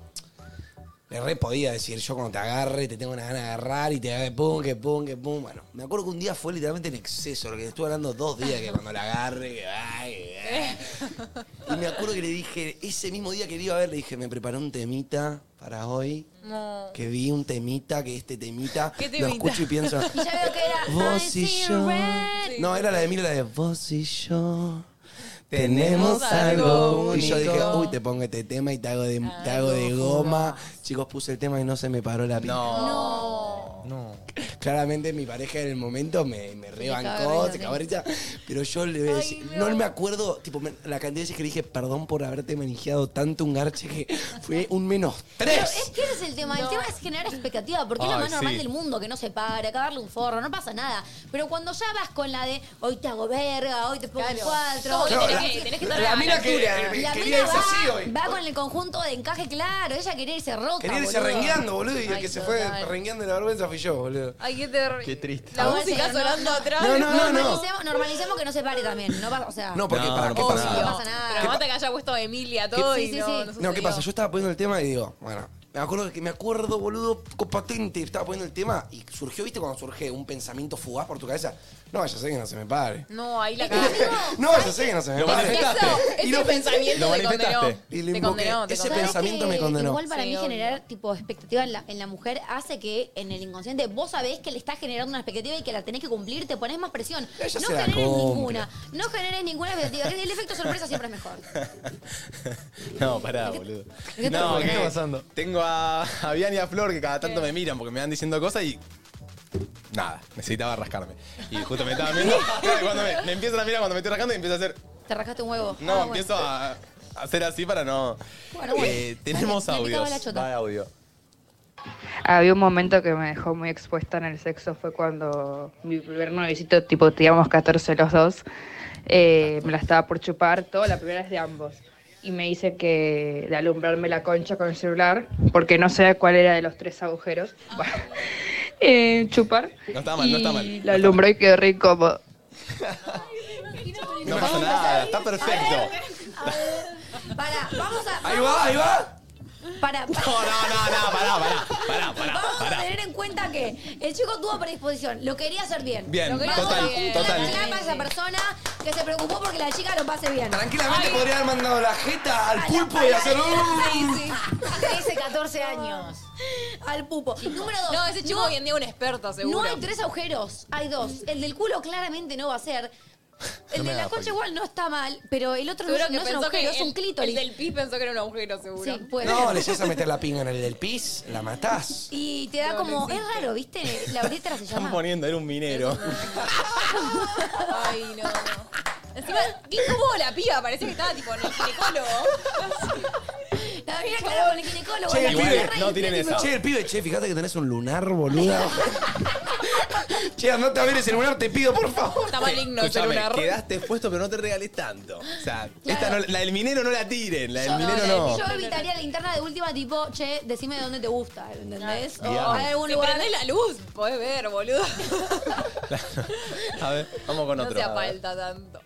Le re podía decir, yo cuando te agarre, te tengo una gana de agarrar y te agarre pum, que pum, que pum. Bueno, me acuerdo que un día fue literalmente en exceso, lo que estuve hablando dos días, que cuando la agarre, que ay, que- Y me acuerdo que le dije, ese mismo día que le iba a ver, le dije, me preparó un temita para hoy,
No.
que vi un temita, que este temita,
¿Qué
lo
temita?
escucho y pienso,
Y ya veo que era,
vos
"I
y
see
yo.
red.
No, era la de mí, la de vos y yo. Tenemos algo único. Y yo dije, uy, te pongo este tema y te hago de, te hago de goma. Chicos, puse el tema y no se me paró la pinta.
No.
No.
Claramente mi pareja en el momento me, me rebancó,
cabrita, sí.
se cabrita. Pero yo le voy a decir, no. me acuerdo, tipo, me- la cantidad de veces que le dije perdón por haberte manejado tanto un garche que fue un menos
Pero
tres.
es que ese es el tema. El tema es generar expectativa, porque es lo
Ay,
más normal
sí.
del mundo, que no se para, acabarle un forro, no pasa nada. Pero cuando ya vas con la de hoy te hago verga, hoy te pongo
Claro.
cuatro.
Todo,
hoy
Claro,
te-
la- tenés que estar la a la mina que- altura. eh, quería
La mina
irse
va,
así hoy.
va con el conjunto de encaje claro, ella quería irse rota.
Quería irse
boludo.
rengueando, boludo, y el
Ay,
que se fue
total.
rengueando de la vergüenza fui yo, boludo.
Ay, qué terrible.
Qué triste.
La música
No,
sonando
no,
atrás.
No, no, no, no.
Normalicemos, normalicemos que no se pare también. No, pa- o sea,
No, porque
No,
para
no
qué
pasa
pasa
nada.
no pasa nada.
Pero mata que haya puesto a Emilia todo
Sí,
y
sí,
no,
sí.
no
No, ¿qué
sucedió.
pasa? Yo estaba poniendo el tema y digo, bueno, me acuerdo que me acuerdo, boludo, con patente, estaba poniendo el tema y surgió, ¿viste? Cuando surge un pensamiento fugaz por tu cabeza, no vaya a ser que no se me pare.
No, ahí la cagaste.
No vaya a ser que no se me
Lo
pare.
manifestaste. Eso,
Y
ese pensamiento Lo te manifestaste. condenó.
Y lo
Te
invoqué.
condenó, te
Ese
condenó.
pensamiento
¿Sabés
me
que
condenó.
Igual para
Sí,
mí
obvio.
generar tipo expectativa en la, en la mujer hace que en el inconsciente vos sabés que le estás generando una expectativa y que la tenés que cumplir, te pones más presión.
Ella
no
se la
generes
cumple.
ninguna, no generes ninguna expectativa. El efecto sorpresa siempre es mejor.
No, pará, boludo.
¿Qué te
No,
pasa?
¿qué está pasando? Tengo a, a Bian y a Flor que cada tanto me miran porque me van diciendo cosas y. Nada, necesitaba rascarme. Y justo me estaba viendo. Claro, cuando me, me empiezan a mirar cuando me estoy rascando y empiezo a hacer.
Te rascaste un huevo.
No,
Ah, bueno.
empiezo a, a hacer así para no.
Bueno, bueno.
Eh, tenemos
Me picaba
audios.
la chota.
Va de audio.
Había un momento que me dejó muy expuesta en el sexo, fue cuando mi primer noviecito, tipo, teníamos 14 los dos, eh, me la estaba por chupar, toda la primera es de ambos. Y me dice que de alumbrarme la concha con el celular, porque no sé cuál era de los tres agujeros, Bueno, eh, chupar.
No está mal, no está mal.
Y la alumbró y quedó re incómodo.
No pasa nada, está perfecto.
Pará, vamos a.
Ahí va, ahí va.
Pará, pará.
Ah, pará, pará, pará, pará.
Vamos a tener en cuenta que el chico tuvo predisposición, lo quería hacer bien.
Bien,
lo quería
total,
hacer bien.
total.
Le clama a esa persona que se preocupó porque la chica lo pase bien.
Tranquilamente podría haber mandado la jeta al pulpo y hacer. "Uh".
Sí,
un...
sí.
Acá dice 14 años.
Al pupo. Número dos.
No, ese chico hoy en día es un experto, seguro.
No hay tres agujeros, hay dos. El del culo claramente no va a ser.
Ah,
No
El
me
de la
hagas
concha igual no está mal, pero el otro no,
Seguro
es-
que
no es un
pensó que
agujero, es un
el-
clítoris.
El del pis pensó que era un agujero, seguro.
Sí, pues. puede
No,
ser.
le llegas a meter la pinga en el del pis, la matás.
Y te
No,
da
no
como. es
existe.
raro, ¿viste? La uretra se
Están
llama.
poniendo, era un minero.
Ay, no, no. Encima, ¿qué cómo la piba? Parecía que estaba tipo en el ginecólogo.
La mira claro con el ginecólogo.
Che,
la
el
mira
pibe,
re-
no tiren esa.
Che, el pibe, che, fíjate que tenés un lunar, boluda. che, andate a ver ese lunar, te pido, por favor.
Está maligno el
Escuchame,
celular.
quedaste expuesto, pero no te regales tanto. O sea, esta no- la del minero no la tiren, la del
Yo,
minero
no,
no.
yo evitaría la interna de última, tipo, che, decime de dónde te gusta, ¿entendés?
Claro.
O
Bien.
hay algún
Te
lugar.
prendés la luz, podés ver, boludo.
A ver, vamos con
No
otro.
sea
a ver.
falta tanto.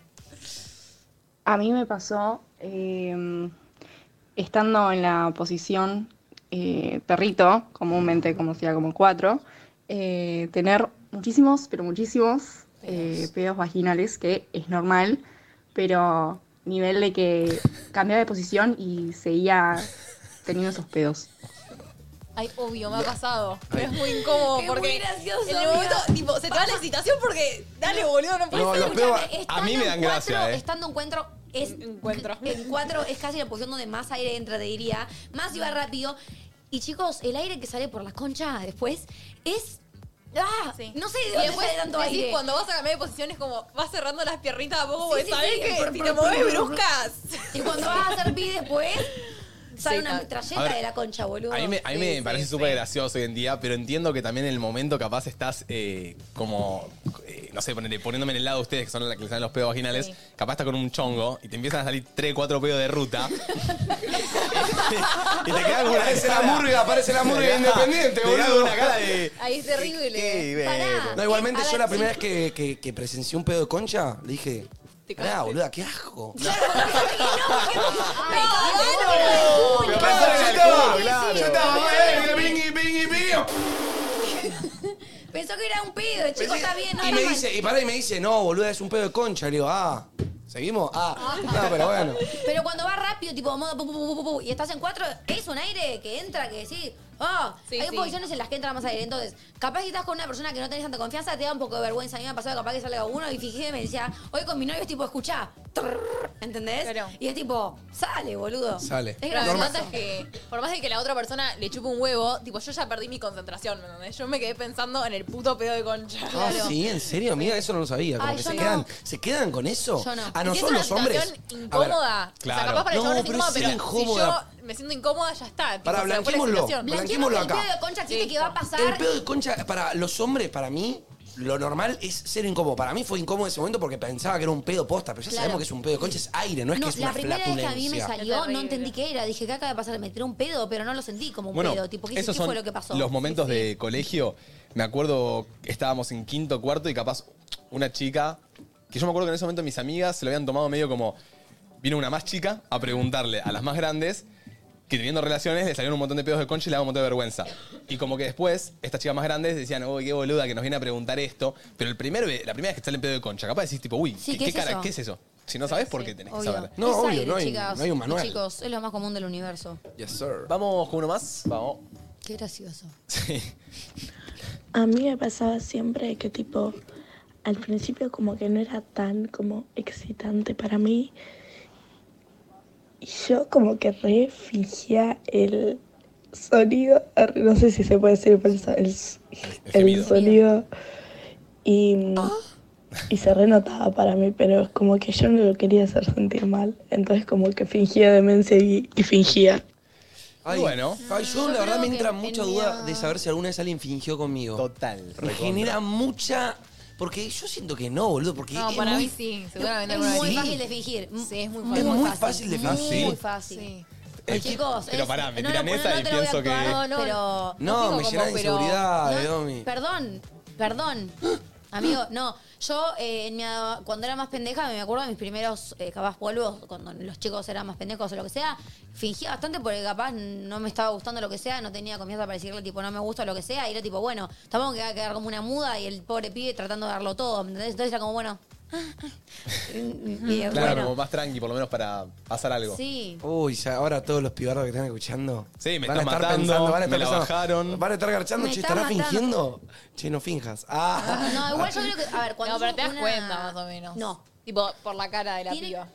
A mí me pasó, eh, estando en la posición eh, perrito, comúnmente conocida como cuatro, eh, tener muchísimos, pero muchísimos eh, pedos vaginales, que es normal, pero nivel de que cambiaba de posición y seguía teniendo esos pedos.
Ay, obvio, me ha pasado. Pero es muy incómodo
Es
porque
muy gracioso,
en el momento,
amiga.
tipo, se te va la excitación porque dale, boludo, no puedes
No, los pedos a- a mí me dan
gracias.
gracia, eh.
Estando en cuatro es.
Encuentro.
En cuatro es casi la posición donde más aire entra, te diría. Más iba rápido. Y chicos, el aire que sale por la concha después es. ¡Ah! No sé de
Y
dónde
después
sale tanto
decís,
aire.
cuando vas a cambiar de posición es como vas cerrando las piernitas a poco, porque
Sí, sí,
sabés
sí,
que
por-
si
por-
te
por-
mueves
por- por-
bruscas.
Y cuando vas a hacer pi después, sale
Sí,
una
tal.
metralleta
A ver,
de la concha, boludo.
A mí me, a mí me parece súper gracioso hoy en día, pero entiendo que también en el momento capaz estás eh, como, eh, no sé, ponele- poniéndome en el lado de ustedes, que son las que les salen los pedos vaginales, capaz estás con un chongo y te empiezan a salir 3, 4 pedos de ruta. y te quedas con una
Parece la
cara-
murga, parece la murga
Te quedas-
independiente,
te quedas con
boludo.
una cara de...
Ahí es terrible.
"Eh,
No, igualmente yo la primera vez que, que- que presencié un pedo de concha, le dije,
Te
Pará, boluda, qué asco.
Pero pensá que yo estaba- yo estaba, eh,
pingui, pingui,
Pensó que era un pedo, el chico está bien, no
Y
era
me
mal.
dice, y pará, y me dice, no, boluda, es un pedo de concha. Le digo, ah, ¿seguimos? Ah, no, pero bueno.
Pero cuando va rápido, tipo modo pu, pu, pu, pu, pu, y estás en cuatro, es un aire que entra, que decís, ah, hay
sí.
posiciones en las que entra más aire. Entonces, capaz que estás con una persona que no tenés tanta confianza, te da un poco de vergüenza. A mí me ha pasado capaz que salga uno y fijé, me decía, hoy con mi novio es tipo, escuchá, trrr", ¿entendés? Y es tipo, sale, boludo.
Sale.
Es
Pero lo que
gracioso.
pasa es que, por más de que la otra persona le chupe un huevo, tipo, yo ya perdí mi concentración, ¿me entendés? Yo me quedé pensando en el puto pedo de concha.
Ah, sí, en serio, amiga, eso no lo sabía. Como
Ay,
que
yo
se,
no.
quedan, ¿se quedan con eso?
Yo no.
A
Y si es
nosotros
una
los hombres.
situación
A ver,
incómoda. O sea, capaz para el
no,
chabón es
pero
incómoda,
es
pero,
incómoda.
si yo me siento incómoda, ya está. tipo,
Pará,
o sea, ¿cuál es la
blanquémoslo,
situación?
blanquémoslo acá.
El pedo de concha existe que va a pasar.
El pedo de concha, para los hombres, para mí, lo normal es ser incómodo. Para mí fue incómodo en ese momento porque pensaba que era un pedo posta, pero ya
Claro.
sabemos que es un pedo de concha, es aire, no es que es
la
una
primera vez que
flatulencia.
a mí me salió, no entendí qué era. Dije, ¿qué acaba de pasar? Me tiré un pedo, pero no lo sentí como un
Bueno,
pedo. Tipo, ¿qué,
esos
¿qué fue
son
lo que pasó?
los momentos de colegio. Me acuerdo que estábamos en quinto, cuarto y capaz una chica, que yo me acuerdo que en ese momento mis amigas se lo habían tomado medio como, vino una más chica a preguntarle a las más grandes que teniendo relaciones le salieron un montón de pedos de concha y le daba un montón de vergüenza. Y como que después, estas chicas más grandes decían, uy, qué boluda que nos viene a preguntar esto. Pero el primer, ve- la primera vez que te sale el pedo de concha, capaz decís tipo, uy,
Sí,
¿qué,
¿qué es
cara-
eso?
qué es eso? Si no sabes, ¿por qué tenés
Obvio.
que saber?
Es aire, chicas y Chicos, es lo más común del universo.
Yes, sir. Vamos con uno más. Vamos.
Qué gracioso.
A mí me pasaba siempre que tipo, al principio como que no era tan como excitante para mí. Y yo como que re fingía el sonido, arre, no sé si se puede decir pero el, so- el s- el
gemido.
sonido. Y, y se renotaba para mí, pero es como que yo no lo quería hacer sentir mal. Entonces como que fingía demencia y- y fingía.
Ay,
bueno.
Ay, yo,
Yo
la verdad
creo
me
que
entra mucha
tenía-
duda de saber si alguna vez alguien fingió conmigo.
Total.
Me genera mucha. Porque yo siento que no, boludo. Porque
No,
es
para
muy-
mí sí, seguramente
es
alguna
muy
vez.
fácil de fingir. Sí, es muy
fácil. Es muy fácil de fingir.
Muy
Sí.
fácil.
eh,
Ay, chicos,
pero
es-
pará, me
no,
tiran
no,
esa
no
y
te lo voy a
pienso que-
actuar, no, no, pero-
No,
digo
me
como,
llena de
pero-
inseguridad,
no,
Domi.
Perdón, perdón. Amigo, no, yo eh, en mi ad- cuando era más pendeja, me acuerdo de mis primeros eh, capaz polvos, cuando los chicos eran más pendejos o lo que sea, fingía bastante porque capaz no me estaba gustando lo que sea, no tenía confianza para decirle tipo no me gusta lo que sea, y era tipo, bueno, tampoco que va a quedar como una muda y el pobre pibe tratando de darlo todo, ¿entendés? Entonces era como, bueno,
Claro,
bueno.
como más tranqui, por lo menos para pasar algo.
sí.
Uy, ya ahora todos los pibardos que están escuchando.
Sí, me
van a
están
estar
matando,
pensando, van a estar
me la bajaron.
Van a estar garchando,
Me
che,
están
¿estará
matando.
fingiendo? Che, no finjas. Ah.
No, igual yo creo que, a ver, cuando
No, pero
yo
te das
una-
cuenta más o menos.
No.
Tipo, por la cara de la piba.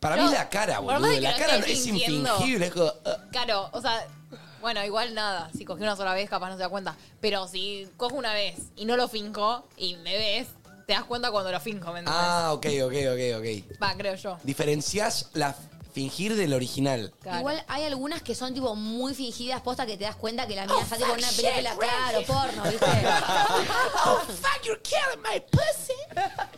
Para
yo-
mí la cara,
por más de
boludo.
que
La
lo
cara
estés
es
fingiendo.
infingible. Es como, ah.
Claro, o sea, bueno, igual nada. Si cogí una sola vez, capaz no se da cuenta. Pero si cojo una vez y no lo finco y me ves, te das cuenta cuando lo finco, ¿me entendés?
Ah, ok, ok, ok, ok.
Va, creo yo.
Diferenciás la fingir del original.
Igual hay algunas que son tipo muy fingidas, posta que te das cuenta que la mina está tipo en una
fuck
película,
shit,
claro,
right.
porno, ¿viste?
Oh, fuck, you're killing my pussy.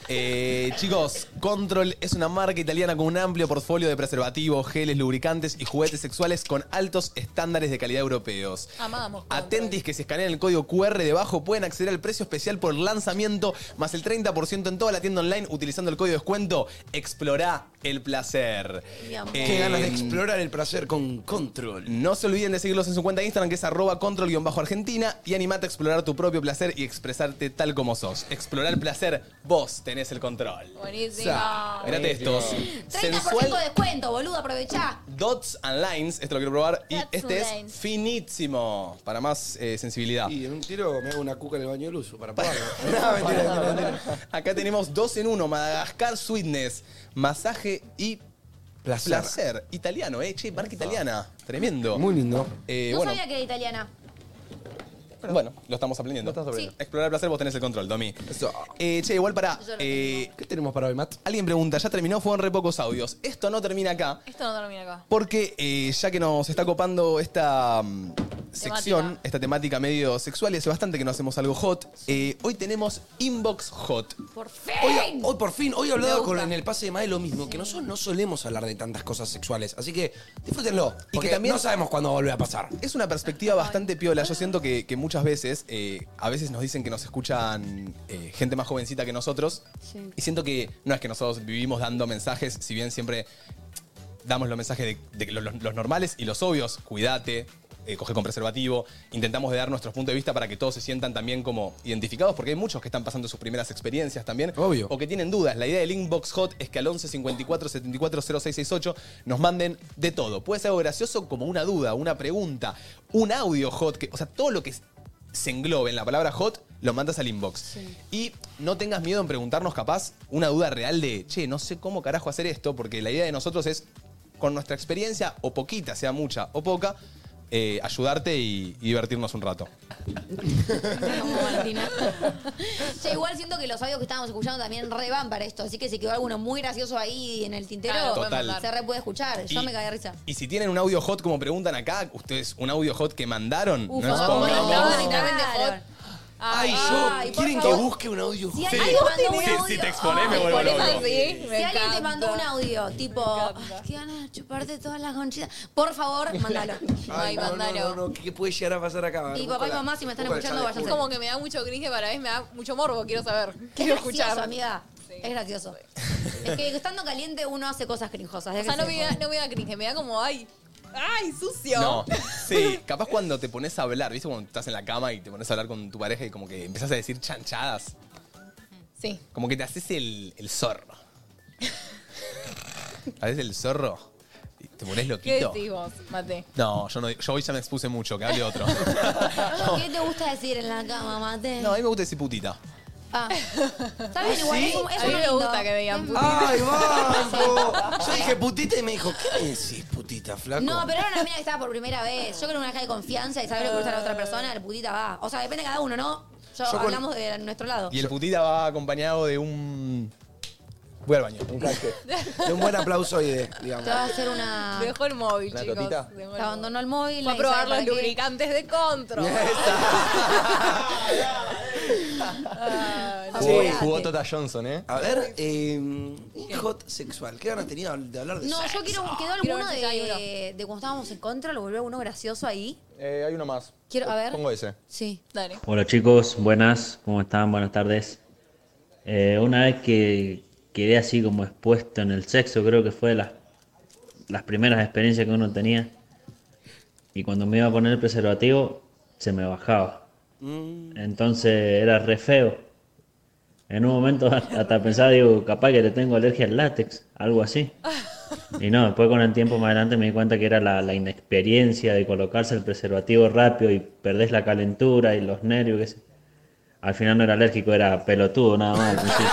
Eh, chicos, Control es una marca italiana con un amplio portfolio de preservativos, geles, lubricantes y juguetes sexuales con altos estándares de calidad europeos.
Amamos.
Ah.
Atentis que si escanean el código QR debajo pueden acceder al precio especial por el lanzamiento más el 30% en toda la tienda online utilizando el código de descuento Explorá el placer.
Mi amor.
Eh,
Qué ganas de explorar
el placer con Control. No se olviden de seguirlos en su cuenta de Instagram que es arroba control-argentina y animate a explorar tu propio placer y expresarte tal como sos. Explorar el placer, vos tenés el control.
Buenísimo.
Sa- Mirate estos.
30%
Sensual
de descuento, boludo, aprovechá.
Dots and Lines, esto lo quiero probar. Y
Dots
este
and
es
Lines.
finísimo para más eh, sensibilidad.
Y en un tiro me hago una cuca en el baño del uso para probarlo.
Acá tenemos dos en uno, Madagascar Sweetness, masaje y placer. Italiano, eh, che, marca italiana. Tremendo. Muy
Ah. lindo.
No
Eh, bueno,
sabía que era italiana.
bueno, lo estamos aprendiendo.
aprendiendo.
Explorar el placer, vos tenés el control, Domi. Eh, che, igual para... eh, ¿Qué
tenemos para hoy, Matt?
Alguien pregunta, ya terminó, fueron re pocos audios. Esto no termina acá.
Esto no termina acá.
Porque eh, ya que nos está copando esta, mm, sección, esta temática medio sexual, y hace bastante que no hacemos algo hot. Eh, hoy tenemos Inbox Hot.
Por fin.
Hoy, hoy por fin, hoy he
Me
hablado
gusta.
con, en el pase de Mae lo mismo, que nosotros no solemos hablar de tantas cosas sexuales, así que disfrútenlo,
Y
porque
que también-
no sabemos cuándo vuelve a pasar.
Es una perspectiva bastante piola. Yo siento que, que muchas veces, eh, a veces nos dicen que nos escuchan eh, gente más jovencita que nosotros. Y siento que no es que nosotros vivimos dando mensajes, si bien siempre damos los mensajes de, de los, los normales y los obvios, cuídate, eh, coge con preservativo, intentamos de dar nuestros puntos de vista para que todos se sientan también como identificados, porque hay muchos que están pasando sus primeras experiencias también,
Obvio.
o que tienen dudas. La idea del Inbox Hot es que al 11 54 74 0668 nos manden de todo. Puede ser algo gracioso como una duda, una pregunta, un audio hot, que, o sea, todo lo que se englobe en la palabra hot, lo mandas al inbox. Y no tengas miedo en preguntarnos capaz una duda real de, che, no sé cómo carajo hacer esto, porque la idea de nosotros es, con nuestra experiencia, o poquita, sea mucha o poca, eh, ayudarte y, y divertirnos un rato.
Che, igual siento que los audios que estábamos escuchando también re van para esto. Así que si quedó alguno muy gracioso ahí en el tintero,
Claro, pueden Total. mandar.
se re puede escuchar. Yo
Y-
me caí de risa.
Y si tienen un audio hot como preguntan acá, ustedes un audio hot que mandaron,
Ufa,
no es
vamos,
poco.
vamos, literalmente hot.
Ay, yo,
por
¿quieren que
favor.
busque un audio?
Si
Sí.
alguien mandó un
Sí,
audio.
si te exponés, me vuelvo
Ay, ponés
loco.
así,
Sí,
Si
me
alguien te
encanta.
mandó un audio, tipo, "Ay, qué ganas de chuparte todas las conchitas. Por favor, mándalo.
Ay, no, no, no, no, ¿qué puede llegar a pasar acá? A ver,
Y papá y
búscala.
mamá, si me están
Búscala,
escuchando,
sale,
Es
búscala.
como que me da mucho cringe, para vez me da mucho morbo, quiero saber.
Qué
Quiero
gracioso,
escuchar.
amiga. Es gracioso. Es que estando caliente uno hace cosas crinjosas.
O sea, no me, da, no me da cringe, me da como, ay, ay, sucio.
No, sí, capaz cuando te pones a hablar, ¿viste? Cuando estás en la cama y te pones a hablar con tu pareja y como que empezás a decir chanchadas,
Sí.
como que te haces el, el zorro. A veces el zorro y te pones
¿Qué
loquito.
decís vos, Mate?
No, yo no digo- yo hoy ya me expuse mucho, que hable otro.
¿Qué te gusta decir en la cama, mate?
No, a mí me gusta decir putita.
Ah. Está bien, igual
¿Sí?
es, un- es
A mí
un
me
lindo.
gusta que me digan
Es-
¡Ay, banco! Yo dije putita y me dijo, ¿qué me decís, putita, flaco?
No, pero era una mina que estaba por primera vez. Yo creo que una caja de confianza y saber lo que gusta a la otra persona, el putita va. O sea, depende de cada uno, ¿no? Yo,
Yo con-
hablamos de nuestro lado.
Y el putita va acompañado de un. Voy al baño.
De un buen aplausoide, digamos.
Te vas a hacer una.
Dejó el móvil,
Una
chicos.
totita.
Dejó el
Te abandonó el móvil.
Fue a
y
probar
sabe
los
para qué.
lubricantes de Contro.
Uy, jugó Tota Johnson, ¿eh?
A ver, eh, un hot sexual. ¿Qué ganas tenía de hablar de
No,
sexo?
yo quiero. Quedó
Quiero
alguno
ver si hay
de, de cuando estábamos en contra, lo volvió uno gracioso ahí.
Eh, hay uno más.
Quiero, a ver.
Pongo ese.
Sí. Dale.
Hola chicos, buenas, ¿cómo están? Buenas tardes. Eh, una vez que quedé así como expuesto en el sexo, creo que fue de las, las primeras experiencias que uno tenía. Y cuando me iba a poner el preservativo, se me bajaba.
Mm.
Entonces era re feo. En un momento hasta pensaba, digo, capaz que le tengo alergia al látex, algo así. Y no, después con el tiempo más adelante me di cuenta que era la, la inexperiencia de colocarse el preservativo rápido y perdés la calentura y los nervios. qué sé. Al final no era alérgico, era pelotudo nada más. al principio.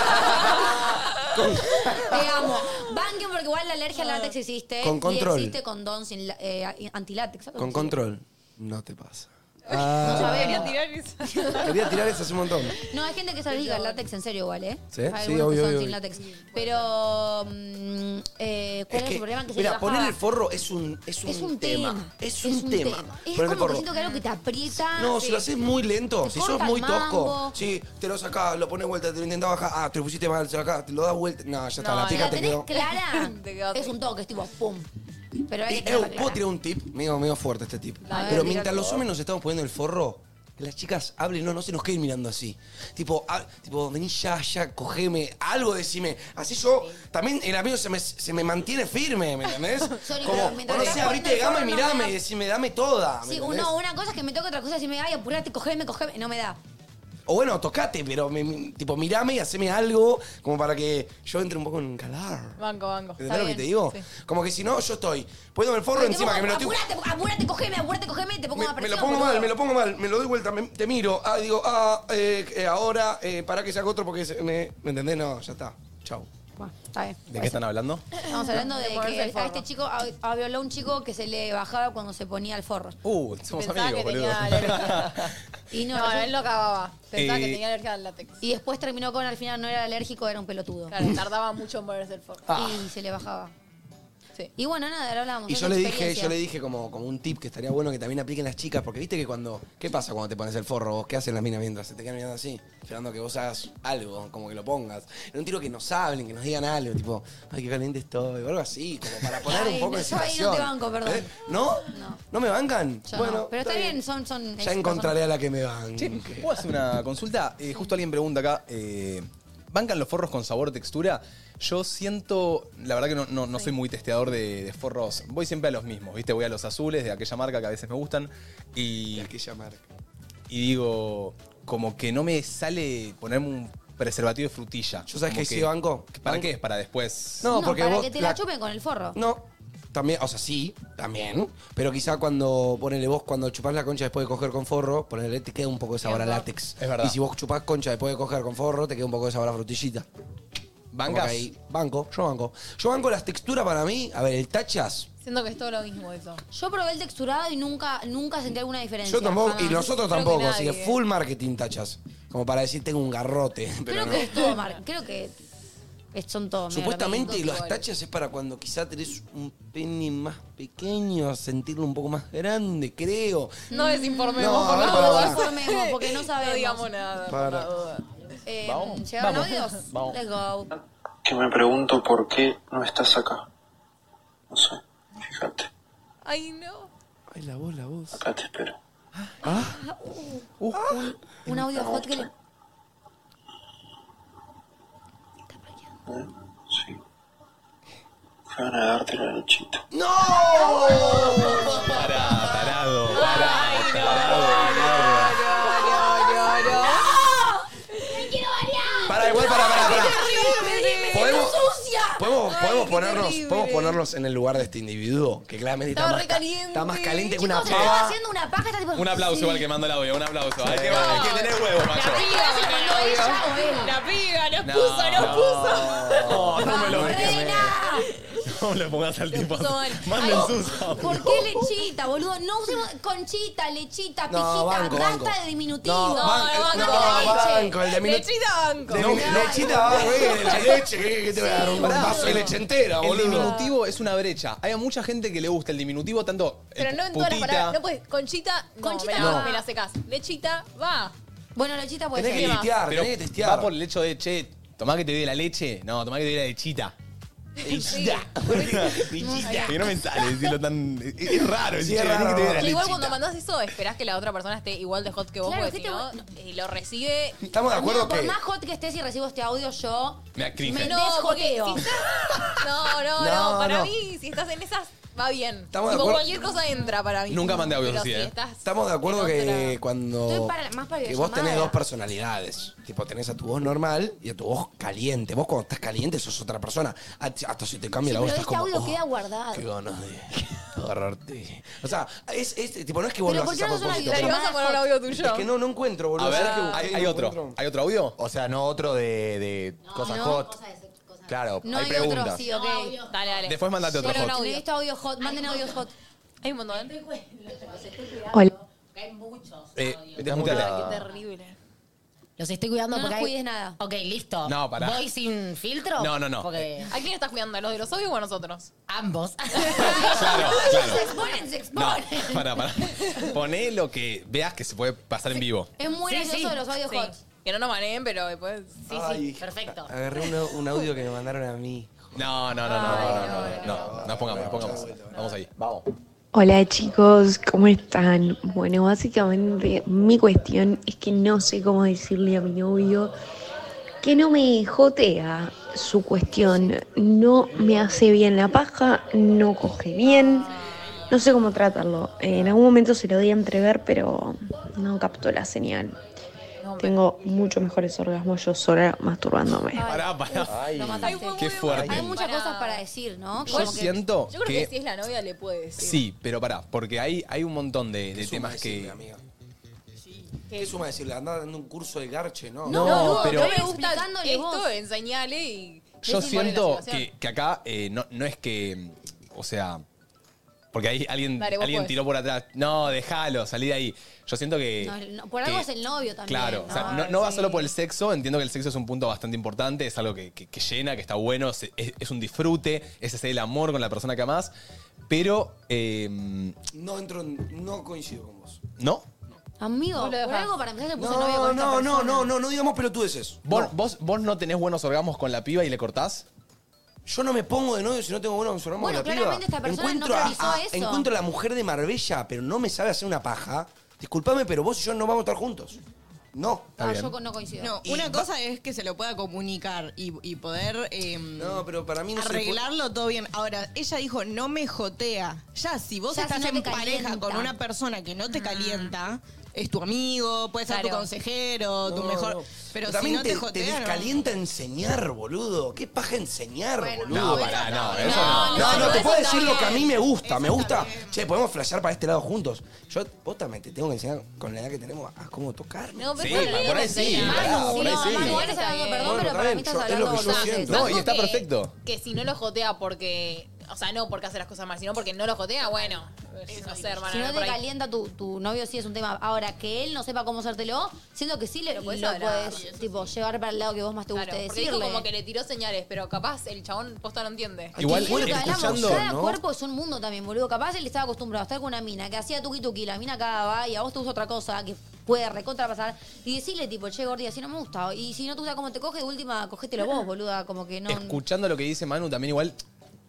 Te amo. Banquen porque igual la alergia al látex existe.
Con control.
Y existe condón sin la- eh, antilátex. algo
Con
así.
control. No te pasa. Ah.
No sabés.
Quería tirar esa.
Quería tirar eso hace un montón.
No, hay gente que se alérgica al látex en serio igual, ¿eh?
¿Sí?
Hay
Sí,
algunos que
obvio,
son
obvio,
sin
obvio.
látex. Pero, mm, eh, ¿cuál
Es
es
que,
el problema? Que se
mira,
le
poner
bajaba.
el forro es un, es un,
Es un
tema.
tema.
Es un, tema. Poner
Es
el
como que
forro.
siento que algo que te aprieta.
No,
Sí.
si lo haces muy lento,
Te
si sos
corta el
muy tosco,
mambo.
sí, te lo sacás, lo pones vuelta, te lo intentás bajar, ah, te lo pusiste mal, se lo sacás, te lo das vuelta, no, ya está,
No,
la
si
pica
la
te
tenés
quedó.
clara, es un toque, es tipo pum. Pero hay que
Eh,
tenerla
eh,
clara.
¿Puedo tirar un tip? Medio, medio fuerte este tip.
Dale,
Pero
tira
mientras
todo.
los hombres nos estamos poniendo el forro, que las chicas hablen, no, no se nos queden mirando así. Tipo, ah, tipo vení ya, ya, cogeme, algo decime. Así yo, también el amigo se me, se me mantiene firme, ¿me entendés?
Sorry,
Como,
pero
o
mientras
no
estás
sé,
poniendo
abrite
el
de gama y
forro, no me
mirame,
da-
y decime, dame toda. ¿me
Sí,
entendés?
uno, una cosa es que me toca, otra cosa es decirme, ay, apurate, cogeme, cogeme. No me da.
O bueno, tocate, pero me- me- tipo, mirame y haceme algo como para que yo entre un poco en calor.
Banco, banco. Está
¿Entendés lo que
bien.
te digo?
Sí.
Como que si no, yo estoy poniéndome el forro
Pero te
encima, que me
pongo,
lo estoy
Apurate, apurate, cogeme, apurate, cogeme, te pongo
Me,
una
me
presión.
lo pongo
boludo.
mal, me lo pongo mal, me lo doy vuelta, me- te miro, ah, digo, ah, eh, eh, ahora, eh, para que saco otro porque se- me, ¿me entendés? No, ya está. Chau.
Está bien.
¿De qué están hablando?
Estamos hablando de,
De ponerse el
que a
forro.
este chico a- a- violó un chico que se le bajaba cuando se ponía el forro.
Uh, somos
Pensaba
amigos,
que
boludo.
tenía Y no,
No, no, él lo acababa. Pensaba
Eh,
que tenía alergia al látex.
Y después terminó con al final no era alérgico, era un pelotudo.
Claro, tardaba mucho en ponerse el forro.
Y se le bajaba. Y bueno, nada, lo
Ah.
hablamos.
Y
es
yo
la
le dije,
experiencia.
yo le dije como, como un tip que estaría bueno que también apliquen las chicas, porque viste que cuando. ¿Qué pasa cuando te pones el forro vos? ¿Qué hacen las minas mientras se te quedan mirando así? Esperando que vos hagas algo, como que lo pongas. En un tiro que nos hablen, que nos digan algo, tipo, ay, qué caliente estoy, o algo así, como para poner
Ay,
un poco
no,
de
yo ahí no
situación.
te banco, perdón.
¿Eh? ¿No? ¿No? me bancan?
Yo
bueno,
no. Pero está bien, son, son ex
ya
personas.
encontraré a la que me banque.
Che, ¿puedo hacer una consulta? Eh, justo alguien pregunta acá, eh, ¿bancan los forros con sabor textura? Yo siento, la verdad que no, no- no soy muy testeador de, de forros, voy siempre a los mismos, ¿viste? Voy a los azules de aquella marca que a veces me gustan y... De
aquella marca.
Y digo, como que no me sale ponerme un preservativo de frutilla.
¿Yo sabes
Como
qué sí banco?
¿Para
Banco.
qué? ¿Para después?
No, para que te la, chupen con el forro.
No. También, o sea, sí, también. Pero quizá cuando, ponele vos, cuando chupás la concha después de coger con forro, ponele, te queda un poco de sabor a látex.
Es verdad.
Y si vos chupás concha después de coger con forro, te queda un poco de sabor a frutillita.
¿Bancas?
Como que ahí- banco, yo banco. Yo banco las texturas para mí. A ver, el tachas.
Siento que es todo lo mismo eso. Yo probé el texturado y nunca, nunca sentí alguna diferencia.
Yo tampoco, y
jamás.
nosotros tampoco. así
¿eh?
que full marketing tachas. Como para decir, tengo un garrote. Pero
Creo
no.
que es todo, Mar. Creo que es- son todos. medio
Supuestamente
lo mismo.
los tachas es para cuando quizá tenés un pene más pequeño, sentirlo un poco más grande, creo.
No desinformemos,
No,
por
no,
favor.
no.
Informemos, porque no sabemos.
No digamos nada. por
Para.
favor.
Eh,
Vamos.
¿Llegaron
Vamos.
audios?
Vamos.
Let's go.
que me pregunto por qué no estás acá. No sé,
Ay, no.
Ay, la voz, la voz. Ah.
acá te espero.
Ah.
Uh, un, un audio hot que le...
Fue a darte la lechita.
¡No!
Pará, tarado, pará, tarado,
Para, igual, para, para, para. Podemos-
sucia!
Podemos,
Ay,
podemos
qué
ponernos,
terrible.
podemos ponernos en el lugar de este individuo, que claramente está
Estaba
más,
re
ca-
caliente.
está más caliente que una
Chicos, estaba
pava.
haciendo una paja. está tipo-
Un aplauso
Sí.
igual que mando el audio, un aplauso. Hay que,
No.
hay que tener huevo, macho.
La piba, nos
No,
puso, nos
no.
puso.
No, no me lo
eh.
Reina,
No le pongas al tipo.
puso mal.
Manden
Ay,
sus audios.
¿Por qué lechita, boludo? No usemos conchita, lechita,
No,
pijita,
banco,
basta
banco.
de diminutivo.
No, ban- no, banco, el de minu- Lechita
banco.
No, lechita banco, eh, leche, leche, ¿qué- qué te voy a dar? Un
Pará,
vaso de
pero
leche entera, boludo.
El diminutivo es una brecha. Hay a mucha gente que le gusta el diminutivo, tanto. el
Pero no en todas las
putita.
palabras. No puedes. Conchita,
Conchita
conchita, me la,
va.
me la secás. Lechita, va.
Bueno, lechita puede
Tenés
ser.
que
¿Qué más?
testear,
Pero
tenés que testear. Va por el hecho de, che, tomá que te dé la leche. No, tomá que te dé la lechita. Lechita. Que no me sale decirlo tan. Es, es raro,
Sí,
decir,
es
"Vení
raro,
que te dé la
Pero igual
lechita".
cuando mandás eso, esperás que la otra persona esté igual de hot que vos,
Claro,
porque si
¿viste?
no, eh, lo recibe.
Estamos de acuerdo
Por
que.
más hot que estés y recibo este audio, yo
Me da cringe.
me
No,
desjoteo.
No, no, no,
No,
para
no.
mí, si estás en esas, va bien.
Estamos de
Tipo,
acuerdo.
cualquier cosa entra para mí.
Nunca mandé audios
Pero
así,
si
¿eh?
estás-
Estamos de acuerdo que
Estoy
cuando.
para- más para
Que vos tenés
videollamada.
dos personalidades. Tipo, tenés a tu voz normal y a tu voz caliente. Vos cuando estás caliente sos otra persona. Hasta hasta si te cambia
Sí,
la
pero
voz,
este
estás como.
audio
"Oh,
queda guardado.
qué ganas de agarrarte. O sea, es, es- tipo, no es que vos
Pero
lo
¿por
haces
qué
a
no es una
propósito.
videollamada? Vamos a poner un audio tuyo.
Es que no, no encuentro, boludo.
A ver,
¿Sabés que
hay,
busqué y
hay
no
otro.
encuentro?
¿Hay otro audio?
O sea, no otro de, de cosas
no,
hot. Claro,
No
hay,
hay
preguntas.
otro, sí, ok.
Dale, dale.
Después mandate otro
Pero
hot.
no, necesito audio hot, manden audios hot.
Hay un montón.
Hola.
Hay muchos.
Eh,
Ay, qué
desmuteala.
terrible.
Los estoy cuidando
No
porque
nos
hay-
cuides nada.
Ok, listo.
No, pará.
¿Voy sin filtro?
No, no, no. Eh.
Porque
¿A quién estás cuidando? ¿A los de los audios o a nosotros?
Ambos.
Claro, claro.
Se exponen, se
No,
exponen.
pará, pará. Poné lo que veas que se puede pasar en vivo.
Es muy gracioso de los audios hot.
Que no nos manen, pero después. Sí, sí. Perfecto.
Agarré un, un audio que me mandaron a mí.
No, no, no, no, no, no, no, no. No, Nos pongamos, nos pongamos. Vamos ahí. Vamos.
Hola chicos, ¿cómo están? Bueno, básicamente mi cuestión es que no sé cómo decirle a mi novio que no me jotea su cuestión. No me hace bien la paja, no coge bien, no sé cómo tratarlo. En algún momento se lo di a entrever, pero no captó la señal. Tengo muchos mejores orgasmos yo sola masturbándome.
Pará, pará.
Lo mataste.
Qué fuerte.
Hay muchas cosas para decir, ¿no?
Yo siento
Yo creo que,
que-
si es la novia le puede decir.
Sí, pero pará, porque hay, hay un montón de, de temas que.
¿Qué suma decirle? Andá dando un curso de garche, ¿no?
No, No, no, pero-
No me gusta
Explicándole
esto,
vos.
enseñale y.
Yo
decís cuál es la
siento
situación.
que, que acá eh, no, no es que. mm, O sea. Porque ahí alguien,
Dale, vos
alguien
podés.
tiró por atrás. No, déjalo, salí de ahí. Yo siento que.
No, el- no, por algo
que-
es el novio también.
Claro, o sea, no, no va solo por el sexo, entiendo que el sexo es un punto bastante importante, es algo que, que- que llena, que está bueno, se- es, es un disfrute, es hacer el amor con la persona que amás, pero eh,
No entro, en- no coincido con vos.
no.
Amigo, por algo para empezar le puse novio
No,
con esta
no, no,
persona.
no, no, no digamos pelotudeces.
¿Vos, vos, vos no tenés buenos orgasmos con la piba y le cortás?
Yo no me pongo de novio si no tengo buenos orgasmos
Bueno,
con la
claramente
piba.
esta persona no
encuentro a-
priorizó
a-
eso.
Encuentro a la mujer de Marbella, pero no me sabe hacer una paja. Disculpame, pero vos y yo no vamos a estar juntos. No.
Ah, yo con- no coincido.
No,
Y
una
va-
cosa es que se lo pueda comunicar y, y poder eh,
No, pero para mí no se le puede-
arreglarlo todo bien. Ahora, ella dijo, no me jotea. Ya, si vos
Ya,
estás
si no
en
te
pareja
calienta.
con una persona que no te calienta, es tu amigo, puede ser tu
Claro.
consejero, tu
No,
mejor...
no.
Pero si
también
no te,
te,
jotea, no.
descalienta enseñar, boludo. ¿Qué paja enseñar, boludo?
No, pará, no, eso
No,
no.
no,
no,
te
eso
puedo
está
decir lo que a mí
bien.
me gusta. me gusta. Che, podemos flashear para este lado juntos. Yo, vos también te tengo que enseñar con la edad que tenemos a, a cómo tocarme.
No, pero Sí, está bien, por ahí sí, enseñar. pará,
Manu,
por ahí sí.
Manu,
igual estás hablando, perdón,
Bueno,
pero para
está
mí
bien,
estás
yo-
hablando
es lo que yo
boludeces.
siento.
No, y está
que-
perfecto.
Que si no lo jotea porque. O sea, no porque hace las cosas mal, sino porque no lo jotea, bueno. No sé, hermana.
Si no
por
te
ahí.
calienta tu, tu novio, sí es un tema. Ahora, que él no sepa cómo hacértelo, siento que sí le lo
podés
puedes,
hablar, y
tipo, llevar para el lado que vos más te guste
Claro, porque
decirle.
dijo como que le tiró señales, pero capaz el chabón posta no entiende.
Igual,
Es lo que hablamos,
escuchando,
cada
¿no?
cuerpo es un mundo también, boludo. Capaz él estaba acostumbrado a estar con una mina que hacía tuki tuki, la mina acá va y a vos te gusta otra cosa que puede recontrapasar. Y decirle, tipo, che, gordi, así no me gusta. Y si no te gusta cómo te coge, de última, cogételo vos, boluda. Como que no.
escuchando lo que dice Manu, también igual,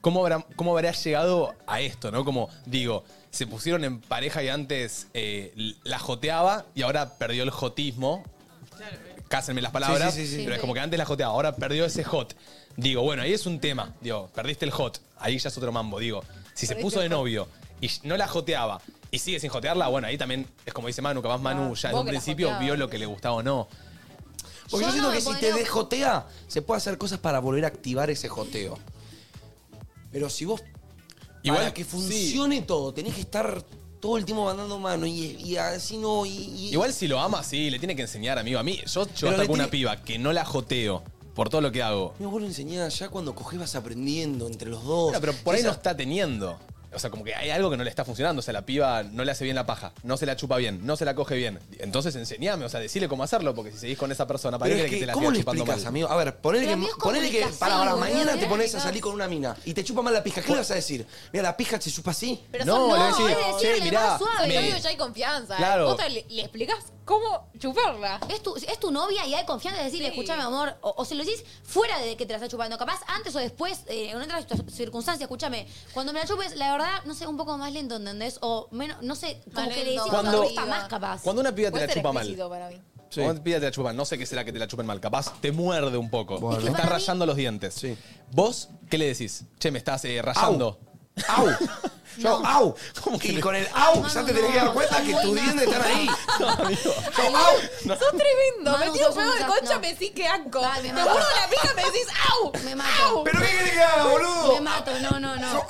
¿cómo habrá, cómo habrá llegado a esto, no? Como, digo, se pusieron en pareja y antes eh, la joteaba y ahora perdió el jotismo. Cásenme las palabras,
Sí, sí, sí, sí.
pero es
Sí.
como que antes la joteaba, ahora perdió ese hot. Digo, bueno, ahí es un tema. Digo, perdiste el hot, ahí ya es otro mambo. Digo, si se
Perdiste
puso de
el hot.
novio y no la joteaba y sigue sin jotearla, bueno, ahí también es como dice Manu, capaz Manu ya en
Ah, vos
un
que la
principio
joteabas.
vio lo que le gustaba o no.
Porque yo,
Yo
siento
no
que
me
si te
podría-
dejotea, se puede hacer cosas para volver a activar ese joteo. Pero si vos.
Igual,
para que funcione todo, tenés que estar todo el tiempo mandando mano y, y así no. Y, y-
Igual si lo ama, sí, le tiene que enseñar, amigo. A mí, yo yo
le
hasta con una
tiene-
piba que no la joteo por todo lo que hago.
Mi abuelo enseñaba ya cuando coges vas aprendiendo entre los dos.
Bueno, pero por
Y
ahí
esa-
no está teniendo. O sea, como que hay algo que no le está funcionando. O sea, la piba no le hace bien la paja, no se la chupa bien, no se la coge bien. Entonces enseñame, o sea, decirle cómo hacerlo, porque si seguís con esa persona, para
Pero
qué
es
querés que,
que,
te la
¿cómo
siga
le
chupando
explicas,
mal?
amigo? A ver, ponele
Pero
que,
amigo, es
ponele que
comunicación,
para, para
boludo, ¿eh?
mañana te
¿qué
pones a
explicás?
salir con una mina y te chupa mal la pija. ¿Qué le vas a decir? Mira, la pija se chupa así.
Pero son-
le decís,
es
"Che,
decirle
mirá,
más suave,
me-
novio, ya hay confianza.
Claro.
Posta, le, le explicás cómo chuparla.
Es tu, es tu novia y hay confianza de decirle, escúchame, amor, o, o se lo decís fuera de que te la está chupando. Capaz antes o después, eh, en otras situ- circunstancias, escúchame, cuando me la chupes, la verdad, no sé, un poco más lento, ¿entendés? O menos, no sé, como
Más
que le
lento,
decís,
más
cuando te gusta
arriba.
más, capaz.
Cuando una piba te
Puede
la
ser
chupa mal.
explícito para mí.
Cuando una piba te la chupa, no sé qué será que te la chupen mal. Capaz te muerde un poco.
Es
Te
que
está
para
rayando los dientes. ¿Vos qué le decís? Che, me estás eh, rayando.
Yo,
ah,
au. Y con el au ya te tenés que dar cuenta que tus dientes están ahí. Yo, au.
Sos tremendo. me
Manu,
tiro
sos
fuego
un
de
desastre.
concha, me decís que asco.
Ay, me
Te
mato.
muerdo la pija, me decís ¡au!
Me mato.
¿Pero qué querés que haga, boludo?
Me mato, no, no, no.
No,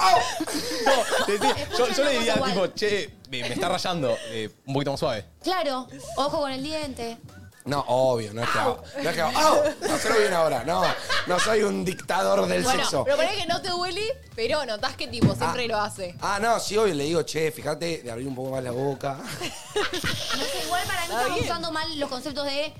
te decís- yo, yo
una
le diría,
cosa
tipo, che, me, me está rayando. eh, un poquito más suave.
Claro, ojo con el diente.
No, obvio, no es que hago. No es que hago. ¡Au! Hacelo bien ahora. No, no soy un dictador del
bueno,
sexo.
pero ponés que no te duele, pero notás que tipo siempre lo hace.
Ah, no, sí, obvio, le digo, che, fíjate de abrir un poco más la boca.
No sé, igual para mí
Está
estamos
bien.
usando mal los conceptos de.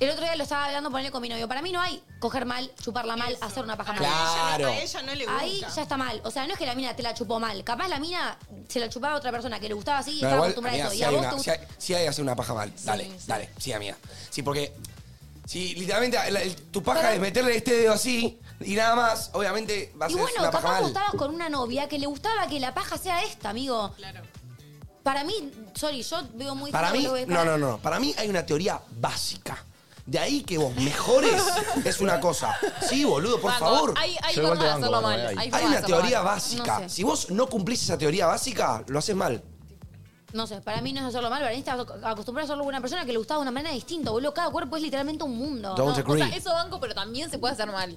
El otro día lo estaba hablando ponerle con mi novio. Para mí no hay coger mal, chuparla mal, hacer una paja mal.
Claro. A
ella no le
Ahí
gusta.
ya está mal. O sea, no es que la mina te la chupó mal. Capaz la mina se la chupaba a otra persona que le gustaba así y
No,
estaba
igual,
acostumbrada a
amiga,
eso.
si
Y a
hay,
vos te
una, si,
gusta.
hay, si hay que hacer una paja mal, dale, dale, sí, amiga. Sí, porque si literalmente la- el- tu paja es meterle este dedo así y nada más, obviamente va a
Y
ser
bueno,
una paja
capaz vos
mal.
estabas con una novia que le gustaba que la paja sea esta, amigo. Claro. Para mí, sorry, yo veo muy
Para
feo
mí,
lo que-
no, no, no. Para mí hay una teoría básica. De ahí que vos mejores es una cosa. Sí, boludo, por
Banco,
favor.
hay- hay Yo igual formas te de banco, hacerlo banco, mal, eh, hay. hay
Hay,
formas de
una
hacerlo
teoría
mal.
básica.
No sé.
Si vos no cumplís esa teoría básica, lo haces mal.
No sé, para mí no es hacerlo mal, para mí estás acostumbrado a hacerlo con una persona que le gustaba de una manera distinta, boludo. Cada cuerpo es literalmente un mundo.
Don't agree.
O sea, eso banco, pero también se puede hacer
Eh,
mal.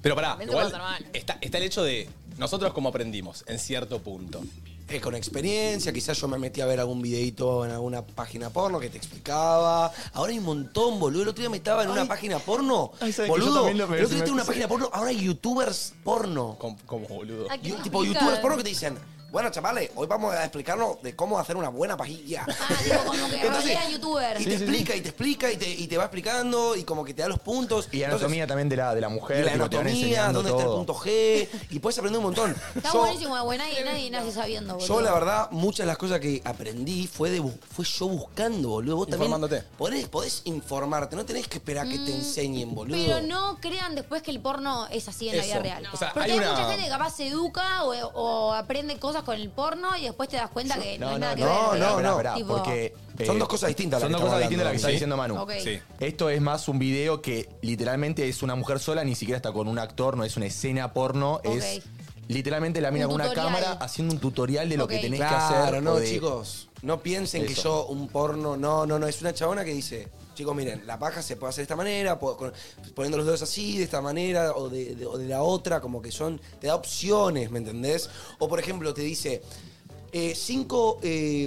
Pero pará,
También te
igual
puede hacer mal.
está, está el hecho de nosotros como aprendimos en cierto punto.
Eh, con experiencia, quizás yo me metí a ver algún videito en alguna página porno que te explicaba. Ahora hay un montón, boludo. El otro día me estaba en una página porno.
Ay, ¿sabes que yo
boludo,
también
el
lo
otro
pensé,
día estaba
me
en una
puse-
página porno. Ahora hay youtubers porno.
Como, boludo.
Y- tipo youtubers porno que te dicen, Bueno, chavales, hoy vamos a explicarnos de cómo hacer una buena pajilla.
Como que
Entonces,
Rodríguez era youtuber.
Y te explica, y te explica, y te, y te va explicando, y como que te da los puntos.
Y anatomía también de la, de la mujer.
y la
tipo, te van
anatomía,
enseñando
dónde está el
todo.
punto G, y puedes aprender un montón.
Está
Yo-
buenísimo, de buena y nadie nace sabiendo, boludo.
Yo, la verdad, muchas de las cosas que aprendí fue, de, bu- fue yo buscando, boludo. Vos también
Informándote.
Podés, podés informarte, no tenés que esperar que te enseñen, boludo.
Mm, Pero no crean después que el porno es así en
Eso.
la vida real.
O sea,
Porque
hay
hay,
una-
mucha gente que capaz se educa o, o aprende cosas con el porno y después te das cuenta que no, hay nada que ver.
no, no,
Tipo-
porque... eh,
Son dos cosas distintas las
Son
que
dos
estamos
cosas distintas las que está
hablando,
diciendo Manu.
Ok. Sí.
Esto es más un video que literalmente es una mujer sola, ni siquiera está con un actor, no es una escena porno, es literalmente la mina
Un
con una
tutorial.
cámara haciendo un tutorial de lo que tenés
claro,
que hacer.
no,
o de-
chicos. No piensen que
Eso.
yo un porno. No, no, no. Es una chabona que dice. Chicos, miren, la paja se puede hacer de esta manera, po- con- poniendo los dedos así, de esta manera, o de, de- o de la otra, como que son. Te da opciones, ¿me entendés? O por ejemplo, te dice. eh, cinco. eh,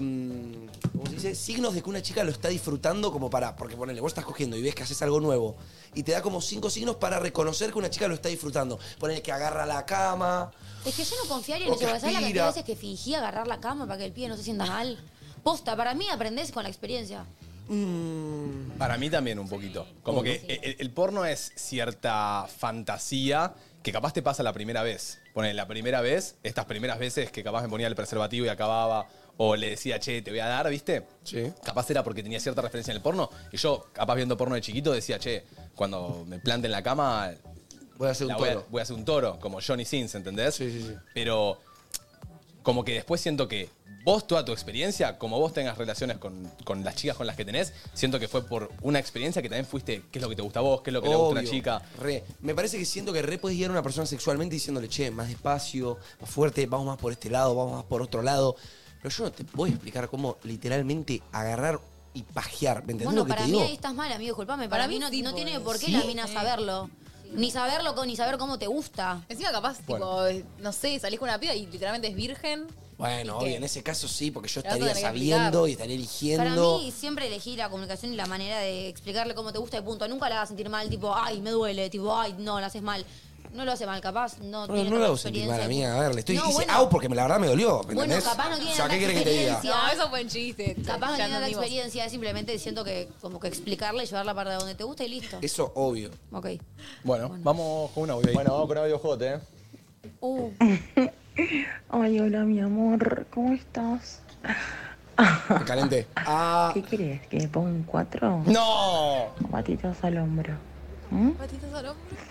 ¿Cómo se dice? Signos de que una chica lo está disfrutando como para. Porque ponele, vos estás cogiendo y ves que haces algo nuevo. Y te da como cinco signos para reconocer que una chica lo está disfrutando. Ponele que agarra la cama.
Es que yo no confiaría
O
en eso,
que
porque ¿sabes la
aspira.
cantidad de veces que fingí agarrar la cama para que el pibe no se sienta mal? Posta, para mí aprendés con la experiencia.
mm,
Mm.
Para mí también un poquito. Como que el, el porno es cierta fantasía que capaz te pasa la primera vez. Poner la primera vez, estas primeras veces que capaz me ponía el preservativo y acababa, o le decía, che, te voy a dar, ¿viste?
Sí.
Capaz era porque tenía cierta referencia en el porno. Y yo, capaz viendo porno de chiquito, decía, che, cuando me plante en la cama...
Voy a hacer
la
un
voy a-
toro.
voy a hacer un toro, como Johnny Sins, ¿entendés? Sí, sí, sí. Pero como que después siento que vos, toda tu experiencia, como vos tengas relaciones con, con las chicas con las que tenés, siento que fue por una experiencia que también fuiste, qué es lo que te gusta a vos, qué es lo que le gusta a una
Obvio.
chica.
Re. Me parece que siento que re puedes guiar a una persona sexualmente diciéndole, che, más despacio, más fuerte, vamos más por este lado, vamos más por otro lado. Pero yo no te puedo explicar cómo literalmente agarrar y pajear. ¿Me entendés
Bueno,
lo que
para
te
mí
digo?
ahí estás mal, amigo, disculpame. Para,
Para
mí
mí
no,
sí
no
podés.
tiene por qué
Sí.
la mina saberlo. Ni saberlo, co- ni saber cómo te gusta.
Encima capaz,
Bueno.
tipo, no sé, salís con una piba y literalmente es virgen.
Bueno,
¿Y qué?
obvio, en ese caso sí, porque yo
Pero vas a
estaría
tener que
sabiendo
explicar.
y estaría
Para
eligiendo.
mí siempre elegí la comunicación y la manera de explicarle cómo te gusta y punto. Nunca la hagas sentir mal, tipo, ay, me duele, tipo, ay, no, la haces mal. No lo hace mal, capaz, no,
No,
tiene
no la
tanta
voy a sentir mal,
experiencia.
amiga. A ver, le estoy
No,
diciendo
bueno.
au porque me- la verdad me dolió. ¿me
Bueno,
entendés?
capaz no tiene
O sea, ¿qué
tanta
querés que te diga?
experiencia.
No, eso fue un chiste.
Capaz no
Ya
tiene tanta
entendimos.
experiencia, simplemente siento que como que explicarle, llevarla para donde te gusta y listo.
Eso, obvio.
Ok.
Bueno, vamos con un audio.
Bueno, vamos con audio hot, eh.
Uh,
Ay, hola, mi amor, ¿cómo estás?
Caliente. Ah.
¿Qué querés? ¿Que me ponga un cuatro?
¡No!
Patitas al hombro. ¿Mm?
Patitas al hombro.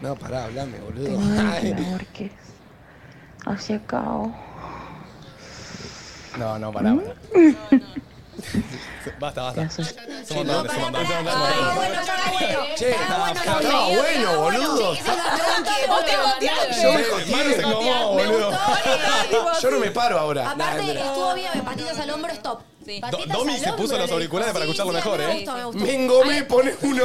No, pará, hablame,
Te
boludo.
mueves,
Ay.
mi amor, ¿qué es? Hacia acá. ¿o?
No, no, pará, pará. Basta, basta. Es un montón, es un montón.
Che, está bueno, boludo.
Vos te
Yo me contiene. boludo. Yo no me paro ahora.
Aparte,
Nah, mentira.
estuvo bien, patitas al hombro, stop.
Do-
Patitas
Domi
al
se puso
hombro,
los
le
auriculares
dijo.
para
Sí,
escucharlo
sí,
mejor,
me
¿eh?
gustó, me gustó.
Me engomé, pone uno.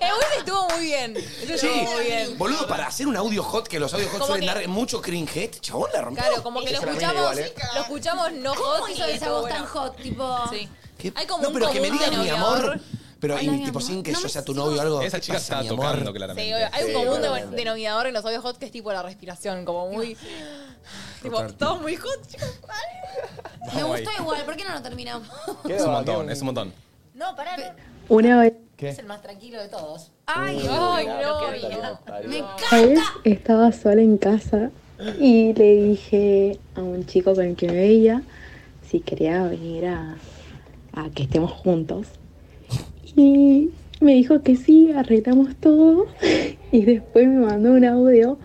Eugene eh, estuvo muy bien. Eso
Sí,
estuvo muy bien.
boludo, para hacer un audio hot, que los audio hot
Como
suelen
que-
dar mucho cringe, este chabón la rompió.
Claro, como que lo
Se la rompió
escuchamos,
igual, ¿eh?
lo escuchamos no
¿Cómo
hot y
es
yo
esa
estuvo
voz
bueno.
tan hot? Tipo.
Sí. Hay como
No,
un
pero que me
común
digas mi
denominador.
amor. Pero y, tipo sin que yo sea tu novio o algo.
Esa
¿qué
chica
pasa,
está
mi amor?
tocando, claramente.
Sí, obvio. Hay un
Sí,
común
claramente.
de- denominador en los audios hot que es tipo la respiración, como muy. Tipo,
Cortarte.
todos muy hot, chicos.
Me
Vamos ahí.
gustó igual, ¿por qué no lo terminamos?
Es un montón, es un montón.
No, pará. no.
Una vez.
Es el más tranquilo de todos.
Ah,
Ay,
ay, no,
Me
Una vez estaba sola en casa y le dije a un chico con el que me veía si quería venir a, a que estemos juntos. Y me dijo que sí, arreglamos todo. Y después me mandó un audio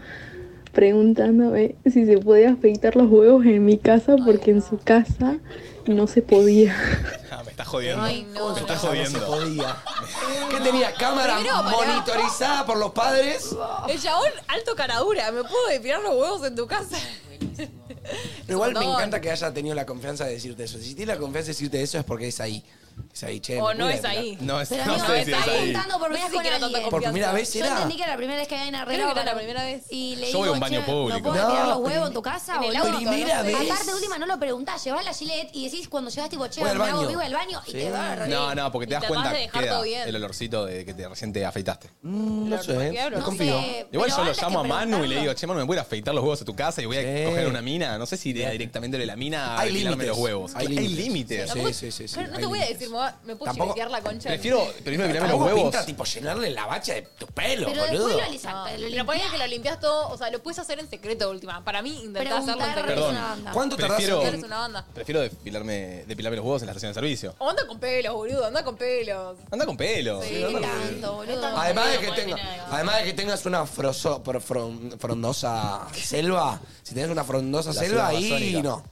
preguntándome si se podía afeitar los huevos en mi casa porque en su casa no se podía.
Ah, me está jodiendo.
Ay, no.
Me está
No se
jodiendo.
podía. ¿Qué tenía? ¿Cámara
Primero, pará.
monitorizada por los padres?
El chabón, alto caradura. Me puedo depilar los huevos en tu casa.
Pero igual me
montón.
encanta que haya tenido la confianza de decirte eso. Si tienes la confianza de decirte eso es porque es ahí. Es ahí, che.
O
me
no
pude
es
la-
ahí.
No, es,
Pero
no
amigo,
sé
es
si es
ahí.
ahí.
Estando por
No sé
primera
si
vez
quiero
con
tanta
alguien.
¿Por primera vez
Yo
era?
entendí que era la primera vez que habían arreglado.
Creo que era la
pero-
primera vez.
Y le
Yo
digo,
voy a un baño
"Che,
público".
¿No puedo
No.
tirar los huevos en tu casa?
En el
boludo?".
auto, Primera no sé. vez.
Aparte, de última no lo preguntás. Llevás la Gillette y decís, cuando llegas, tipo, che,
Voy
me
al
hago
baño.
vivo al baño y
Sí.
te vas.
No, no, porque
Y
te das
tratás
cuenta
de
que
dejar
queda
todo bien.
el olorcito de que te, recién te afeitaste. Mm,
No sé.
No
Igual
sé,
yo
pero
lo
antes
llamo a
que
Manu y le
preguntarlo.
digo, che, Manu, me voy a ir a afeitar los huevos a tu casa y voy a coger una mina. No sé si iría directamente de la mina a
Hay
alquilarme
límites.
los huevos.
Hay
Hay
límites.
límites.
Sí, sí, sí, sí.
Pero no
Hay
te voy a decir, me va- me puedo
Tampoco-
chilequear la concha.
Prefiero, prefiero mirarme los
Tampoco
huevos.
pinta, tipo llenarle la bacha de tus pelos,
Pero
boludo.
después lo alisás. Lo Ah, Pero ponele que lo limpias todo, o sea, lo puedes hacer en secreto última. Para mí, intentar hacerlo en secreto.
Perdón.
es una banda.
¿Cuánto tardás
Prefiero-
en-
Es una banda.
Prefiero depilarme, depilarme los huevos en la estación de servicio.
O Anda con pelos, boludo, anda con pelos.
Anda con pelo.
Sí, tanto, boludo.
Además de, que tenga- además de que tengas una froso- pro- fron- frondosa selva, si tenés una frondosa
La
selva,
selva
ahí
amazónica.
no.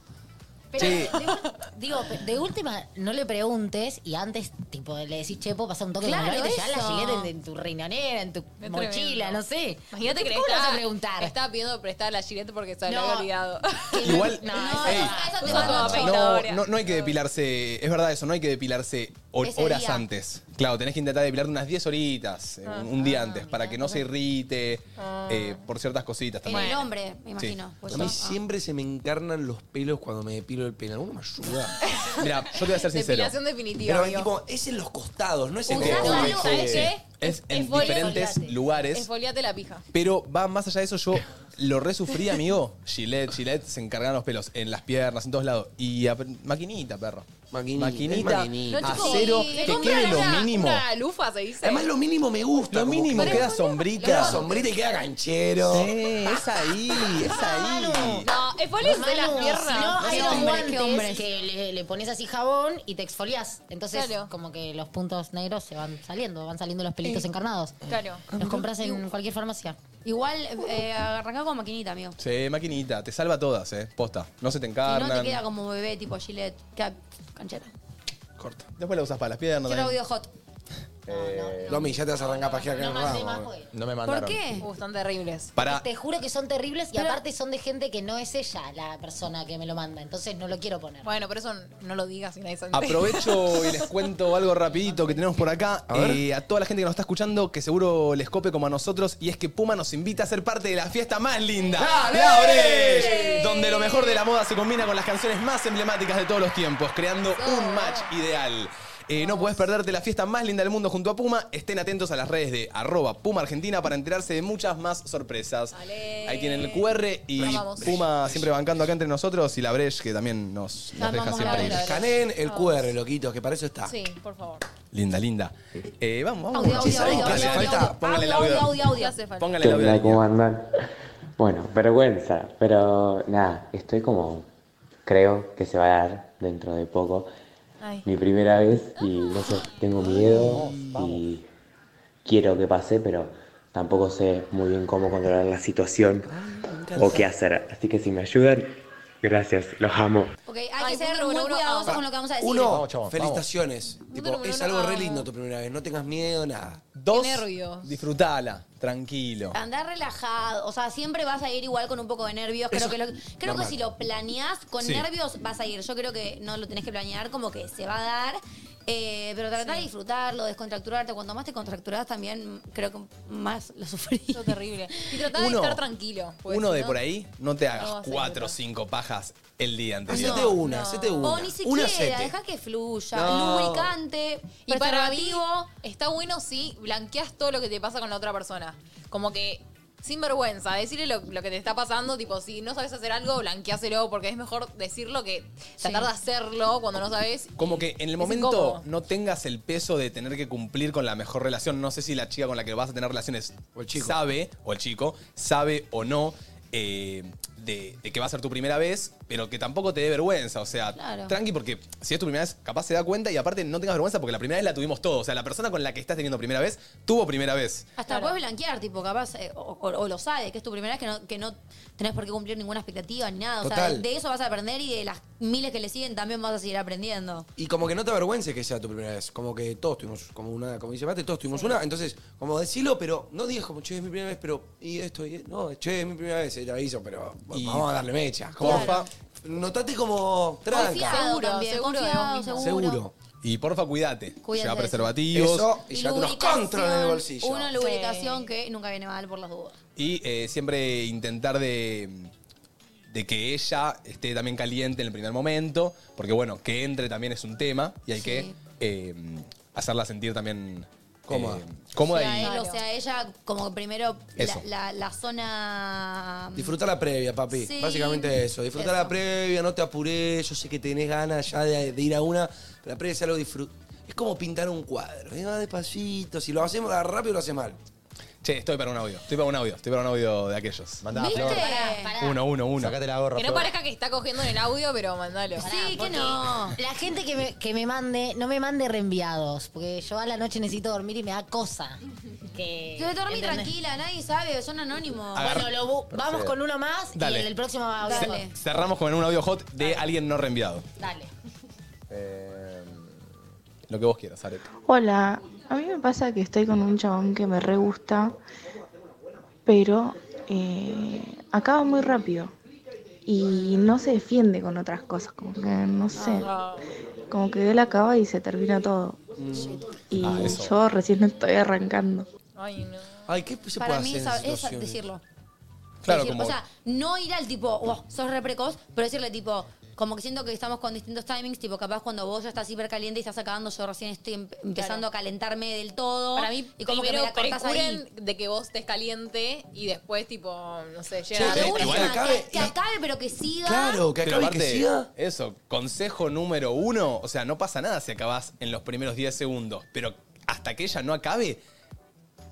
Pero, de ul- digo, pe- de última, no le preguntes y antes, tipo, le decís, che, puedo pasar un toque
Claro,
de manual y te llevas la
eso.
gilete en, en tu riñonera, en tu mochila, no sé.
Imagínate que le
¿Cómo le vas
está,
a preguntar?
está pidiendo prestar la gilete porque se
No.
lo había olvidado.
Igual,
No,
ey,
Ah, eso te
no,
mando
no,
peinadoria.
no, no hay que depilarse, es verdad eso, no hay que depilarse hor-
Ese
horas
día.
antes. Claro, tenés que intentar depilarte unas 10 horitas, eh, un, un día antes, para que no se irrite
Ah.
eh, por ciertas cositas
En
también.
el hombre, me
Sí.
imagino. Pues
A mí
yo-
siempre se me encarnan los pelos cuando me depilo el pelo. ¿Alguno me ayuda?
Mira, yo te voy a ser sincero.
Depilación definitiva,
Pero
amigo.
tipo, es en los costados, no es en
Porque-
el culo.
algo, ¿sabes qué?
Es en
Esfoliate.
diferentes lugares.
Esfoliate la pija.
Pero va más allá de eso, yo lo resufrí, amigo. Gillette, Gillette se encargan los pelos en las piernas, en todos lados. Y a- maquinita, perro. Maquinita. Maquinita.
maquinita.
No, chicos,
Acero,
sí,
que
compran
quede lo
una-
mínimo.
Una lufa se dice.
Además, lo mínimo me gusta.
Lo
como
mínimo,
que-
queda sombrita.
Queda sombrita y queda ganchero.
Sí, es ahí, es ahí.
No, esfoliarse de las
Manu,
piernas.
si no, hay
Qué
unos
hombres, qué
guantes
hombres.
que le, le pones así jabón y te exfolias. Entonces,
Claro.
como que los puntos negros se van saliendo, van saliendo los pelitos encarnados.
Claro.
Los compras en cualquier farmacia.
Igual, eh, arrancá con maquinita, amigo.
Sí, maquinita, te salva todas, eh. Posta. No se te
Si
encarnan.
no te queda como bebé, tipo Gillette. Queda canchera.
Corta. Después la usas para las piernas.
Quiero
también.
audio hot.
Eh,
Lomi, ya te vas a arrancar para girar acá
No
en
me
el
hace
ramo,
más,
eh.
güey.
No me
¿Por
mandaron.
qué?
Uh, están terribles.
Para.
Te juro que son terribles y aparte son de gente que no es ella la persona que me lo manda. Entonces no lo quiero poner.
Bueno, por eso no lo digas si nadie se entera.
Aprovecho y les cuento algo rapidito que tenemos por acá.
A ver.
Eh, a toda la gente que nos está escuchando, que seguro les cope como a nosotros, y es que Puma nos invita a ser parte de la fiesta más linda.
¡Dale!
¡La Breche! Donde lo mejor de la moda se combina con las canciones más emblemáticas de todos los tiempos, creando un match ideal. Eh, no puedes perderte la fiesta más linda del mundo junto a Puma. Estén atentos a las redes de arroba Puma Argentina para enterarse de muchas más sorpresas. Ahí tienen el QR y
Nos vamos.
Puma siempre bancando acá entre nosotros y la Breche que también nos, nos deja siempre ir.
Escaneen el QR, loquitos, que para eso está.
Sí, por favor.
Linda, linda. Eh, vamos, vamos.
Audio, audio,
Sí, ¿saben
audio,
qué hace
audio,
falta?
audio.
Póngale el audio.
Audio, audio, audio, hace falta.
Póngale
¿Qué
el audio.
onda, cómo andan? Bueno, vergüenza, pero nada, estoy como, creo que se va a dar dentro de poco.
Ay.
Mi primera vez y no sé, tengo miedo y quiero que pase, pero tampoco sé muy bien cómo controlar la situación
Ah,
o qué hacer. Así que si me ayudan, gracias, los amo.
Ok, hay que ser muy cuidadosos con lo que vamos a decir.
Ah, Uno,
Vamos, chabón,
felicitaciones. Tipo,
número
es
uno,
algo re
no.
lindo tu primera vez, no tengas miedo, nada. Ah,
Dos,
nervios.
disfrutala, tranquilo.
Andar relajado, o sea, siempre vas a ir igual con un poco de nervios. Creo,
Eso
que, lo- creo que
normal.
si lo planeás con
Sí.
nervios vas a ir. Yo creo que no lo tenés que planear, como que se va a dar. Eh, pero tratar de disfrutarlo, descontracturarte. Cuanto más te contracturás también, creo que más lo sufrís.
Eso terrible. Y tratá de
Uno.
estar tranquilo. pues,
Uno
si
de
no-
por ahí, no te hagas
No Ah, vas a
cuatro o cinco pajas el día anterior.
Hacete una, hacete una.
O ni
una
siquiera,
hacete.
deja que fluya.
No.
Lubricante,
Y para mí
preservativo.
está bueno si blanqueas todo lo que te pasa con la otra persona. Como que sin vergüenza, decirle lo, lo que te está pasando, tipo, si no sabes hacer algo, blanqueáselo, porque es mejor decirlo que tratar de hacerlo cuando no sabes.
Como que en el
Es
momento
incómodo.
no tengas el peso de tener que cumplir con la mejor relación. No sé si la chica con la que vas a tener relaciones sabe, o el chico, sabe o no eh, de, de que va a ser tu primera vez, pero que tampoco te dé vergüenza. O sea,
Claro.
tranqui, porque si es tu primera vez, capaz se da cuenta y aparte no tengas vergüenza porque la primera vez la tuvimos todos. O sea, la persona con la que estás teniendo primera vez tuvo primera vez.
Hasta puedes blanquear, tipo, capaz, eh, o, o- o lo sabes, que es tu primera vez que no, que no tenés por qué cumplir ninguna expectativa ni nada. O sea,
Total.
de, de eso vas a aprender y de las miles que le siguen también vas a seguir aprendiendo.
Y como que no te avergüences que sea tu primera vez. Como que todos tuvimos como una, como dice Mate, todos tuvimos una. Entonces, como decilo, pero no digas como, che, es mi primera vez, pero. Y esto, y no, che, es mi primera vez, eh, te aviso, pero
Y-
vamos a darle mecha.
Porfa.
Notate como tranca.
Confiado
Seguro,
también,
seguro de
confiado,
vos mismo.
seguro.
Seguro.
Y porfa, cuídate.
Cuídense
Lleva
de eso.
preservativos.
Eso, y llévate unos
controles en el bolsillo.
Una lubricación que nunca viene mal por las dudas.
Y eh, siempre intentar de, de que ella esté también caliente en el primer momento, porque bueno, que entre también es un tema y hay que eh, hacerla sentir también
Cómoda.
eh, cómoda
sea
y-
él, o sea, ella, como que primero
Eso.
la, la- la zona. mm,
Disfruta la previa, papi.
Sí.
Básicamente eso. Disfruta la
Eso.
previa, no te apures. Yo sé que tenés ganas ya de, de ir a una. Pero la previa es algo disfrut. Es como pintar un cuadro. ¿eh? Va despacito. Si lo hacemos rápido, lo hace mal.
Che, estoy para un audio, estoy para un audio, estoy para un audio de aquellos.
Mandá,
¿Viste?
Flor.
Pará, pará.
Uno, uno, uno. Sacate
la gorra.
Que no parezca que está cogiendo en el audio, pero mandalo.
Sí, que no. La gente que me, que me mande, no me mande reenviados, porque yo a la noche necesito dormir y me da cosa. Que,
Yo dormí
¿entendés?
tranquila, nadie sabe, son anónimos.
Agar-
Bueno, lo bu- vamos
Perfecto.
con uno más
Dale.
y en el próximo va a hablar.
Dale.
Cerramos con un audio hot de alguien no reenviado.
Dale.
Eh, lo que vos quieras, Ale.
Hola, a mí me pasa que estoy con un chabón que me re gusta, pero eh, acaba muy rápido y no se defiende con otras cosas, como que no sé, como que él acaba y se termina todo. Y
Ah, eso.
yo recién estoy arrancando.
Ay, no.
Ay, ¿qué se
Para
puede
mí
hacer? en
esa-
esas
es
situaciones?
decirlo.
Claro,
Decir,
como.
O sea, no ir al tipo, oh, sos re precoz, pero decirle tipo, como que siento que estamos con distintos timings, tipo, capaz cuando vos ya estás hiper caliente y estás acabando, yo recién estoy em- empezando a calentarme del todo.
Para mí,
y como que me
primero
la cortás ahí.
procuren de que vos estés caliente y después, tipo, no sé,
Che,
llega
de
la
última,
otra.
que acabe-
Que acabe, pero que siga.
Pero
acabe y que
aparte,
siga.
Eso, consejo número uno. O sea, no pasa nada si acabás en los primeros 10 segundos. Pero hasta que ella no acabe,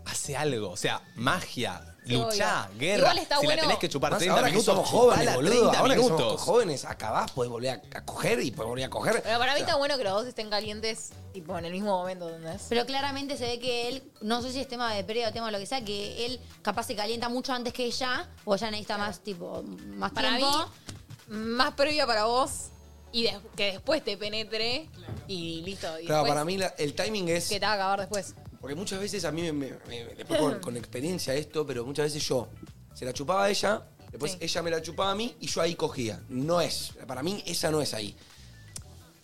hace algo. O sea, magia,
Sí,
luchá,
obvio.
guerra.
Igual está
si
bueno-
la tenés que chupar
Más
30
ahora
minutos,
que somos jóvenes,
chupala
boludo.
30
Ahora que
minutos.
somos jóvenes, acabás, podés volver a, a coger y podés volver a coger.
Pero para mí
O sea,
está bueno que los dos estén calientes, tipo, en el mismo momento, ¿entendés?
Pero claramente se ve que él, no sé si es tema de periodo, tema de lo que sea, que él capaz se calienta mucho antes que ella, o ella necesita más tipo, más
Para
tiempo.
mí, más previa para vos y des- que después te penetre y listo. Y
Claro,
después
para mí la- el timing es.
Que te va a acabar después.
Porque muchas veces a mí, me, me- me- después con, con experiencia esto, pero muchas veces yo se la chupaba a ella, después ella me la chupaba a mí y yo ahí cogía. No es. Para mí esa no es ahí.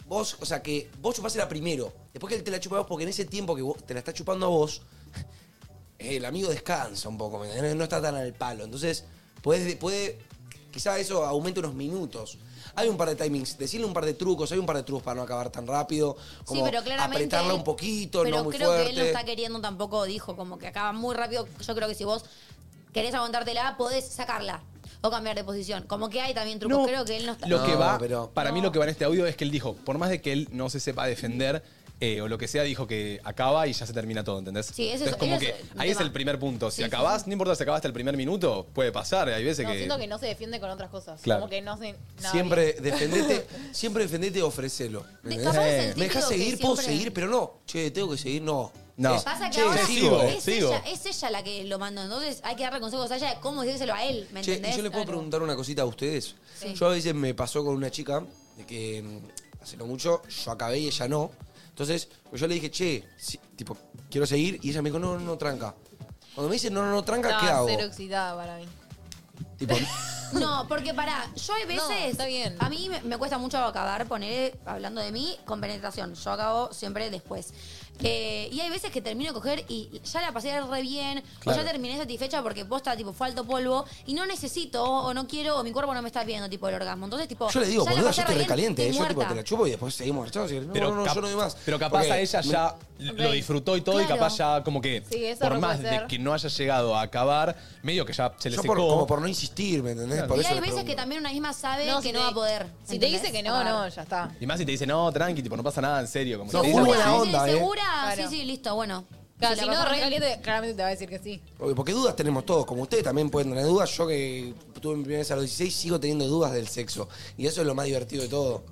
Vos, o sea, que vos chupásela primero, después que él te la chupa a vos, porque en ese tiempo que vos te la está chupando a vos, el amigo descansa un poco, ¿me entendés? no está tan al palo. Entonces, puede, puede quizá eso aumente unos minutos. Hay un par de timings, decirle un par de trucos, hay un par de trucos para no acabar tan rápido, como
pero claramente
apretarla
él-
un poquito,
pero
no muy
creo
fuerte.
que él no está queriendo tampoco, dijo, como que acaba muy rápido. Yo creo que si vos querés aguantártela, podés sacarla o cambiar de posición. Como que hay también trucos, creo que él no está.
Lo que va,
pero-
para mí lo que va en este audio es que él dijo, por más de que él no se sepa defender eh, o lo que sea, dijo que acaba y ya se termina todo, ¿entendés?
Sí, eso es-
Entonces, como
eso
que
es un
ahí es
tema.
el primer punto. Si
Sí, sí,
acabás,
sí.
no importa si acabás hasta el primer minuto, puede pasar. Hay veces
No,
que...
siento que no se defiende con otras cosas.
Claro.
Como que no se. nada
Siempre
bien.
defendete, siempre defendete y ofrecelo. ¿me entendés?
capaz es el
Me dejás
típico que
seguir, puedo
siempre-
seguir, pero no. Che, tengo que seguir, no.
No.
Es-
Pasa que
che,
ahora
sigo, eh,
es,
sigo.
Ella, es ella la que lo mandó, entonces hay que darle consejos a ella de cómo decírselo a él, ¿me
Che,
entendés?
y yo le puedo preguntar una cosita a ustedes.
Sí.
Yo a veces me pasó con una chica de que mm, hace no mucho yo acabé y ella no. Entonces, pues yo le dije, che, sí, tipo, quiero seguir. Y ella me dijo, no, no, no, tranca. Cuando me dice, no, no, no, tranca, ¿qué
Estaba
hago?
cero excitada para mí.
Tipo,
No, porque pará, yo hay veces.
No, está bien.
A mí me, me cuesta mucho acabar, poner, hablando de mí, con penetración. Yo acabo siempre después. Eh, y hay veces que termino de coger y ya la pasé re bien,
Claro.
o ya terminé satisfecha porque posta, tipo, falto polvo y no necesito, o no quiero, o mi cuerpo no me está pidiendo, tipo, el orgasmo. Entonces, tipo.
yo le digo,
ya la
boludo,
pasé
yo estoy
re bien,
recaliente. eh,
estoy
Yo tipo,
muerta.
te la chupo y después seguimos marchados. y- No, no, no,
cap-
yo no doy más.
pero capaz
Porque
a ella
me-
ya lo disfrutó y todo, y
Claro.
capaz ya como que,
Sí, eso
por
no
más
puede
de
ser.
que no haya llegado a acabar, medio que ya se le
Yo
secó.
por- como por no insistir, ¿me entendés? Por
Y
eso
hay
le
veces
pregunto.
que también una misma sabe
No,
que
si
no
te-
va a poder.
Si te
¿entendés?
dice que no,
Acabar.
no, ya está.
Y más si te dice, no, tranqui, tipo, no pasa nada, en serio. Como
No,
que te
muy
dice,
buena
"Sí,
onda".
Sí,
¿eh?
¿Segura?
Claro.
Sí, sí, listo, bueno.
Claro,
la
si no,
pasamos
re
bien.
caliente, claramente te va a decir que sí.
Porque- Porque dudas tenemos todos, como ustedes también pueden tener dudas. Yo que tuve mi primera vez a los 16 sigo teniendo dudas del sexo. Y eso es lo más divertido de todo.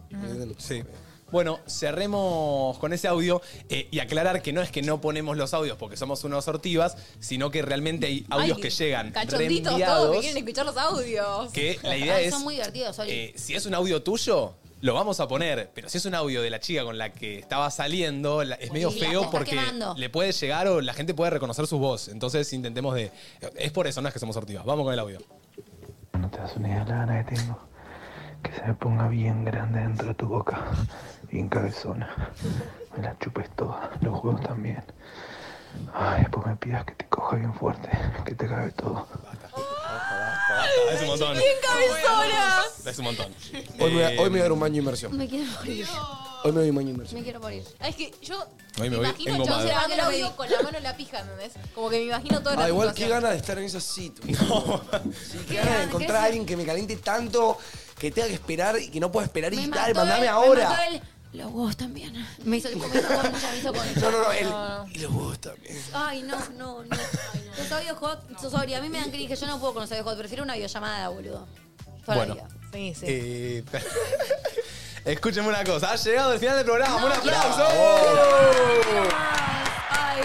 Sí. Bueno, cerremos con ese audio eh, y aclarar que no es que no ponemos los audios porque somos unos sortivas, sino que realmente hay audios
Ay,
que llegan
Cachonditos todos que
reenviados.
quieren escuchar los audios.
Que la idea
Ay,
es,
Son muy divertidos, Oli.
eh, si es un audio tuyo, lo vamos a poner, pero si es un audio de la chica con la que estaba saliendo, la- es medio
Sí, la
feo
está
porque
quemando.
le puede llegar o la gente puede reconocer su voz. Entonces intentemos de... Es por eso, no es que somos sortivas. Vamos con el audio.
No te das una idea de la gana que tengo. Que se me ponga bien grande dentro de tu boca. Bien cabezona. me la chupes toda, los juegos también. Ay, después me pidas que te coja bien fuerte, que te cabe todo.
Es un montón.
¡Bien cabezona!
Es un montón.
Hoy me,
Eh,
hoy me voy a dar un baño de inmersión.
Me quiero morir.
Hoy me doy un baño de inmersión.
Me quiero morir.
Ah, Es que yo
Hoy me
me imagino a chabón grabando el audio con la mano en la pija, ¿entendés? Como que me imagino toda la
Ah, igual qué
situación.
ganas de estar en esa situación. Sí, qué ganas de encontrar a alguien que me caliente tanto, que tenga que esperar y que no pueda esperar y tal, mandame ahora.
Los huevos también. Me hizo, me hizo concha, me hizo concha.
No, no, no, él. Y los huevos también.
Ay, no, no, no. Los audios hot, so sorry, a mí me dan cringe, yo no puedo con los audios hot, prefiero una videollamada, boludo. Toda la
Bueno.
vida.
Eh, Escúchenme una cosa, ha llegado el final del programa.
No,
¡Un
quiero
aplauso! ¡Oh!
Ay,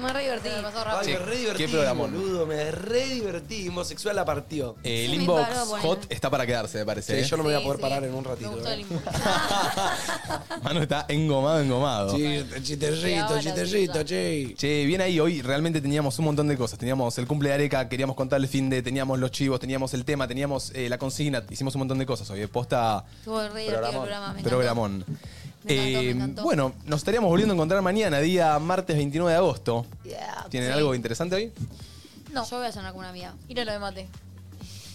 me re divertí.
Ay, me re divertí,
qué programón.
boludo, me re divertí, homosexual la partió.
Eh, el
Sí, me
inbox
paro, bueno.
hot está para quedarse, me parece.
Sí,
¿eh?
yo no me voy a poder parar en un ratito. ¿eh?
Mano está engomado, engomado.
Sí, chistecito, chistecito, che.
Che, bien ahí, hoy realmente teníamos un montón de cosas. Teníamos el cumple de Areca, queríamos contar el fin de, teníamos los chivos, teníamos el tema, teníamos eh, la consigna, hicimos un montón de cosas hoy. eh, Posta
Estuvo re divertido el programa, me encantó.
programón. Eh,
encantó.
bueno, nos estaríamos volviendo a encontrar mañana, día martes 29 de agosto. ¿Tienen
Sí.
algo interesante hoy?
No. Yo voy a sonar con una amiga.
Ir a lo de mate.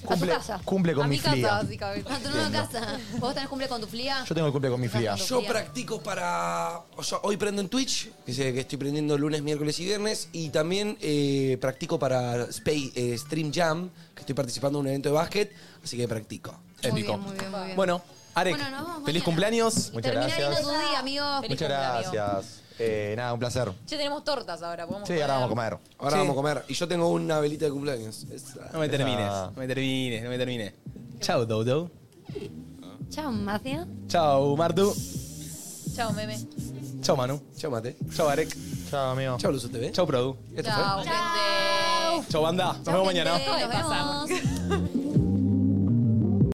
Cumple-
a tu casa.
cumple con
a
mi
casa,
flía.
A tu nueva casa. ¿Vos tenés cumple con tu flía?
Yo tengo el cumple con mi fría.
Yo practico para. O sea, hoy prendo en Twitch, que, sé que estoy prendiendo lunes, miércoles y viernes. Y también eh, practico para Space, eh, Stream Jam, que estoy participando en un evento de básquet. Así que practico.
Épico.
Muy bien, muy bien.
Bueno, Arek,
Bueno, nos vamos
feliz
mañana.
cumpleaños.
Muchas gracias.
Lindo tu día, amigo.
Muchas gracias. Eh, nada, un placer.
Ya tenemos tortas ahora, podemos
Sí, ahora vamos a comer.
Ahora vamos a comer. Y yo tengo una velita de cumpleaños. Esa.
No me termines, no me termines, no me termines. Chao, Dodo.
Chao, Macia.
Chao, Martu.
Chao, meme.
Chao, Manu.
Chao, Mate.
Chao, Arek.
Chao, amigo.
Chao, Luzu TV.
Chao, Produ.
Chao, gente.
Chao, banda. Nos
Chao,
vemos mañana.
gente. Nos vemos.